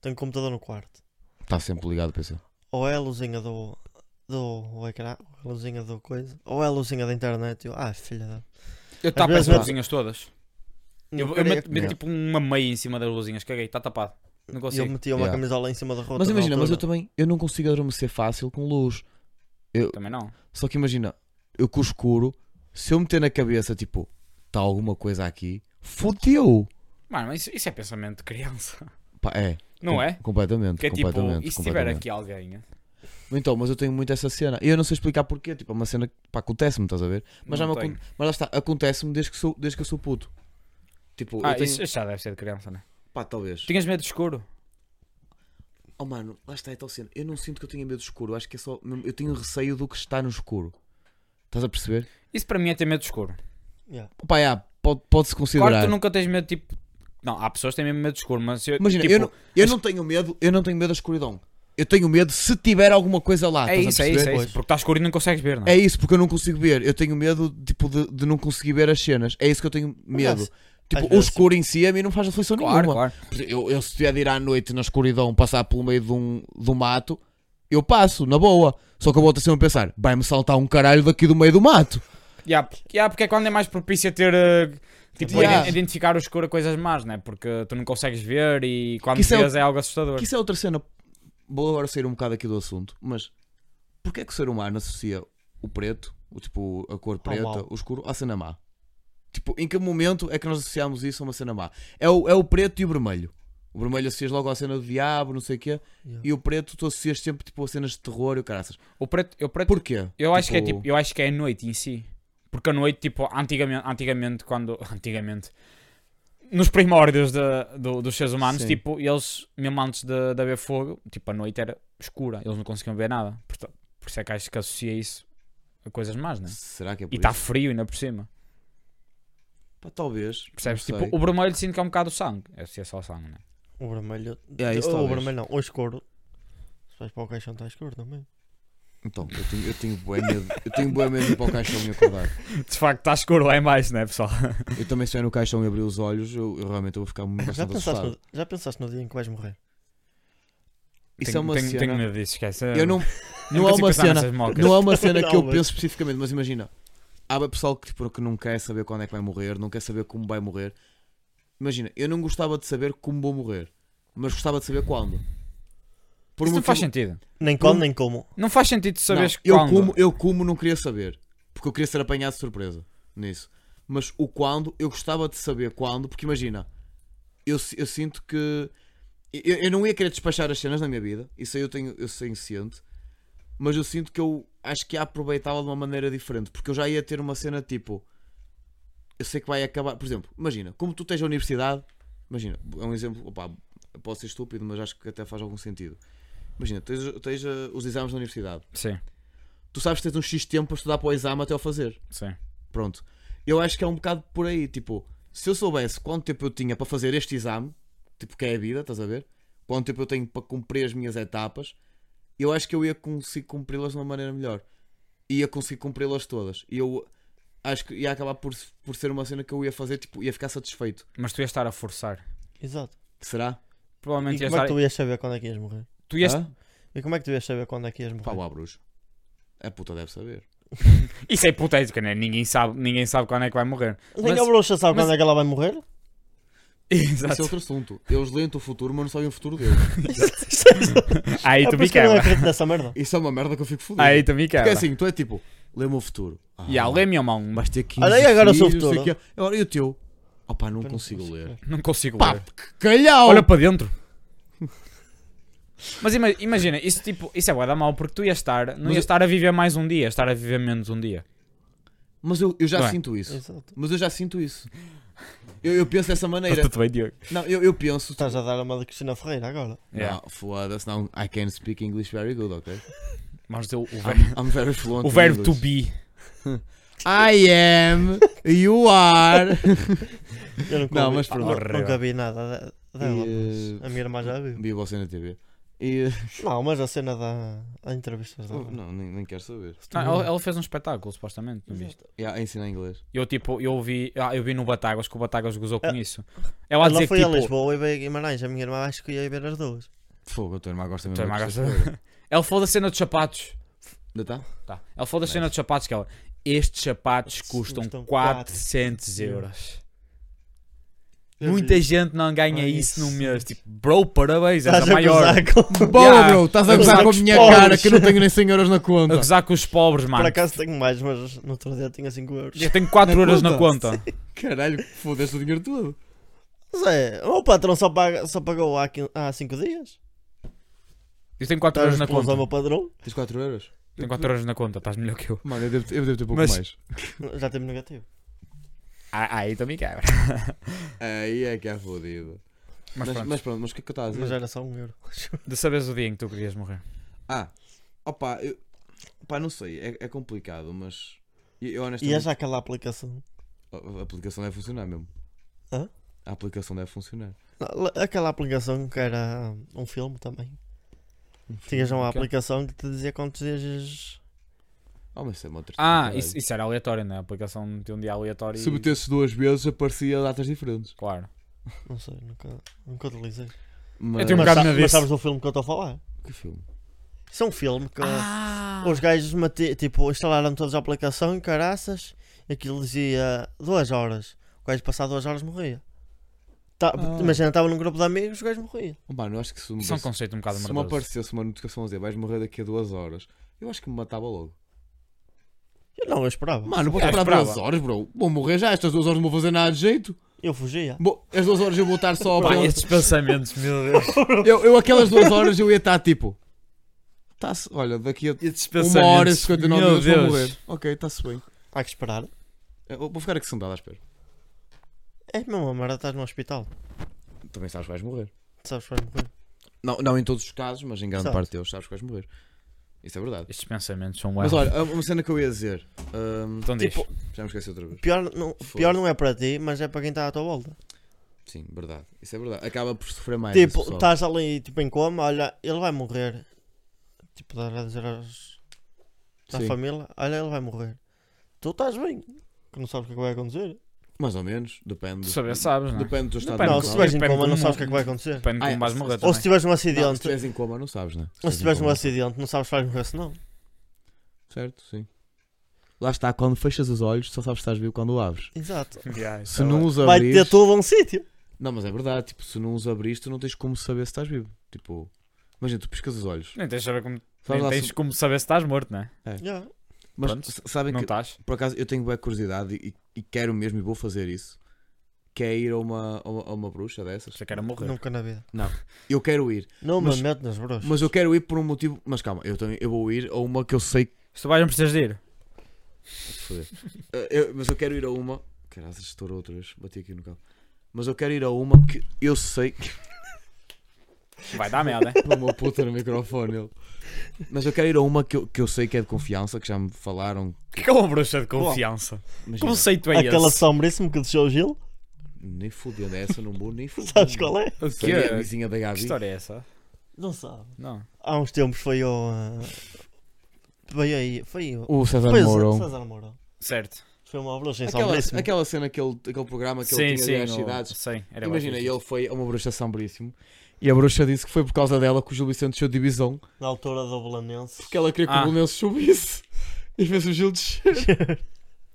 [SPEAKER 1] tenho computador no quarto.
[SPEAKER 2] Está Tá sempre ligado, PC.
[SPEAKER 1] Ou é a luzinha do, do ecrã, ou é a luzinha do coisa, ou é a luzinha da internet. Eu, ah, filha da.
[SPEAKER 3] Eu tapo
[SPEAKER 1] vezes
[SPEAKER 3] as
[SPEAKER 1] meto-
[SPEAKER 3] luzinhas todas. Eu,
[SPEAKER 1] Não
[SPEAKER 3] eu
[SPEAKER 1] queria-
[SPEAKER 3] meto, meto tipo uma meia em cima das luzinhas, caguei, está tapado. Não
[SPEAKER 1] E eu
[SPEAKER 3] consigo.
[SPEAKER 1] metia uma
[SPEAKER 2] um Yeah.
[SPEAKER 1] camisola em cima da rota.
[SPEAKER 2] Mas
[SPEAKER 1] na
[SPEAKER 2] imagina, mas eu
[SPEAKER 1] altura.
[SPEAKER 2] também, eu não consigo adormecer fácil com luz.
[SPEAKER 3] Também não.
[SPEAKER 2] Só que imagina, eu com o escuro, se eu meter na cabeça, tipo, está alguma coisa aqui, fodeu.
[SPEAKER 3] Mano, mas isso, isso é pensamento de criança.
[SPEAKER 2] Pá, é.
[SPEAKER 3] Não
[SPEAKER 2] com-
[SPEAKER 3] é?
[SPEAKER 2] Completamente,
[SPEAKER 3] Que é tipo,
[SPEAKER 2] completamente.
[SPEAKER 3] e se tiver
[SPEAKER 2] completamente.
[SPEAKER 3] aqui alguém?
[SPEAKER 2] Então, mas eu tenho muito essa cena. E eu não sei explicar porquê. Tipo, é uma cena que pá, acontece-me, estás a ver? Mas, já
[SPEAKER 3] Não
[SPEAKER 2] me
[SPEAKER 3] tenho.
[SPEAKER 2] acon- mas lá está, acontece-me desde, que sou- desde que eu sou puto. Tipo,
[SPEAKER 3] Ah,
[SPEAKER 2] eu tenho...
[SPEAKER 3] isso isso já deve ser de criança, né?
[SPEAKER 2] Pá, talvez.
[SPEAKER 3] Tinhas medo de escuro?
[SPEAKER 2] Oh mano, lá está é tal cena. Eu não sinto que eu tenha medo do escuro. Acho que é só. mesmo- Eu tenho receio do que está no escuro. Estás a perceber?
[SPEAKER 3] Isso para mim é ter medo de escuro.
[SPEAKER 1] Yeah.
[SPEAKER 2] Pá, yeah, pode-
[SPEAKER 3] Claro que
[SPEAKER 2] pode-se considerar.
[SPEAKER 3] tu nunca tens medo, tipo. Não, há pessoas que têm mesmo medo de escuro, mas eu.
[SPEAKER 2] Imagina,
[SPEAKER 3] tipo,
[SPEAKER 2] eu, não, eu não tenho medo, eu não tenho medo da escuridão. Eu tenho medo se tiver alguma coisa lá.
[SPEAKER 3] É
[SPEAKER 2] Ah, estás a
[SPEAKER 3] isso, é
[SPEAKER 2] perceber?
[SPEAKER 3] isso, é isso.
[SPEAKER 1] Pois.
[SPEAKER 3] Porque está escuro e não consegues ver, não é?
[SPEAKER 2] É isso, porque eu não consigo ver. Eu tenho medo tipo, de, de não conseguir ver as cenas. É isso que eu tenho medo.
[SPEAKER 1] às- às
[SPEAKER 2] tipo, o
[SPEAKER 1] vezes-
[SPEAKER 2] escuro em si a mim não faz aflição
[SPEAKER 3] Claro,
[SPEAKER 2] nenhuma.
[SPEAKER 3] claro.
[SPEAKER 2] Por exemplo, Eu, eu se tiver de ir à noite na escuridão passar pelo meio de um, de um mato, eu passo, na boa. Só que eu volto sempre a pensar, vai-me saltar um caralho daqui do meio do mato.
[SPEAKER 3] Yeah, porque, yeah, porque é quando é mais propício a ter. eh, Tipo, a
[SPEAKER 2] Yeah.
[SPEAKER 3] iden- identificar o escuro a coisas más, né? Porque tu não consegues ver e quando
[SPEAKER 2] Que isso é
[SPEAKER 3] vês é, algo assustador.
[SPEAKER 2] Que isso é outra cena. Vou agora sair um bocado aqui do assunto, mas porquê é que o ser humano associa o preto, o tipo, a cor preta,
[SPEAKER 1] mau.
[SPEAKER 2] o escuro, à cena má? Tipo, em que momento é que nós associamos isso a uma cena má? É o, é o preto e o vermelho. O vermelho associas logo à cena do diabo, não sei o quê,
[SPEAKER 1] Yeah.
[SPEAKER 2] e o preto tu associas sempre tipo, a cenas de terror e o caraças.
[SPEAKER 3] O preto, eu preto
[SPEAKER 2] Porquê?
[SPEAKER 3] Eu acho que é tipo, eu acho que é a noite em si. Porque a noite, tipo, antigamente, antigamente quando. Antigamente. Nos primórdios da- do- dos seres humanos,
[SPEAKER 2] Sim.
[SPEAKER 3] tipo, eles, mesmo antes de, de haver fogo, tipo, a noite era escura, eles não conseguiam ver nada. Porta- por isso é que acho que associa isso a coisas más, né?
[SPEAKER 2] Será que é por
[SPEAKER 3] E
[SPEAKER 2] isso?
[SPEAKER 3] está frio ainda por cima.
[SPEAKER 2] Pá, talvez.
[SPEAKER 3] Percebes?
[SPEAKER 2] Não
[SPEAKER 3] Tipo,
[SPEAKER 2] sei.
[SPEAKER 3] o vermelho sinto que é um bocado o sangue. É associa só ao sangue, né?
[SPEAKER 1] O vermelho.
[SPEAKER 2] É, isso
[SPEAKER 1] Ou o
[SPEAKER 2] talvez.
[SPEAKER 1] vermelho não. O escuro. Se vais para o caixão está escuro também.
[SPEAKER 2] Então, eu tenho, eu tenho bué medo. Eu tenho bué medo de ir para o caixão e acordar.
[SPEAKER 3] De facto,
[SPEAKER 2] tá
[SPEAKER 3] está escuro lá em baixo, né, pessoal?
[SPEAKER 2] Eu também se estiver no caixão e abrir os olhos, eu, eu realmente vou ficar muito
[SPEAKER 1] Já
[SPEAKER 2] bastante
[SPEAKER 1] pensaste,
[SPEAKER 2] assustado.
[SPEAKER 1] no, já pensaste no dia em que vais morrer?
[SPEAKER 2] Isso
[SPEAKER 3] tenho,
[SPEAKER 2] é uma
[SPEAKER 3] tenho,
[SPEAKER 2] cena...
[SPEAKER 3] tenho medo disso, esquece.
[SPEAKER 2] Eu
[SPEAKER 3] Eu
[SPEAKER 2] não, não há
[SPEAKER 3] consigo
[SPEAKER 2] uma
[SPEAKER 3] pensar
[SPEAKER 2] cena,
[SPEAKER 3] nessas mocas.
[SPEAKER 2] não é- há uma cena que eu
[SPEAKER 1] Não, mas-
[SPEAKER 2] penso especificamente, mas imagina, há bem pessoal que, tipo, que não quer saber quando é que vai morrer, não quer saber como vai morrer. Imagina, eu não gostava de saber como vou morrer, mas gostava de saber quando. Por
[SPEAKER 3] Isso
[SPEAKER 2] um
[SPEAKER 3] não faz
[SPEAKER 2] motivo-
[SPEAKER 3] sentido.
[SPEAKER 1] Nem quando,
[SPEAKER 2] Não.
[SPEAKER 1] nem como.
[SPEAKER 3] Não faz sentido tu saberes
[SPEAKER 2] Não, eu
[SPEAKER 3] quando.
[SPEAKER 2] como eu como não queria saber, porque eu queria ser apanhado de surpresa nisso. Mas o quando, eu gostava de saber quando, porque imagina, eu, si- eu sinto que eu, eu não ia querer despachar as cenas na minha vida, isso aí eu tenho, eu sei ciente, mas eu sinto que eu acho que a aproveitava de uma maneira diferente, porque eu já ia ter uma cena tipo, eu sei que vai acabar, por exemplo, imagina, como tu tens a universidade, imagina, é um exemplo, opá, eu posso ser estúpido, mas acho que até faz algum sentido. Imagina, tens, tens eh, os exames na universidade
[SPEAKER 3] Sim,
[SPEAKER 2] tu sabes que tens um X tempo para estudar para o exame até o fazer.
[SPEAKER 3] sim.
[SPEAKER 2] Pronto. Eu acho que é um bocado por aí, tipo, se eu soubesse quanto tempo eu tinha para fazer este exame, tipo, que é a vida, estás a ver? Quanto tempo eu tenho para cumprir as minhas etapas, eu acho que eu ia conseguir cumpri-las de uma maneira melhor. Ia conseguir cumpri-las todas. E eu acho que ia acabar por, por ser uma cena que eu ia fazer, tipo, ia ficar satisfeito.
[SPEAKER 3] Mas tu ias estar a forçar.
[SPEAKER 1] Exato.
[SPEAKER 2] Será?
[SPEAKER 3] Provavelmente
[SPEAKER 1] E
[SPEAKER 3] ias
[SPEAKER 1] como é
[SPEAKER 3] estar.
[SPEAKER 1] que tu ias saber quando é que ias morrer?
[SPEAKER 3] Tu ias...
[SPEAKER 2] Hã?
[SPEAKER 1] E como é que tu ias saber quando é que ias
[SPEAKER 2] Pá,
[SPEAKER 1] morrer?
[SPEAKER 2] o Abrujo. A puta deve saber.
[SPEAKER 3] Isso é hipotético, né? Ninguém sabe, ninguém sabe quando é que vai morrer.
[SPEAKER 1] Nem
[SPEAKER 3] Mas-
[SPEAKER 1] a bruxa sabe
[SPEAKER 3] mas-
[SPEAKER 1] quando é que ela vai morrer?
[SPEAKER 2] Isso é
[SPEAKER 3] Exato.
[SPEAKER 2] outro assunto. Eles leem o futuro, mas não sabem o futuro deles.
[SPEAKER 3] Aí
[SPEAKER 1] é
[SPEAKER 3] tu
[SPEAKER 1] por
[SPEAKER 3] me
[SPEAKER 1] isso que eu não
[SPEAKER 3] quebra.
[SPEAKER 1] acredito nessa merda.
[SPEAKER 2] Isso é uma merda que eu fico fodido.
[SPEAKER 3] Aí tu me
[SPEAKER 2] Porque
[SPEAKER 3] quebra.
[SPEAKER 2] é assim, tu é tipo, lê-me o futuro. Ah,
[SPEAKER 3] E yeah, lê-me a mão.
[SPEAKER 2] Vais ter 15
[SPEAKER 1] Olha aí agora o seu
[SPEAKER 2] filhos, não sei
[SPEAKER 1] futuro.
[SPEAKER 2] o quê. Agora, e o teu? Opá, não
[SPEAKER 1] Eu
[SPEAKER 2] consigo
[SPEAKER 1] consigo
[SPEAKER 2] ler.
[SPEAKER 3] Não consigo
[SPEAKER 2] Pá,
[SPEAKER 3] ler.
[SPEAKER 2] que calhau!
[SPEAKER 3] Olha para dentro. Mas ima- imagina, isso, tipo, isso é bué da mal porque tu ias estar, não
[SPEAKER 2] Mas
[SPEAKER 3] ias
[SPEAKER 2] eu-
[SPEAKER 3] estar a viver mais um dia, ias estar a viver menos um dia.
[SPEAKER 2] Mas eu, eu já
[SPEAKER 3] Não é?
[SPEAKER 2] sinto isso.
[SPEAKER 1] Exato.
[SPEAKER 2] Mas eu já sinto isso. Eu, eu penso dessa maneira.
[SPEAKER 3] te bem, Diogo.
[SPEAKER 2] Não, eu, eu penso.
[SPEAKER 1] Estás a dar uma de Cristina Ferreira agora.
[SPEAKER 3] tá. Yeah.
[SPEAKER 2] Não, foda-se, não. I can speak English very good, ok?
[SPEAKER 3] Mas eu- o, ver-
[SPEAKER 2] I'm, I'm very fluent.
[SPEAKER 3] o
[SPEAKER 2] in
[SPEAKER 3] verbo to be.
[SPEAKER 2] English. I am, you are.
[SPEAKER 1] Eu nunca,
[SPEAKER 2] Não,
[SPEAKER 1] ouvi-
[SPEAKER 2] mas pronto.
[SPEAKER 1] nu- nunca vi nada de- dela,
[SPEAKER 2] E,
[SPEAKER 1] mas a minha irmã já viu.
[SPEAKER 2] Vi você na TV. E.
[SPEAKER 1] Não, mas a cena da a entrevista dela.
[SPEAKER 2] Não, nem, nem quero saber.
[SPEAKER 3] Ah, ela, ela fez um espetáculo, supostamente, não viste?
[SPEAKER 2] Yeah, ensina inglês.
[SPEAKER 3] Eu tipo, eu vi, ah, eu vi no Batagas que o Batagas gozou com
[SPEAKER 1] Ah.
[SPEAKER 3] isso. Ela a
[SPEAKER 1] Ela
[SPEAKER 3] dizer que
[SPEAKER 1] foi a
[SPEAKER 3] tipo,
[SPEAKER 1] Lisboa e veio a Guimarães. A minha irmã acho que ia ver as duas.
[SPEAKER 2] Fogo, a tua irmã gosta
[SPEAKER 3] Tua
[SPEAKER 2] mesmo.
[SPEAKER 3] irmã
[SPEAKER 2] desta
[SPEAKER 3] gosta-
[SPEAKER 2] história.
[SPEAKER 3] ela falou da cena dos sapatos.
[SPEAKER 2] Ainda tá?
[SPEAKER 3] Tá. Ela falou da cena dos sapatos que ela, estes sapatos custam
[SPEAKER 1] Custam
[SPEAKER 3] 400 euros.
[SPEAKER 1] Eu
[SPEAKER 3] Muita
[SPEAKER 1] vi.
[SPEAKER 3] gente não ganha
[SPEAKER 1] Ah,
[SPEAKER 3] isso num
[SPEAKER 1] isso.
[SPEAKER 3] mês. Tipo, bro, parabéns, és a
[SPEAKER 1] Estás a
[SPEAKER 3] maior.
[SPEAKER 1] gozar com-
[SPEAKER 2] Boa,
[SPEAKER 3] Yeah.
[SPEAKER 2] bro, estás a
[SPEAKER 1] Mas
[SPEAKER 2] gozar
[SPEAKER 1] há
[SPEAKER 2] com a
[SPEAKER 1] que
[SPEAKER 2] minha
[SPEAKER 1] pobres.
[SPEAKER 2] cara que não tenho nem 100 euros na
[SPEAKER 3] A
[SPEAKER 2] conta.
[SPEAKER 3] gozar com os pobres,
[SPEAKER 1] Por
[SPEAKER 3] mano.
[SPEAKER 1] acaso tenho mais, mas no outro dia tinha 5 euros.
[SPEAKER 3] Eu tenho 4
[SPEAKER 2] Na
[SPEAKER 3] euros na
[SPEAKER 2] conta?
[SPEAKER 3] conta.
[SPEAKER 2] Caralho, fodeste o dinheiro todo.
[SPEAKER 1] Mas é, o meu patrão só, paga, só pagou há 5 há cinco dias.
[SPEAKER 3] Eu tenho 4
[SPEAKER 1] Estás
[SPEAKER 3] euros na
[SPEAKER 1] responsável ao meu
[SPEAKER 3] conta.
[SPEAKER 1] padrão?
[SPEAKER 2] Tens 4 euros?
[SPEAKER 3] Tenho 4 euros na conta, estás melhor que eu.
[SPEAKER 2] Mano, eu devo, eu devo ter pouco
[SPEAKER 3] Mas-
[SPEAKER 2] mais.
[SPEAKER 1] Já temos negativo.
[SPEAKER 3] Ah, Aí também quebra.
[SPEAKER 2] Aí é que é fodido.
[SPEAKER 3] Mas pronto,
[SPEAKER 2] mas pronto, mas o que é que eu estava a dizer?
[SPEAKER 1] Mas era só 1 euro.
[SPEAKER 3] de saberes o dia em que tu querias morrer.
[SPEAKER 2] Ah, opa, eu... Pá, não sei, é, é complicado, mas... Eu, eu
[SPEAKER 1] E é
[SPEAKER 2] honestamente...
[SPEAKER 1] já aquela aplicação.
[SPEAKER 2] A a aplicação deve funcionar mesmo.
[SPEAKER 1] Hã?
[SPEAKER 2] A aplicação deve funcionar.
[SPEAKER 1] Não, Aquela aplicação que era um filme também. Tinhas uma
[SPEAKER 3] Ok.
[SPEAKER 1] aplicação que te dizia quantos dias.
[SPEAKER 2] Ah, mas isso é uma outra
[SPEAKER 3] Ah,
[SPEAKER 2] caralho.
[SPEAKER 3] isso, isso era aleatório, né? A aplicação de um dia aleatório. e-
[SPEAKER 2] Se metesses duas vezes aparecia datas diferentes.
[SPEAKER 3] Claro.
[SPEAKER 1] Não sei, nunca, nunca utilizei.
[SPEAKER 2] Mas...
[SPEAKER 3] tenho um
[SPEAKER 1] Mas,
[SPEAKER 3] bocado
[SPEAKER 1] sa-
[SPEAKER 3] na
[SPEAKER 1] mas
[SPEAKER 3] desse.
[SPEAKER 1] sabes o filme que eu estou a falar?
[SPEAKER 2] Que filme?
[SPEAKER 1] Isso é um filme que
[SPEAKER 3] Ah!
[SPEAKER 1] os gajos mate- tipo, instalaram todos a aplicação em caraças. e Aquilo dizia duas horas. O gajo passado duas horas morria. Tá,
[SPEAKER 2] Ah.
[SPEAKER 1] Imagina, estava num grupo de amigos, o gajo morria.
[SPEAKER 2] Oh, mano, eu acho que se me,
[SPEAKER 3] Isso é um
[SPEAKER 2] desse-
[SPEAKER 3] conceito um bocado
[SPEAKER 2] se me
[SPEAKER 3] maravilhoso.
[SPEAKER 2] aparecesse uma notificação a dizer vais morrer daqui a duas horas, eu acho que me matava logo.
[SPEAKER 1] Eu não, eu esperava.
[SPEAKER 2] Mano, vou
[SPEAKER 3] Eu
[SPEAKER 2] esperar
[SPEAKER 3] É, esperava.
[SPEAKER 2] duas horas, bro. Vou morrer já, estas duas horas não vou fazer nada de jeito.
[SPEAKER 1] Eu fugia.
[SPEAKER 2] Bom, as duas horas eu vou estar só a
[SPEAKER 3] Pá,
[SPEAKER 2] ver-
[SPEAKER 3] estes pensamentos, meu Deus.
[SPEAKER 2] eu, eu aquelas duas horas eu ia estar tipo. Tá-se, olha, daqui a
[SPEAKER 3] Estes
[SPEAKER 2] uma
[SPEAKER 3] pensamentos.
[SPEAKER 2] hora e 59
[SPEAKER 3] meu
[SPEAKER 2] minutos vou
[SPEAKER 3] Deus.
[SPEAKER 2] morrer. Ok, está-se bem.
[SPEAKER 1] Há que esperar.
[SPEAKER 2] Eh, Eu vou ficar aqui sentado à espera.
[SPEAKER 1] É mesmo, a merda, estás no hospital.
[SPEAKER 2] Também sabes que vais morrer.
[SPEAKER 1] Tu sabes que vais morrer.
[SPEAKER 2] Não, não em todos os casos, mas em grande
[SPEAKER 1] Exato.
[SPEAKER 2] parte deles sabes que vais morrer. Isso é verdade.
[SPEAKER 3] Estes pensamentos são
[SPEAKER 2] Mas
[SPEAKER 3] bué.
[SPEAKER 2] olha, uma cena que eu ia dizer. hum,
[SPEAKER 3] Então diz.
[SPEAKER 1] tipo,
[SPEAKER 2] já me esqueci outra vez.
[SPEAKER 1] Pior não, pior não é para ti, mas é para quem está à tua volta.
[SPEAKER 2] Sim, verdade. Isso é verdade. Acaba por sofrer mais.
[SPEAKER 1] tipo,
[SPEAKER 2] esse pessoal.
[SPEAKER 1] estás ali tipo, em coma, olha, ele vai morrer. Tipo, dar a dizer aos, à
[SPEAKER 2] Sim.
[SPEAKER 1] família, olha, ele vai morrer. Tu estás bem, que não sabes o que é que vai acontecer.
[SPEAKER 2] Mais ou menos. Depende.
[SPEAKER 3] Tu
[SPEAKER 2] do-
[SPEAKER 3] saber, sabes, não é?
[SPEAKER 2] Depende do teu estado
[SPEAKER 3] Depende
[SPEAKER 1] não,
[SPEAKER 2] mental.
[SPEAKER 1] se
[SPEAKER 3] como-
[SPEAKER 1] estiveres em
[SPEAKER 3] depende
[SPEAKER 1] coma, não
[SPEAKER 3] como-
[SPEAKER 1] sabes o que é que vai acontecer.
[SPEAKER 3] Depende de
[SPEAKER 2] Ah, é,
[SPEAKER 3] como vais
[SPEAKER 2] se-
[SPEAKER 3] morrer
[SPEAKER 1] Ou
[SPEAKER 3] também.
[SPEAKER 1] se tiveres um
[SPEAKER 2] Não, se
[SPEAKER 1] acidente,
[SPEAKER 2] estiveres em coma, não sabes, né?
[SPEAKER 1] ou se
[SPEAKER 2] em
[SPEAKER 1] tiveres um
[SPEAKER 2] coma.
[SPEAKER 1] acidente, não sabes se vais morrer se não.
[SPEAKER 2] Certo, sim. Lá está, quando fechas os olhos, só sabes que estás vivo quando o abres.
[SPEAKER 1] Exato.
[SPEAKER 3] Yeah, isso
[SPEAKER 2] Se
[SPEAKER 3] é
[SPEAKER 2] não
[SPEAKER 3] bué.
[SPEAKER 2] os
[SPEAKER 1] Vai
[SPEAKER 2] abris.
[SPEAKER 1] ter tudo um sítio.
[SPEAKER 2] Não, mas é verdade, tipo, se não os abris, tu não tens como saber se estás vivo. Tipo, imagina, tu piscas os olhos.
[SPEAKER 3] Nem tens, de saber como... Nem
[SPEAKER 2] Sabes lá
[SPEAKER 3] tens
[SPEAKER 2] se-
[SPEAKER 3] como saber se estás morto, né?
[SPEAKER 1] Yeah.
[SPEAKER 2] Mas
[SPEAKER 3] Pronto,
[SPEAKER 2] s- sabem
[SPEAKER 3] Não tá.
[SPEAKER 2] que,
[SPEAKER 3] estás.
[SPEAKER 2] por acaso, eu tenho boa curiosidade e, e quero mesmo e vou fazer isso. Que é ir a uma, a uma, a uma bruxa dessas.
[SPEAKER 3] Achei que era morrer.
[SPEAKER 1] Nunca na vida.
[SPEAKER 2] Eu quero ir,
[SPEAKER 1] Não
[SPEAKER 2] Mas-
[SPEAKER 1] me meto nas brochas.
[SPEAKER 2] mas eu quero ir por um motivo. Mas calma, eu, também, eu vou ir a uma que eu sei
[SPEAKER 3] Se tu vais, não precisas de ir.
[SPEAKER 2] Foder. Eh, eu- mas eu quero ir a uma. Caralho, estourou outra vez. Bati aqui no cabo. Mas eu quero ir a uma que eu sei que.
[SPEAKER 3] Vai dar merda, hein?
[SPEAKER 2] Pô, uma puta no microfone. ele. Mas eu quero ir a uma que eu, que eu sei que é de confiança, que já me falaram.
[SPEAKER 3] que é uma bruxa de confiança? Que
[SPEAKER 2] Imagina,
[SPEAKER 3] conceito é
[SPEAKER 1] Aquela
[SPEAKER 3] esse?
[SPEAKER 1] sombríssima que deixou o Gil,
[SPEAKER 2] nem fudendo essa, não vou nem fudendo.
[SPEAKER 1] sabes qual é?
[SPEAKER 3] O
[SPEAKER 2] Que é a
[SPEAKER 3] quê?
[SPEAKER 2] vizinha da
[SPEAKER 3] Que
[SPEAKER 2] Gabi.
[SPEAKER 3] história é essa?
[SPEAKER 1] Não sabe.
[SPEAKER 3] Não.
[SPEAKER 1] Há uns tempos foi o. ah, Foi aí. Foi o.
[SPEAKER 2] O César
[SPEAKER 1] Foi o Cé-
[SPEAKER 2] Mourão.
[SPEAKER 1] é, César Mourão.
[SPEAKER 3] Certo.
[SPEAKER 1] Foi uma bruxa em São
[SPEAKER 2] Aquela,
[SPEAKER 1] Bríssimo.
[SPEAKER 2] aquela cena, aquele, aquele programa que
[SPEAKER 3] é sim,
[SPEAKER 2] ele
[SPEAKER 3] sim.
[SPEAKER 2] tinha nas
[SPEAKER 3] o-
[SPEAKER 2] cidades.
[SPEAKER 3] Sim, era bué
[SPEAKER 2] Imagina,
[SPEAKER 3] fixe.
[SPEAKER 2] ele foi a uma bruxa sombríssimo. E a bruxa disse que foi por causa dela que o Gil Vicente deixou divisão.
[SPEAKER 1] Na altura do Belenense.
[SPEAKER 2] Porque ela queria que
[SPEAKER 3] Ah.
[SPEAKER 2] o Bolonense subisse. E fez o Gil descer.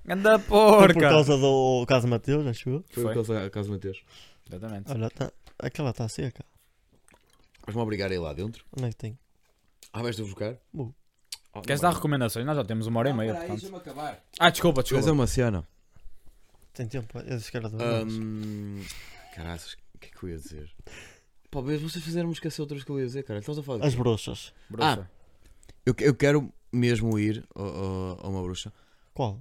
[SPEAKER 3] Anda
[SPEAKER 1] Foi
[SPEAKER 3] porca!
[SPEAKER 1] por causa do caso Mateus, acho eu.
[SPEAKER 2] Foi,
[SPEAKER 3] Foi.
[SPEAKER 2] o caso, caso Mateus.
[SPEAKER 3] Exatamente.
[SPEAKER 1] Olha, tá... aquela está seca.
[SPEAKER 2] Vais-me obrigar a ir lá dentro?
[SPEAKER 1] Onde é que tem?
[SPEAKER 2] Ah, vais-te buscar?
[SPEAKER 1] Vou.
[SPEAKER 2] Oh,
[SPEAKER 3] Ah, Queres dar recomendações? Nós já temos uma hora e meia. portanto.
[SPEAKER 2] acabar.
[SPEAKER 3] Ah, desculpa,
[SPEAKER 2] Tu és
[SPEAKER 3] desculpa.
[SPEAKER 2] uma cena.
[SPEAKER 1] Tem tempo, é de esquerda.
[SPEAKER 2] Hum, caraças, o que é que eu ia dizer? Pá, mas vocês fizeram me esquecer outras que eu ia dizer, cara. Estamos a falar.
[SPEAKER 1] As brochas.
[SPEAKER 2] um- Ah,
[SPEAKER 3] Broxa.
[SPEAKER 2] Eu, eu quero mesmo ir a, a- a uma bruxa.
[SPEAKER 1] Qual?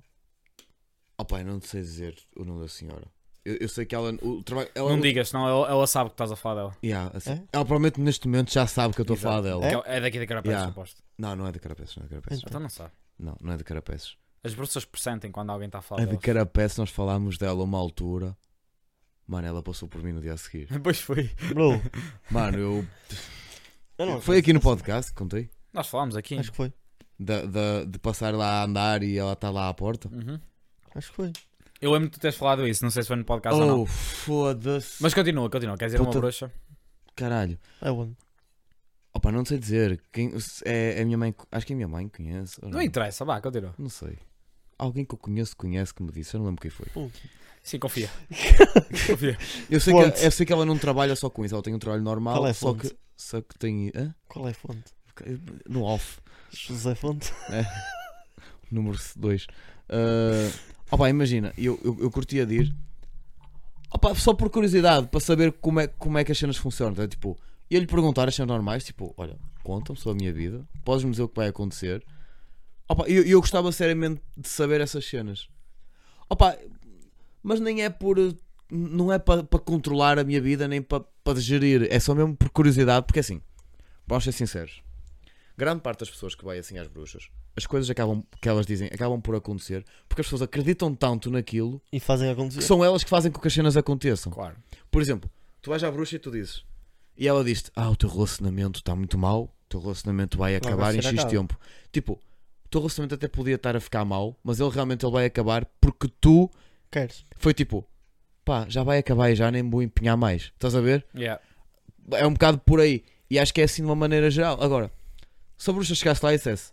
[SPEAKER 2] Oh, pai, não te sei dizer o nome da senhora. Eu, eu sei que ela. O trabalho, ela
[SPEAKER 3] não digas, senão ela, ela sabe que estás a falar dela.
[SPEAKER 2] Yeah, assim,
[SPEAKER 1] É?
[SPEAKER 2] Ela provavelmente neste momento já sabe que eu estou a
[SPEAKER 3] Exato.
[SPEAKER 2] falar dela.
[SPEAKER 1] É?
[SPEAKER 3] Que É, daqui da Carapaces,
[SPEAKER 2] Yeah.
[SPEAKER 3] suposto.
[SPEAKER 2] Não, não é de carapeças, não é de carapeças.
[SPEAKER 3] Então não sabe.
[SPEAKER 2] Não, não é de carapeças.
[SPEAKER 3] As bruxas pressentem quando alguém está a falar
[SPEAKER 2] É de
[SPEAKER 3] delas.
[SPEAKER 2] carapeças, nós falámos dela a uma altura. Mano, ela passou por mim no dia a seguir.
[SPEAKER 3] Pois foi.
[SPEAKER 1] Bro,
[SPEAKER 2] Mano, eu.
[SPEAKER 1] eu não é
[SPEAKER 2] Foi aqui no podcast que contei.
[SPEAKER 3] Nós falámos aqui.
[SPEAKER 1] assim. Acho que foi.
[SPEAKER 2] Da, da- de passar lá a andar e ela está lá à porta.
[SPEAKER 3] Uhum.
[SPEAKER 1] Acho que foi.
[SPEAKER 3] Eu lembro de tu teres falado isso, não sei se foi no podcast ou não.
[SPEAKER 2] Oh, foda-se.
[SPEAKER 3] Mas continua, continua. Quer dizer uma
[SPEAKER 2] Puta-
[SPEAKER 3] bruxa?
[SPEAKER 2] Caralho.
[SPEAKER 1] É onde?
[SPEAKER 2] Opa, não sei dizer. Quem, é, é a minha mãe. Acho que é a minha mãe que conhece. ou
[SPEAKER 3] Não então. interessa, vá, continua.
[SPEAKER 2] Não sei. Alguém que eu conheço conhece que me disse. Eu não lembro quem foi.
[SPEAKER 3] Sim, confia. confia.
[SPEAKER 2] Eu sei,
[SPEAKER 1] Fonte.
[SPEAKER 2] que, eu sei que ela não trabalha só com isso. Ela tem um trabalho normal.
[SPEAKER 1] Qual é a
[SPEAKER 2] só,
[SPEAKER 1] fonte?
[SPEAKER 2] que, só que tem. hã?
[SPEAKER 1] Qual é a fonte?
[SPEAKER 2] No off.
[SPEAKER 1] José Fonte?
[SPEAKER 2] Número 2. opa, imagina. Eu, eu, eu curtia de ir. Opa, só por curiosidade. Para saber como é, como é que as cenas funcionam. Tá? Tipo, ia lhe perguntar as cenas normais. Tipo, olha, conta-me sobre a minha vida. Podes-me dizer o que vai acontecer. Opa, eu, eu gostava seriamente de saber essas cenas. Opa, mas nem é por. eh, Não é para controlar a minha vida, nem para gerir. É só mesmo por curiosidade, porque assim, vamos ser sinceros. Grande parte das pessoas que vai assim às bruxas, as coisas acabam, que elas dizem acabam por acontecer porque as pessoas acreditam tanto naquilo
[SPEAKER 1] E fazem
[SPEAKER 2] que
[SPEAKER 1] acontecer.
[SPEAKER 2] são elas que fazem com que as cenas aconteçam.
[SPEAKER 3] Claro.
[SPEAKER 2] Por exemplo, tu vais à bruxa e tu dizes, e ela diz Ah, o teu relacionamento está muito mal, o teu relacionamento vai
[SPEAKER 1] vai
[SPEAKER 2] acabar em
[SPEAKER 1] ser
[SPEAKER 2] X
[SPEAKER 1] acaba."
[SPEAKER 2] tempo. Tipo, o teu relacionamento até podia estar a ficar mal, mas ele realmente ele vai acabar porque tu
[SPEAKER 1] Queres?
[SPEAKER 2] foi tipo, pá, já vai acabar e já nem vou empenhar mais. Estás a ver?
[SPEAKER 3] Yeah.
[SPEAKER 2] É um bocado por aí. E acho que é assim de uma maneira geral. Agora, se a bruxa chegasse lá e dissesse,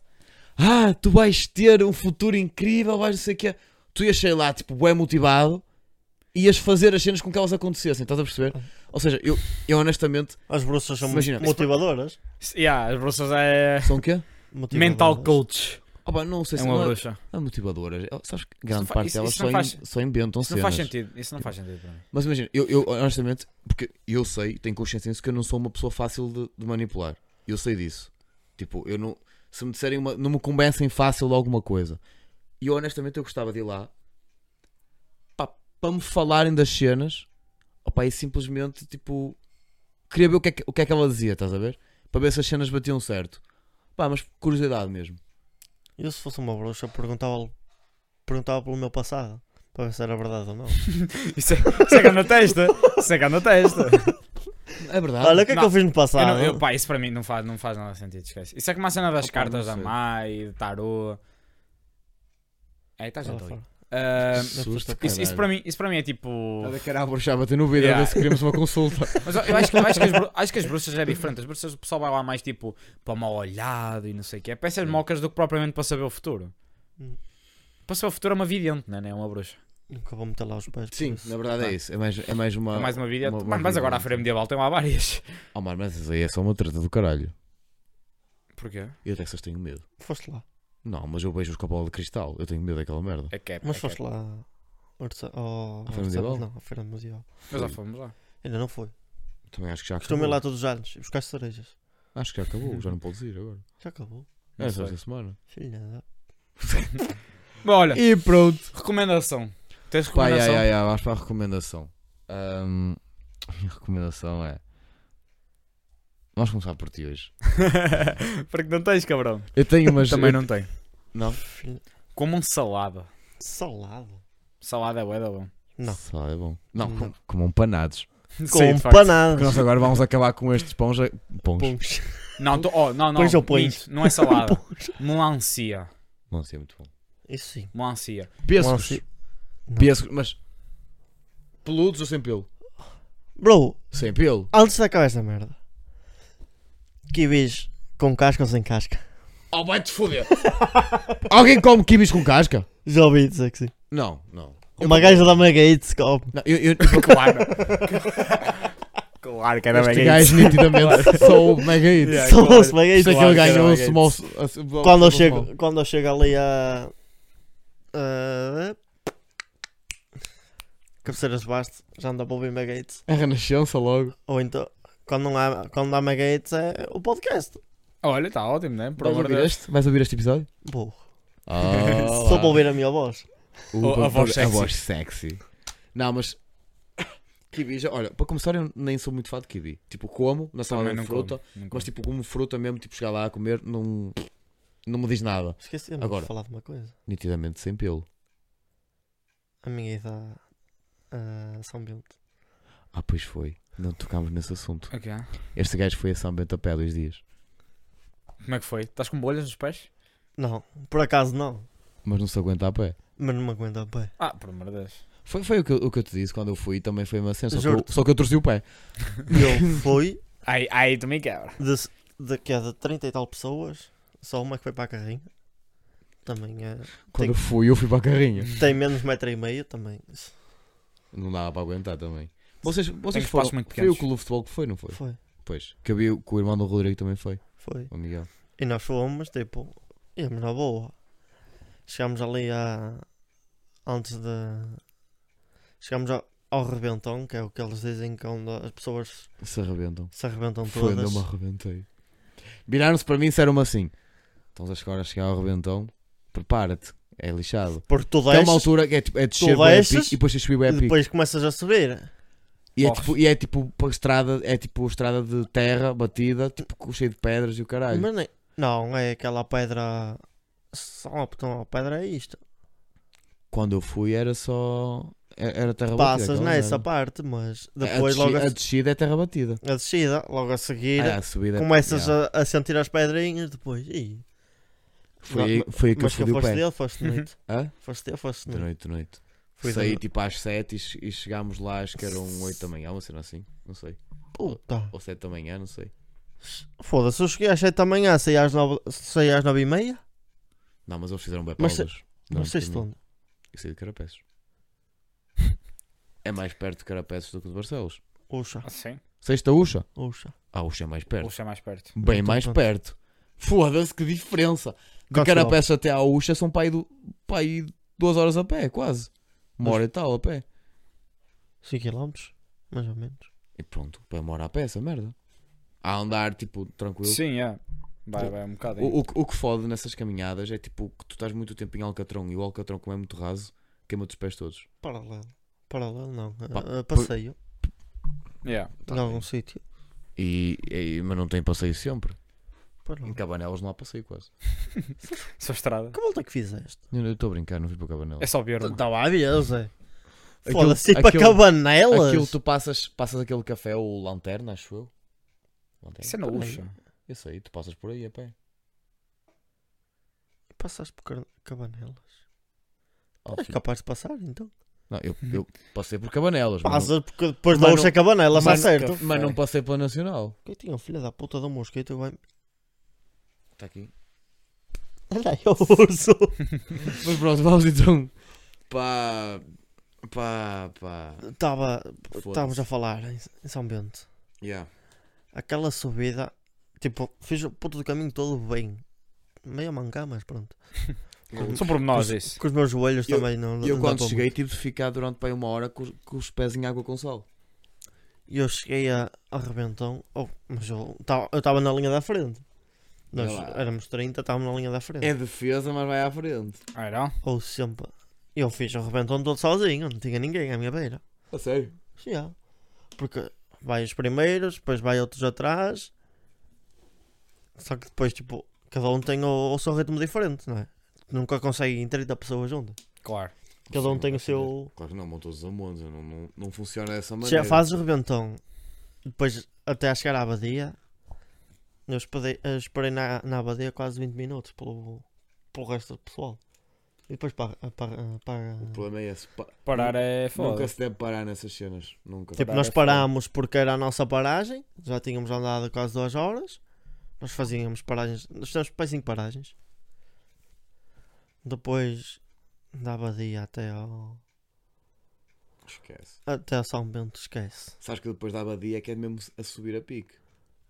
[SPEAKER 2] ah, tu vais ter um futuro incrível, vais não sei o que Tu ias sair lá, tipo, bem motivado, e ias fazer as cenas com que elas acontecessem. Estás a perceber? Ou seja, eu, eu honestamente,
[SPEAKER 1] As bruxas são
[SPEAKER 2] Imagina.
[SPEAKER 1] motivadoras.
[SPEAKER 3] Yeah, as bruxas é.
[SPEAKER 2] são o um quê? Tipo,
[SPEAKER 1] Motivadoras.
[SPEAKER 3] Mental coach.
[SPEAKER 2] Ah pá, não sei
[SPEAKER 3] É
[SPEAKER 2] se
[SPEAKER 3] uma
[SPEAKER 2] não é,
[SPEAKER 3] bruxa.
[SPEAKER 2] não é motivadoras. Eu- Sabes que grande
[SPEAKER 3] não fa-
[SPEAKER 2] parte
[SPEAKER 3] isso-
[SPEAKER 2] delas
[SPEAKER 3] isso não
[SPEAKER 2] só,
[SPEAKER 3] faz-
[SPEAKER 2] in- só inventam
[SPEAKER 3] Isso não faz
[SPEAKER 2] cenas.
[SPEAKER 3] sentido. Isso não faz
[SPEAKER 2] Tipo,
[SPEAKER 3] sentido para mim.
[SPEAKER 2] Mas imagina, eu, eu, honestamente, porque eu sei, tenho consciência disso, que eu não sou uma pessoa fácil de, de manipular. Eu sei disso. Tipo, eu não. Se me disserem uma. Não me convencem fácil de alguma coisa. E eu honestamente eu gostava de ir lá pá, para me falarem das cenas. Opá, e simplesmente tipo. Queria ver o que, é que, o que é que ela dizia, estás a ver? Para ver se as cenas batiam certo. Pá, mas por curiosidade mesmo.
[SPEAKER 1] Eu se fosse uma bruxa perguntava, perguntava pelo meu passado. Para ver se era verdade ou não.
[SPEAKER 3] Isso é, isso é grande testa. Isso é grande testa.
[SPEAKER 2] É verdade.
[SPEAKER 1] Olha, o que é que
[SPEAKER 3] Tá. Não.
[SPEAKER 1] eu fiz no
[SPEAKER 3] Eu
[SPEAKER 1] passado?
[SPEAKER 3] não- eu, pá, isso para mim não faz, não faz nada sentido, esquece. Isso é como a cena das
[SPEAKER 2] Opa,
[SPEAKER 3] cartas da
[SPEAKER 2] não sei.
[SPEAKER 3] Mai, de tarô. É, estás
[SPEAKER 1] Lá
[SPEAKER 3] junto ali.
[SPEAKER 1] Tá fora.
[SPEAKER 3] Ah,
[SPEAKER 2] Susto,
[SPEAKER 3] isso, isso, para mim, isso para mim é tipo.
[SPEAKER 2] Olha que era a bruxa a bater no vidro
[SPEAKER 3] Yeah.
[SPEAKER 2] a ver se queremos uma consulta.
[SPEAKER 3] Mas eu eu acho que, eu acho que as, bru- acho que as bruxas é diferente. As bruxas o pessoal vai lá mais tipo para mal olhado e não sei o que. É para essas
[SPEAKER 2] Hum.
[SPEAKER 3] mocas do que propriamente para saber o futuro.
[SPEAKER 1] Hum.
[SPEAKER 3] Para saber o futuro é uma vidente, não é? Não é uma bruxa.
[SPEAKER 1] Nunca vou meter lá os pés. por
[SPEAKER 2] Sim,
[SPEAKER 1] isso.
[SPEAKER 2] na verdade é isso. É mais, é mais uma.
[SPEAKER 3] É mais uma vidente.
[SPEAKER 2] uma- uma
[SPEAKER 3] Mano, mas agora a
[SPEAKER 2] vidente.
[SPEAKER 3] feira medieval tem lá várias.
[SPEAKER 2] Oh, mano, mas isso aí é só uma treta do caralho.
[SPEAKER 3] Porquê?
[SPEAKER 2] Eu dessas tenho medo.
[SPEAKER 1] Foste lá.
[SPEAKER 2] Não, mas eu beijo os com a bola de cristal. Eu tenho medo daquela merda.
[SPEAKER 3] É cap.
[SPEAKER 1] Mas
[SPEAKER 3] é
[SPEAKER 1] foste
[SPEAKER 3] cap.
[SPEAKER 1] lá. Orça... Oh,
[SPEAKER 2] À Feira Medieval?
[SPEAKER 1] Não, a Feira Mundial.
[SPEAKER 3] Nós já fomos lá.
[SPEAKER 1] Ainda não foi.
[SPEAKER 3] É.
[SPEAKER 2] Também acho que já acabou.
[SPEAKER 1] Costumo ir lá todos os anos e buscar cerejas.
[SPEAKER 2] Acho que já acabou. Já não podes ir agora.
[SPEAKER 1] Já acabou.
[SPEAKER 3] Não
[SPEAKER 2] é
[SPEAKER 3] sei.
[SPEAKER 2] só esta semana.
[SPEAKER 1] Filha da...
[SPEAKER 3] Bom, olha,
[SPEAKER 2] E pronto.
[SPEAKER 3] recomendação. Tens
[SPEAKER 2] Pá, já,
[SPEAKER 3] recomendação?
[SPEAKER 2] já, já. Vais para a recomendação. Ahm, a minha recomendação é. Vamos começar por ti hoje.
[SPEAKER 3] Porque não tens, cabrão.
[SPEAKER 2] Eu tenho umas.
[SPEAKER 3] Também
[SPEAKER 2] eu-
[SPEAKER 3] não tem.
[SPEAKER 2] Não?
[SPEAKER 1] Filha...
[SPEAKER 3] Como um salada.
[SPEAKER 1] Salado.
[SPEAKER 3] Salada é bué da bom.
[SPEAKER 1] Não.
[SPEAKER 2] Só é bom. Não,
[SPEAKER 1] Não.
[SPEAKER 2] com, comam panados.
[SPEAKER 3] Sim,
[SPEAKER 1] Com
[SPEAKER 3] de facto.
[SPEAKER 2] Que
[SPEAKER 1] panadas.
[SPEAKER 2] nós agora vamos acabar com estes pães. a- Pães.
[SPEAKER 1] Pons.
[SPEAKER 3] Não, tu- oh, não, não.
[SPEAKER 1] Pões ou pões?
[SPEAKER 3] minto, Não é salada. Melancia.
[SPEAKER 2] Não sei, é muito bom.
[SPEAKER 1] Isso sim.
[SPEAKER 3] Melancia.
[SPEAKER 2] Pescos.
[SPEAKER 1] Não.
[SPEAKER 2] Pescos, mas. Peludos ou sem pelo?
[SPEAKER 1] Bro,
[SPEAKER 2] Sem pelo.
[SPEAKER 1] antes de acabar esta merda. Kiwis com casca ou sem casca?
[SPEAKER 2] Oh, vai-te foder! Alguém come kiwis com casca?
[SPEAKER 1] Já ouvi dizer que sim.
[SPEAKER 2] Não, não.
[SPEAKER 1] Uma gaja da Mega Eats come.
[SPEAKER 2] Não, eu, eu,
[SPEAKER 3] Claro. claro que era
[SPEAKER 2] este
[SPEAKER 3] bem
[SPEAKER 2] gajo nitidamente sou o mega hit.
[SPEAKER 3] Yeah,
[SPEAKER 1] Só
[SPEAKER 3] claro.
[SPEAKER 1] se Mega
[SPEAKER 2] Isto é
[SPEAKER 1] Eats.
[SPEAKER 2] que
[SPEAKER 3] claro
[SPEAKER 2] ele
[SPEAKER 3] que
[SPEAKER 2] ganhou
[SPEAKER 3] era
[SPEAKER 2] o
[SPEAKER 3] Mega
[SPEAKER 2] small.
[SPEAKER 3] Hits.
[SPEAKER 2] a- a-
[SPEAKER 1] Quando
[SPEAKER 2] small-
[SPEAKER 1] eu chego, quando eu chego ali a. a- cabeceiras de basto, já anda para ouvir Magates.
[SPEAKER 2] É renascença logo.
[SPEAKER 1] Ou então, quando não há, quando há Magates, é o podcast.
[SPEAKER 3] Olha, está ótimo, né? Por
[SPEAKER 2] Vais
[SPEAKER 3] amor de
[SPEAKER 2] ouvir,
[SPEAKER 3] Deus.
[SPEAKER 2] este? Vais ouvir este episódio?
[SPEAKER 1] Burro.
[SPEAKER 2] Ah,
[SPEAKER 1] Só para ouvir a minha voz.
[SPEAKER 2] O-
[SPEAKER 3] A- a voz
[SPEAKER 2] A
[SPEAKER 3] sexy.
[SPEAKER 2] voz sexy. Não, mas. Kiwi, já, olha, para começar, eu nem sou muito fã de kiwi. Tipo, como na salada
[SPEAKER 3] Também
[SPEAKER 2] de
[SPEAKER 3] não
[SPEAKER 2] fruta,
[SPEAKER 3] como, não como.
[SPEAKER 2] mas tipo, como fruta mesmo, tipo, chegar lá a comer, não. Não me diz nada.
[SPEAKER 1] Esqueci-me
[SPEAKER 2] Agora.
[SPEAKER 1] de falar de uma coisa.
[SPEAKER 2] Nitidamente sem pelo.
[SPEAKER 1] A minha é idade. ah, São Bento.
[SPEAKER 2] Ah, pois foi. Não tocámos nesse assunto.
[SPEAKER 3] Ok.
[SPEAKER 2] Este gajo foi a São Bento a pé dois dias.
[SPEAKER 3] Como é que foi? Estás com bolhas nos pés?
[SPEAKER 1] Não, por acaso não.
[SPEAKER 2] Mas não se aguenta a pé.
[SPEAKER 1] Mas não me aguenta bem.
[SPEAKER 3] Ah, por amor de Deus.
[SPEAKER 2] Foi, foi o, que eu, o que eu te disse quando eu fui, também foi uma cena. Só, que eu,
[SPEAKER 1] Juro-te.
[SPEAKER 2] só que eu torci o pé.
[SPEAKER 1] Eu fui
[SPEAKER 3] Ai, ai, também quero.
[SPEAKER 1] De, de, que é de 30 e tal pessoas, só uma é que foi para a carrinha. Também é.
[SPEAKER 2] Quando
[SPEAKER 1] Tem-
[SPEAKER 2] eu fui, eu fui para a carrinha.
[SPEAKER 1] Tem menos metro e meio também. Isso
[SPEAKER 2] Não dava para aguentar também. Vocês,
[SPEAKER 3] Tem
[SPEAKER 2] vocês
[SPEAKER 3] espaços
[SPEAKER 2] foram.
[SPEAKER 3] muito
[SPEAKER 2] Foi
[SPEAKER 3] pequenos.
[SPEAKER 2] o clube de futebol que foi, não foi?
[SPEAKER 1] Foi.
[SPEAKER 2] Pois. Que eu vi que o irmão do Rodrigo também foi,
[SPEAKER 1] Foi.
[SPEAKER 2] o Miguel.
[SPEAKER 1] E nós fomos, tipo, íamos na boa. Chegámos ali a. Antes de. Chegámos ao, ao rebentão, que é o que eles dizem que é onde as pessoas
[SPEAKER 2] Se arrebentam.
[SPEAKER 1] se arrebentam
[SPEAKER 2] Foi onde
[SPEAKER 1] todas.
[SPEAKER 2] eu me arrebentei. Viraram-se para mim e disseram-me assim: estás agora a chegar ao é um arrebentão, prepara-te, é lixado.
[SPEAKER 1] Porque tu
[SPEAKER 2] Até uma
[SPEAKER 1] desces
[SPEAKER 2] altura que é, tipo, é descer o
[SPEAKER 1] desces,
[SPEAKER 2] epic e depois tens de subir o
[SPEAKER 1] e
[SPEAKER 2] epic.
[SPEAKER 1] depois começas a subir.
[SPEAKER 2] E, é
[SPEAKER 3] Corres.
[SPEAKER 2] tipo, e é tipo para a estrada, é tipo estrada de terra batida, tipo com- cheio de pedras e o caralho.
[SPEAKER 1] Mas nem- não, é aquela pedra. Só então, a pedra é isto.
[SPEAKER 2] Quando eu fui era só. é- Era terra batida.
[SPEAKER 1] Passas
[SPEAKER 2] aquela
[SPEAKER 1] nessa
[SPEAKER 2] merda.
[SPEAKER 1] parte, mas
[SPEAKER 2] A
[SPEAKER 1] depois
[SPEAKER 2] desci-
[SPEAKER 1] logo a
[SPEAKER 2] a descida é terra batida.
[SPEAKER 1] a descida, logo a seguir,
[SPEAKER 2] Ah, a subida é-
[SPEAKER 1] começas
[SPEAKER 2] yeah.
[SPEAKER 1] a, a sentir as pedrinhas, depois, ih,
[SPEAKER 2] Foi, aí- foi aí que eu
[SPEAKER 1] mas que
[SPEAKER 2] fodi o
[SPEAKER 1] foste
[SPEAKER 2] pé.
[SPEAKER 1] dele, foste de noite,
[SPEAKER 2] Hã?
[SPEAKER 1] foste dele, foste
[SPEAKER 2] De
[SPEAKER 1] de noite.
[SPEAKER 2] noite, de noite.
[SPEAKER 1] Fui de
[SPEAKER 2] Saí
[SPEAKER 1] noite.
[SPEAKER 2] tipo às 7 e, che- e chegámos lá, acho que eram 8 da manhã, uma cena assim, não sei.
[SPEAKER 1] Puta,
[SPEAKER 2] Ou 7 da manhã, não sei.
[SPEAKER 1] foda-se, eu cheguei às 7 da manhã, saí às 9, saí às 9 e meia,
[SPEAKER 2] Não, mas eles fizeram bem
[SPEAKER 1] Mas se-
[SPEAKER 2] pausas.
[SPEAKER 1] não sei se onde.
[SPEAKER 2] Eu saí de Carapeços. é mais perto de Carapeços do que de Barcelos.
[SPEAKER 1] Uxa,
[SPEAKER 3] Ah, Sim.
[SPEAKER 2] Sexta Uxa?
[SPEAKER 1] uxa.
[SPEAKER 2] Ah, Uxa é mais perto.
[SPEAKER 3] Puxa mais perto.
[SPEAKER 2] Bem
[SPEAKER 1] Então,
[SPEAKER 2] mais
[SPEAKER 1] pronto.
[SPEAKER 2] perto. Foda-se, que diferença. De
[SPEAKER 1] Quantos
[SPEAKER 2] Carapeços até à Uxa são para aí, do, para aí duas horas a pé, quase. Uma
[SPEAKER 1] Mas-
[SPEAKER 2] hora e tal a pé.
[SPEAKER 1] 5 km, mais ou menos.
[SPEAKER 2] E pronto, para uma hora a pé essa merda. A andar, tipo, tranquilo.
[SPEAKER 3] Sim, é. Vai, vai um bocado.
[SPEAKER 2] O, o, que- o que fode nessas caminhadas é tipo que tu estás muito tempo em Alcatrão e o Alcatrão, como é muito raso, queima-te os pés todos.
[SPEAKER 1] Paralelo, paralelo não,
[SPEAKER 2] Pa-
[SPEAKER 1] eh, eh, passeio,
[SPEAKER 3] Yeah.
[SPEAKER 2] tá
[SPEAKER 1] em
[SPEAKER 2] bem.
[SPEAKER 1] algum sítio,
[SPEAKER 2] E, e- mas não tem passeio sempre. Em
[SPEAKER 1] paralelo.
[SPEAKER 2] Cabanelas não há passeio quase.
[SPEAKER 3] Só estrada.
[SPEAKER 1] Que volta que fizeste?
[SPEAKER 2] Eu não- eu estou a brincar, não fui para Cabanelas.
[SPEAKER 3] É só ver.
[SPEAKER 2] tá.
[SPEAKER 1] Estava a ver, Zé.
[SPEAKER 2] Aquilo-
[SPEAKER 1] Foda-se, tipo ir para
[SPEAKER 2] aquilo-
[SPEAKER 1] cabanelas?
[SPEAKER 2] Aquilo tu passas, passas aquele café ou lanterna, acho eu. Lanterna?
[SPEAKER 3] Isso é na Uxa.
[SPEAKER 2] Eu sei, tu passas por aí é a pé.
[SPEAKER 1] Passaste por Car- cabanelas?
[SPEAKER 2] Ó,
[SPEAKER 1] És
[SPEAKER 2] filho.
[SPEAKER 1] É capaz de passar, então?
[SPEAKER 2] Não, eu, eu passei por Cabanelas, mas não-
[SPEAKER 1] Passa, porque depois da
[SPEAKER 2] Mano-
[SPEAKER 1] Ursa Cabanela, está
[SPEAKER 2] Mano-
[SPEAKER 1] tá certo.
[SPEAKER 2] mas, não passei pela Nacional.
[SPEAKER 1] Quem tinha um filho da puta do mosquito? Vai...
[SPEAKER 2] Está Tá aqui.
[SPEAKER 1] Olha aí, o urso.
[SPEAKER 2] Mas pronto, vamos então para. para. para.
[SPEAKER 1] Estava,
[SPEAKER 2] Foda-se.
[SPEAKER 1] estávamos a falar em, em São Bento.
[SPEAKER 2] Yeah.
[SPEAKER 1] Aquela subida, tipo, fiz o puto do caminho todo bem. Meio a mancar, mas pronto. Com,
[SPEAKER 3] São pormenores isso.
[SPEAKER 1] com os meus joelhos
[SPEAKER 2] Eu-
[SPEAKER 1] também não.
[SPEAKER 2] E eu
[SPEAKER 1] não
[SPEAKER 2] quando
[SPEAKER 1] dá para
[SPEAKER 2] cheguei
[SPEAKER 1] muito.
[SPEAKER 2] tive de ficar durante bem uma hora com, os- com os pés em água com sal.
[SPEAKER 1] E eu cheguei a, a rebentão. Oh, mas eu estava eu estava na linha da frente. Nós
[SPEAKER 2] Olha lá.
[SPEAKER 1] éramos 30, estávamos na linha da frente.
[SPEAKER 2] É defesa, mas vai à frente.
[SPEAKER 3] Ah, não?
[SPEAKER 1] Ou sempre. Eu fiz o rebentão todo sozinho, não tinha ninguém à minha beira.
[SPEAKER 2] A sério?
[SPEAKER 1] Sim, há. Porque vai os primeiros, depois vai outros atrás. Só que depois, tipo, cada um tem o, o seu ritmo diferente, não é? Nunca conseguem 30 pessoas juntas.
[SPEAKER 3] Claro.
[SPEAKER 1] Cada um tem o seu.
[SPEAKER 2] Claro que não, montou os amontes, não, não, não funciona dessa
[SPEAKER 1] Já
[SPEAKER 2] maneira.
[SPEAKER 1] fazes o rebentão. Depois, até a chegar à abadia, eu esperei, eu esperei na, na abadia quase 20 minutos pelo, pelo resto do pessoal. E depois para. para, para-
[SPEAKER 2] O problema é esse. pa-
[SPEAKER 3] Parar é
[SPEAKER 2] Nunca
[SPEAKER 3] foda.
[SPEAKER 2] se deve parar nessas cenas. Nunca.
[SPEAKER 1] Tipo,
[SPEAKER 3] Parar
[SPEAKER 1] nós
[SPEAKER 3] é foda.
[SPEAKER 1] parámos porque era a nossa paragem, já tínhamos andado quase duas horas. Nós fazíamos paragens, nós fizemos para cinco paragens. Depois dava dia até ao,
[SPEAKER 2] Esquece.
[SPEAKER 1] até ao São Bento, esquece.
[SPEAKER 2] Sabes que depois da abadia é que é mesmo a subir a pique.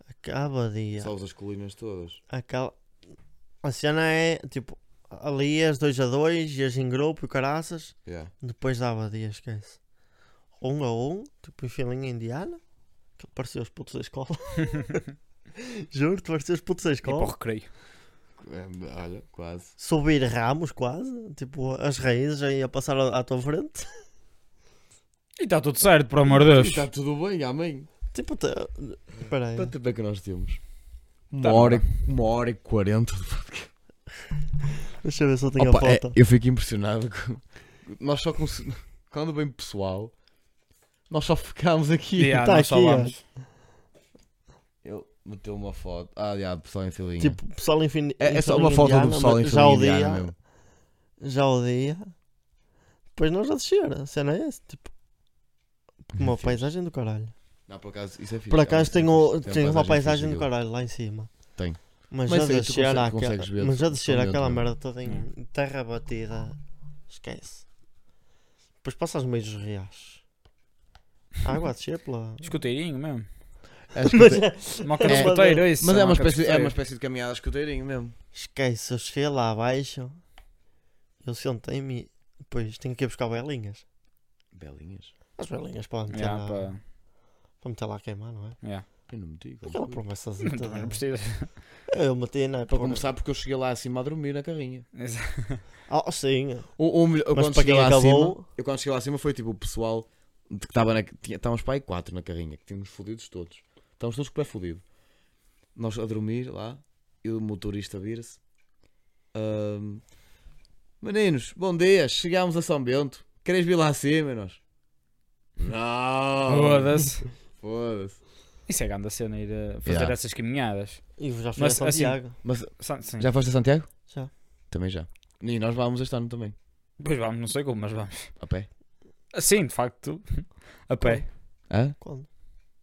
[SPEAKER 1] Acaba dia.
[SPEAKER 2] Só as colinas todas.
[SPEAKER 1] Aquela... A cena é tipo, ali as 2 a 2, ias em grupo e o caraças.
[SPEAKER 2] Yeah.
[SPEAKER 1] Depois dava dia, esquece. um a um, tipo em Filinha, Indiana, que parecia os putos da escola. Juro-te, parecia os putos da
[SPEAKER 3] E para o
[SPEAKER 1] escola.
[SPEAKER 3] recreio.
[SPEAKER 2] É, Olha, quase.
[SPEAKER 1] Subir ramos quase, tipo as raízes aí a passar à à tua frente.
[SPEAKER 3] E
[SPEAKER 1] tá
[SPEAKER 3] está tudo certo, por amor de
[SPEAKER 2] E
[SPEAKER 3] Deus.
[SPEAKER 2] está tudo bem, amém.
[SPEAKER 1] Tipo, te... peraí.
[SPEAKER 2] Quanto tempo é que nós temos?
[SPEAKER 3] Tá
[SPEAKER 2] Uma,
[SPEAKER 3] bom.
[SPEAKER 2] hora, e- uma hora e quarenta.
[SPEAKER 1] Deixa eu ver se eu tenho
[SPEAKER 2] Opa,
[SPEAKER 1] a
[SPEAKER 2] é,
[SPEAKER 1] foto.
[SPEAKER 2] eu fico impressionado. com- Nós só conseguimos. Quando bem pessoal, nós só ficámos aqui.
[SPEAKER 3] Yeah,
[SPEAKER 1] Tá
[SPEAKER 3] nós só
[SPEAKER 1] aqui, ó.
[SPEAKER 3] vamos.
[SPEAKER 2] Ele meteu uma foto. Ah, yeah, pessoal em filinha.
[SPEAKER 1] Tipo, pessoal em Fin-
[SPEAKER 2] é,
[SPEAKER 1] em
[SPEAKER 2] é só
[SPEAKER 1] Filinha,
[SPEAKER 2] uma foto do
[SPEAKER 1] Indiana,
[SPEAKER 2] pessoal em
[SPEAKER 1] mas já
[SPEAKER 2] filinha
[SPEAKER 1] o dia-
[SPEAKER 2] indiana mesmo.
[SPEAKER 1] já o dia. Depois nós a descer, a cena é essa, tipo. Uma
[SPEAKER 2] Fixe.
[SPEAKER 1] paisagem do caralho.
[SPEAKER 2] Não, por acaso, isso é fixe.
[SPEAKER 1] Por acaso
[SPEAKER 2] É, tem
[SPEAKER 1] tenho,
[SPEAKER 2] fixe, tem
[SPEAKER 1] tenho uma paisagem
[SPEAKER 2] fixe
[SPEAKER 1] do
[SPEAKER 2] aquilo.
[SPEAKER 1] caralho lá em cima.
[SPEAKER 2] Tem. Mas
[SPEAKER 1] Mas, já
[SPEAKER 2] isso aí tu
[SPEAKER 1] descer,
[SPEAKER 2] consegue-
[SPEAKER 1] àquela-
[SPEAKER 2] consegues ver
[SPEAKER 1] mas já descer
[SPEAKER 2] totalmente,
[SPEAKER 1] aquela
[SPEAKER 2] não é?
[SPEAKER 1] merda toda em terra batida. Esquece. Depois passas meio dos riachos. Água a descer pela.
[SPEAKER 3] Escuteirinho mesmo.
[SPEAKER 2] Acho que
[SPEAKER 1] Mas
[SPEAKER 2] tem-
[SPEAKER 1] é-
[SPEAKER 3] Moca de
[SPEAKER 2] É.
[SPEAKER 3] escuteiro, isso.
[SPEAKER 2] Mas é uma,
[SPEAKER 3] moca de
[SPEAKER 2] espécie, é uma
[SPEAKER 3] escuteiro.
[SPEAKER 2] espécie de caminhada escuteirinho mesmo.
[SPEAKER 1] Esquece, eu cheguei lá abaixo. Eu sentei-me e depois tenho que ir buscar belinhas.
[SPEAKER 2] Belinhas.
[SPEAKER 1] As belinhas para meter,
[SPEAKER 3] Yeah,
[SPEAKER 1] lá, para...
[SPEAKER 3] pá.
[SPEAKER 1] meter lá a queimar, não é?
[SPEAKER 3] Yeah.
[SPEAKER 2] Eu não meti. como
[SPEAKER 1] Aquela
[SPEAKER 2] fui.
[SPEAKER 1] promessazinha toda.
[SPEAKER 3] Também não precisa.
[SPEAKER 1] né? Eu meti, não é?
[SPEAKER 2] Para
[SPEAKER 1] Por-
[SPEAKER 2] começar, um porque eu cheguei lá assim, acima a dormir na carrinha.
[SPEAKER 3] Exato.
[SPEAKER 1] Ah, sim.
[SPEAKER 2] O, o, melhor- eu,
[SPEAKER 1] Mas
[SPEAKER 2] quando
[SPEAKER 1] para
[SPEAKER 2] cheguei
[SPEAKER 1] quem
[SPEAKER 2] lá
[SPEAKER 1] acabou-
[SPEAKER 2] acima, eu quando cheguei lá acima foi tipo o pessoal de que estava na. tinha- Estávamos para aí quatro na carrinha, que tínhamos fodidos todos. Estávamos todos com o pé fodido. Nós a dormir lá e o motorista vira-se. Ahm, Meninos, bom dia, chegámos a São Bento. Queres vir lá acima? E Nós? Não!
[SPEAKER 3] Foda-se.
[SPEAKER 2] Foda-se.
[SPEAKER 3] Oh. Isso é grande a cena, ir a fazer
[SPEAKER 2] Yeah.
[SPEAKER 3] essas caminhadas.
[SPEAKER 1] E já fui
[SPEAKER 3] Mas,
[SPEAKER 1] a Santiago.
[SPEAKER 2] Mas assim,
[SPEAKER 3] Sa- Sim.
[SPEAKER 2] já foste a Santiago?
[SPEAKER 1] Já.
[SPEAKER 2] Também já. E nós vamos este ano também.
[SPEAKER 3] Pois vamos, não sei como, mas vamos.
[SPEAKER 2] A pé?
[SPEAKER 3] Sim, de facto. A pé.
[SPEAKER 2] Hã?
[SPEAKER 1] Quando?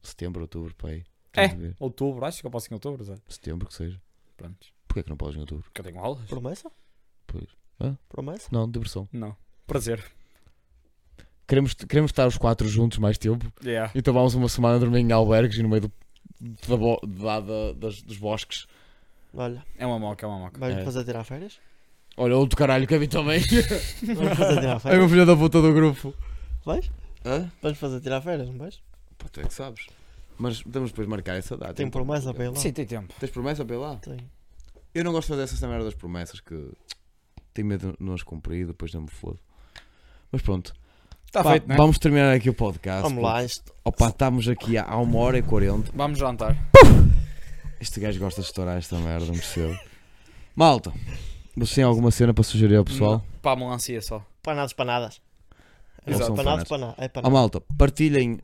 [SPEAKER 2] Setembro, outubro, para aí.
[SPEAKER 3] É.
[SPEAKER 2] Tens de ver.
[SPEAKER 3] Outubro, acho que eu posso em outubro, Zé.
[SPEAKER 2] Setembro que seja.
[SPEAKER 3] Pronto.
[SPEAKER 2] Porquê que não podes em outubro?
[SPEAKER 3] Porque eu tenho aulas?
[SPEAKER 1] Promessa?
[SPEAKER 2] Pois. Hã?
[SPEAKER 1] Promessa?
[SPEAKER 2] Não, diversão.
[SPEAKER 3] Não. Prazer.
[SPEAKER 2] Queremos, queremos estar os quatro juntos mais tempo,
[SPEAKER 3] Yeah.
[SPEAKER 2] então vamos uma semana dormir em albergues e no meio do, da bo- da- da- das- dos bosques.
[SPEAKER 1] Olha,
[SPEAKER 3] É uma moca, é uma moca.
[SPEAKER 1] vais-me
[SPEAKER 2] É.
[SPEAKER 1] fazer tirar férias?
[SPEAKER 2] Olha, outro caralho que a mim também.
[SPEAKER 1] Vais-me fazer tirar
[SPEAKER 2] é meu
[SPEAKER 1] férias?
[SPEAKER 2] filho da puta do grupo.
[SPEAKER 1] Vais?
[SPEAKER 2] Hã?
[SPEAKER 1] Vais-me fazer tirar férias, não vais?
[SPEAKER 2] Pá, tu é que sabes. Mas podemos depois marcar essa data.
[SPEAKER 1] Tenho
[SPEAKER 2] então.
[SPEAKER 1] promessa para ir lá?
[SPEAKER 3] Sim, tem tempo.
[SPEAKER 2] Tens promessa para ir lá?
[SPEAKER 1] Tenho.
[SPEAKER 2] Eu não gosto de fazer essa merda das promessas que tenho medo de não as cumprir e depois não me fodo. Mas pronto,
[SPEAKER 1] Tá
[SPEAKER 3] Está
[SPEAKER 2] Pá,
[SPEAKER 3] feito, né?
[SPEAKER 2] vamos terminar aqui o podcast.
[SPEAKER 1] é? Vamos lá, isto.
[SPEAKER 2] Opa, estamos aqui há uma hora e quarenta.
[SPEAKER 3] Vamos jantar.
[SPEAKER 2] Este gajo gosta de estourar esta merda, me percebo. Malta, vocês têm alguma cena para sugerir ao pessoal?
[SPEAKER 3] Não, Pá, melancia só.
[SPEAKER 1] Panadas, panadas.
[SPEAKER 2] Não
[SPEAKER 1] Não,
[SPEAKER 2] são
[SPEAKER 1] panadas,
[SPEAKER 2] panadas.
[SPEAKER 1] panadas. É
[SPEAKER 2] Ó Ah,
[SPEAKER 1] panadas.
[SPEAKER 2] malta, partilhem,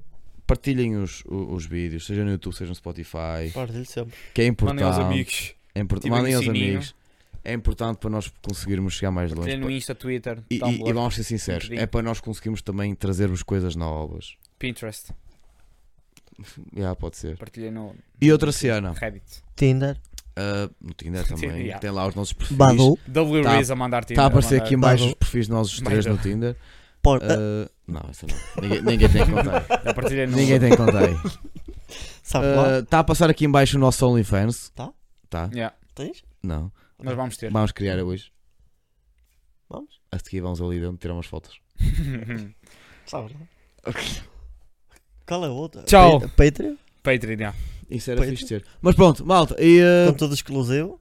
[SPEAKER 2] partilhem os, o- os vídeos, seja no YouTube, seja no Spotify,
[SPEAKER 1] Partilho sempre.
[SPEAKER 2] que é importante.
[SPEAKER 3] Mandem aos amigos.
[SPEAKER 2] É import-
[SPEAKER 3] Ativem
[SPEAKER 2] mandem
[SPEAKER 3] o
[SPEAKER 2] aos
[SPEAKER 3] sininho.
[SPEAKER 2] amigos. É importante para nós conseguirmos chegar mais longe.
[SPEAKER 3] Tem no Insta, Twitter,
[SPEAKER 2] E, e-
[SPEAKER 3] Tumblr,
[SPEAKER 2] e vamos ser sinceros,
[SPEAKER 3] LinkedIn.
[SPEAKER 2] é para nós conseguirmos também trazer-vos coisas novas.
[SPEAKER 3] Pinterest.
[SPEAKER 2] Já, pode ser.
[SPEAKER 3] Partilhem no
[SPEAKER 2] E outra cena,
[SPEAKER 3] Reddit.
[SPEAKER 1] Tinder.
[SPEAKER 2] ah, no Tinder também,
[SPEAKER 3] Yeah.
[SPEAKER 2] que tem lá os nossos perfis.
[SPEAKER 1] Badu.
[SPEAKER 3] W.
[SPEAKER 2] Tá-
[SPEAKER 3] Ruiz a mandar Tinder.
[SPEAKER 2] Está a aparecer
[SPEAKER 3] mandar-
[SPEAKER 2] aqui mais
[SPEAKER 1] Badu.
[SPEAKER 2] os perfis de nós os três no Tinder.
[SPEAKER 1] Porta.
[SPEAKER 2] Ah, não, isso não. Ninguém, ninguém tem que contar.
[SPEAKER 3] Já partilhem no...
[SPEAKER 2] Ninguém tem que contar aí.
[SPEAKER 1] Sabe lá?
[SPEAKER 2] Está a passar aqui em baixo o nosso OnlyFans.
[SPEAKER 1] Tá?
[SPEAKER 2] Tá?
[SPEAKER 3] Yeah,
[SPEAKER 1] Tens?
[SPEAKER 2] Não.
[SPEAKER 3] nós vamos ter.
[SPEAKER 2] Vamos criar hoje.
[SPEAKER 1] Vamos?
[SPEAKER 2] A seguir vamos ali dentro tirar umas fotos.
[SPEAKER 1] Sabes lá? Qual é a outra?
[SPEAKER 3] Tchau.
[SPEAKER 1] Pa- Patreon?
[SPEAKER 3] Patreon, yeah.
[SPEAKER 2] Isso era
[SPEAKER 1] Pois.
[SPEAKER 2] fixe ter. Mas pronto, malta. E, eh,
[SPEAKER 1] Conteúdo exclusivo.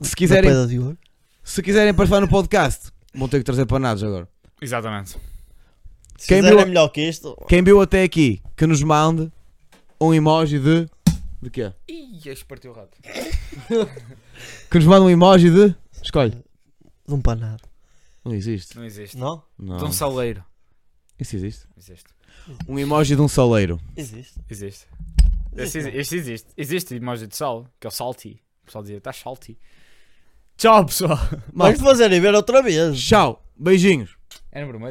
[SPEAKER 2] se,
[SPEAKER 1] da
[SPEAKER 2] quiserem,
[SPEAKER 1] Pedra de Ouro.
[SPEAKER 2] se quiserem participar no podcast, vão ter que trazer panados agora.
[SPEAKER 3] Exatamente.
[SPEAKER 1] Se
[SPEAKER 2] Quem
[SPEAKER 1] fizerem
[SPEAKER 2] viu a-
[SPEAKER 1] melhor que isto,
[SPEAKER 2] Quem viu até aqui, que nos mande um emoji de. De quê?
[SPEAKER 3] Ih, este partiu o rato.
[SPEAKER 2] Que nos mande um emoji de. Escolhe.
[SPEAKER 1] de um panado.
[SPEAKER 2] Não existe.
[SPEAKER 3] Não existe.
[SPEAKER 1] Não?
[SPEAKER 2] Não.
[SPEAKER 3] De um saleiro.
[SPEAKER 2] Isso existe.
[SPEAKER 3] Existe.
[SPEAKER 2] Um emoji de um saleiro.
[SPEAKER 1] Existe.
[SPEAKER 3] Existe.
[SPEAKER 1] Existe,
[SPEAKER 3] Este,
[SPEAKER 1] não.
[SPEAKER 3] este existe. Existe emoji de sal, que é o salty. O pessoal dizia, estás salty. Tchau, pessoal.
[SPEAKER 1] Vamos
[SPEAKER 2] Malta,
[SPEAKER 1] fazer e ver outra vez.
[SPEAKER 2] tchau. Beijinhos.
[SPEAKER 3] Era vermelho.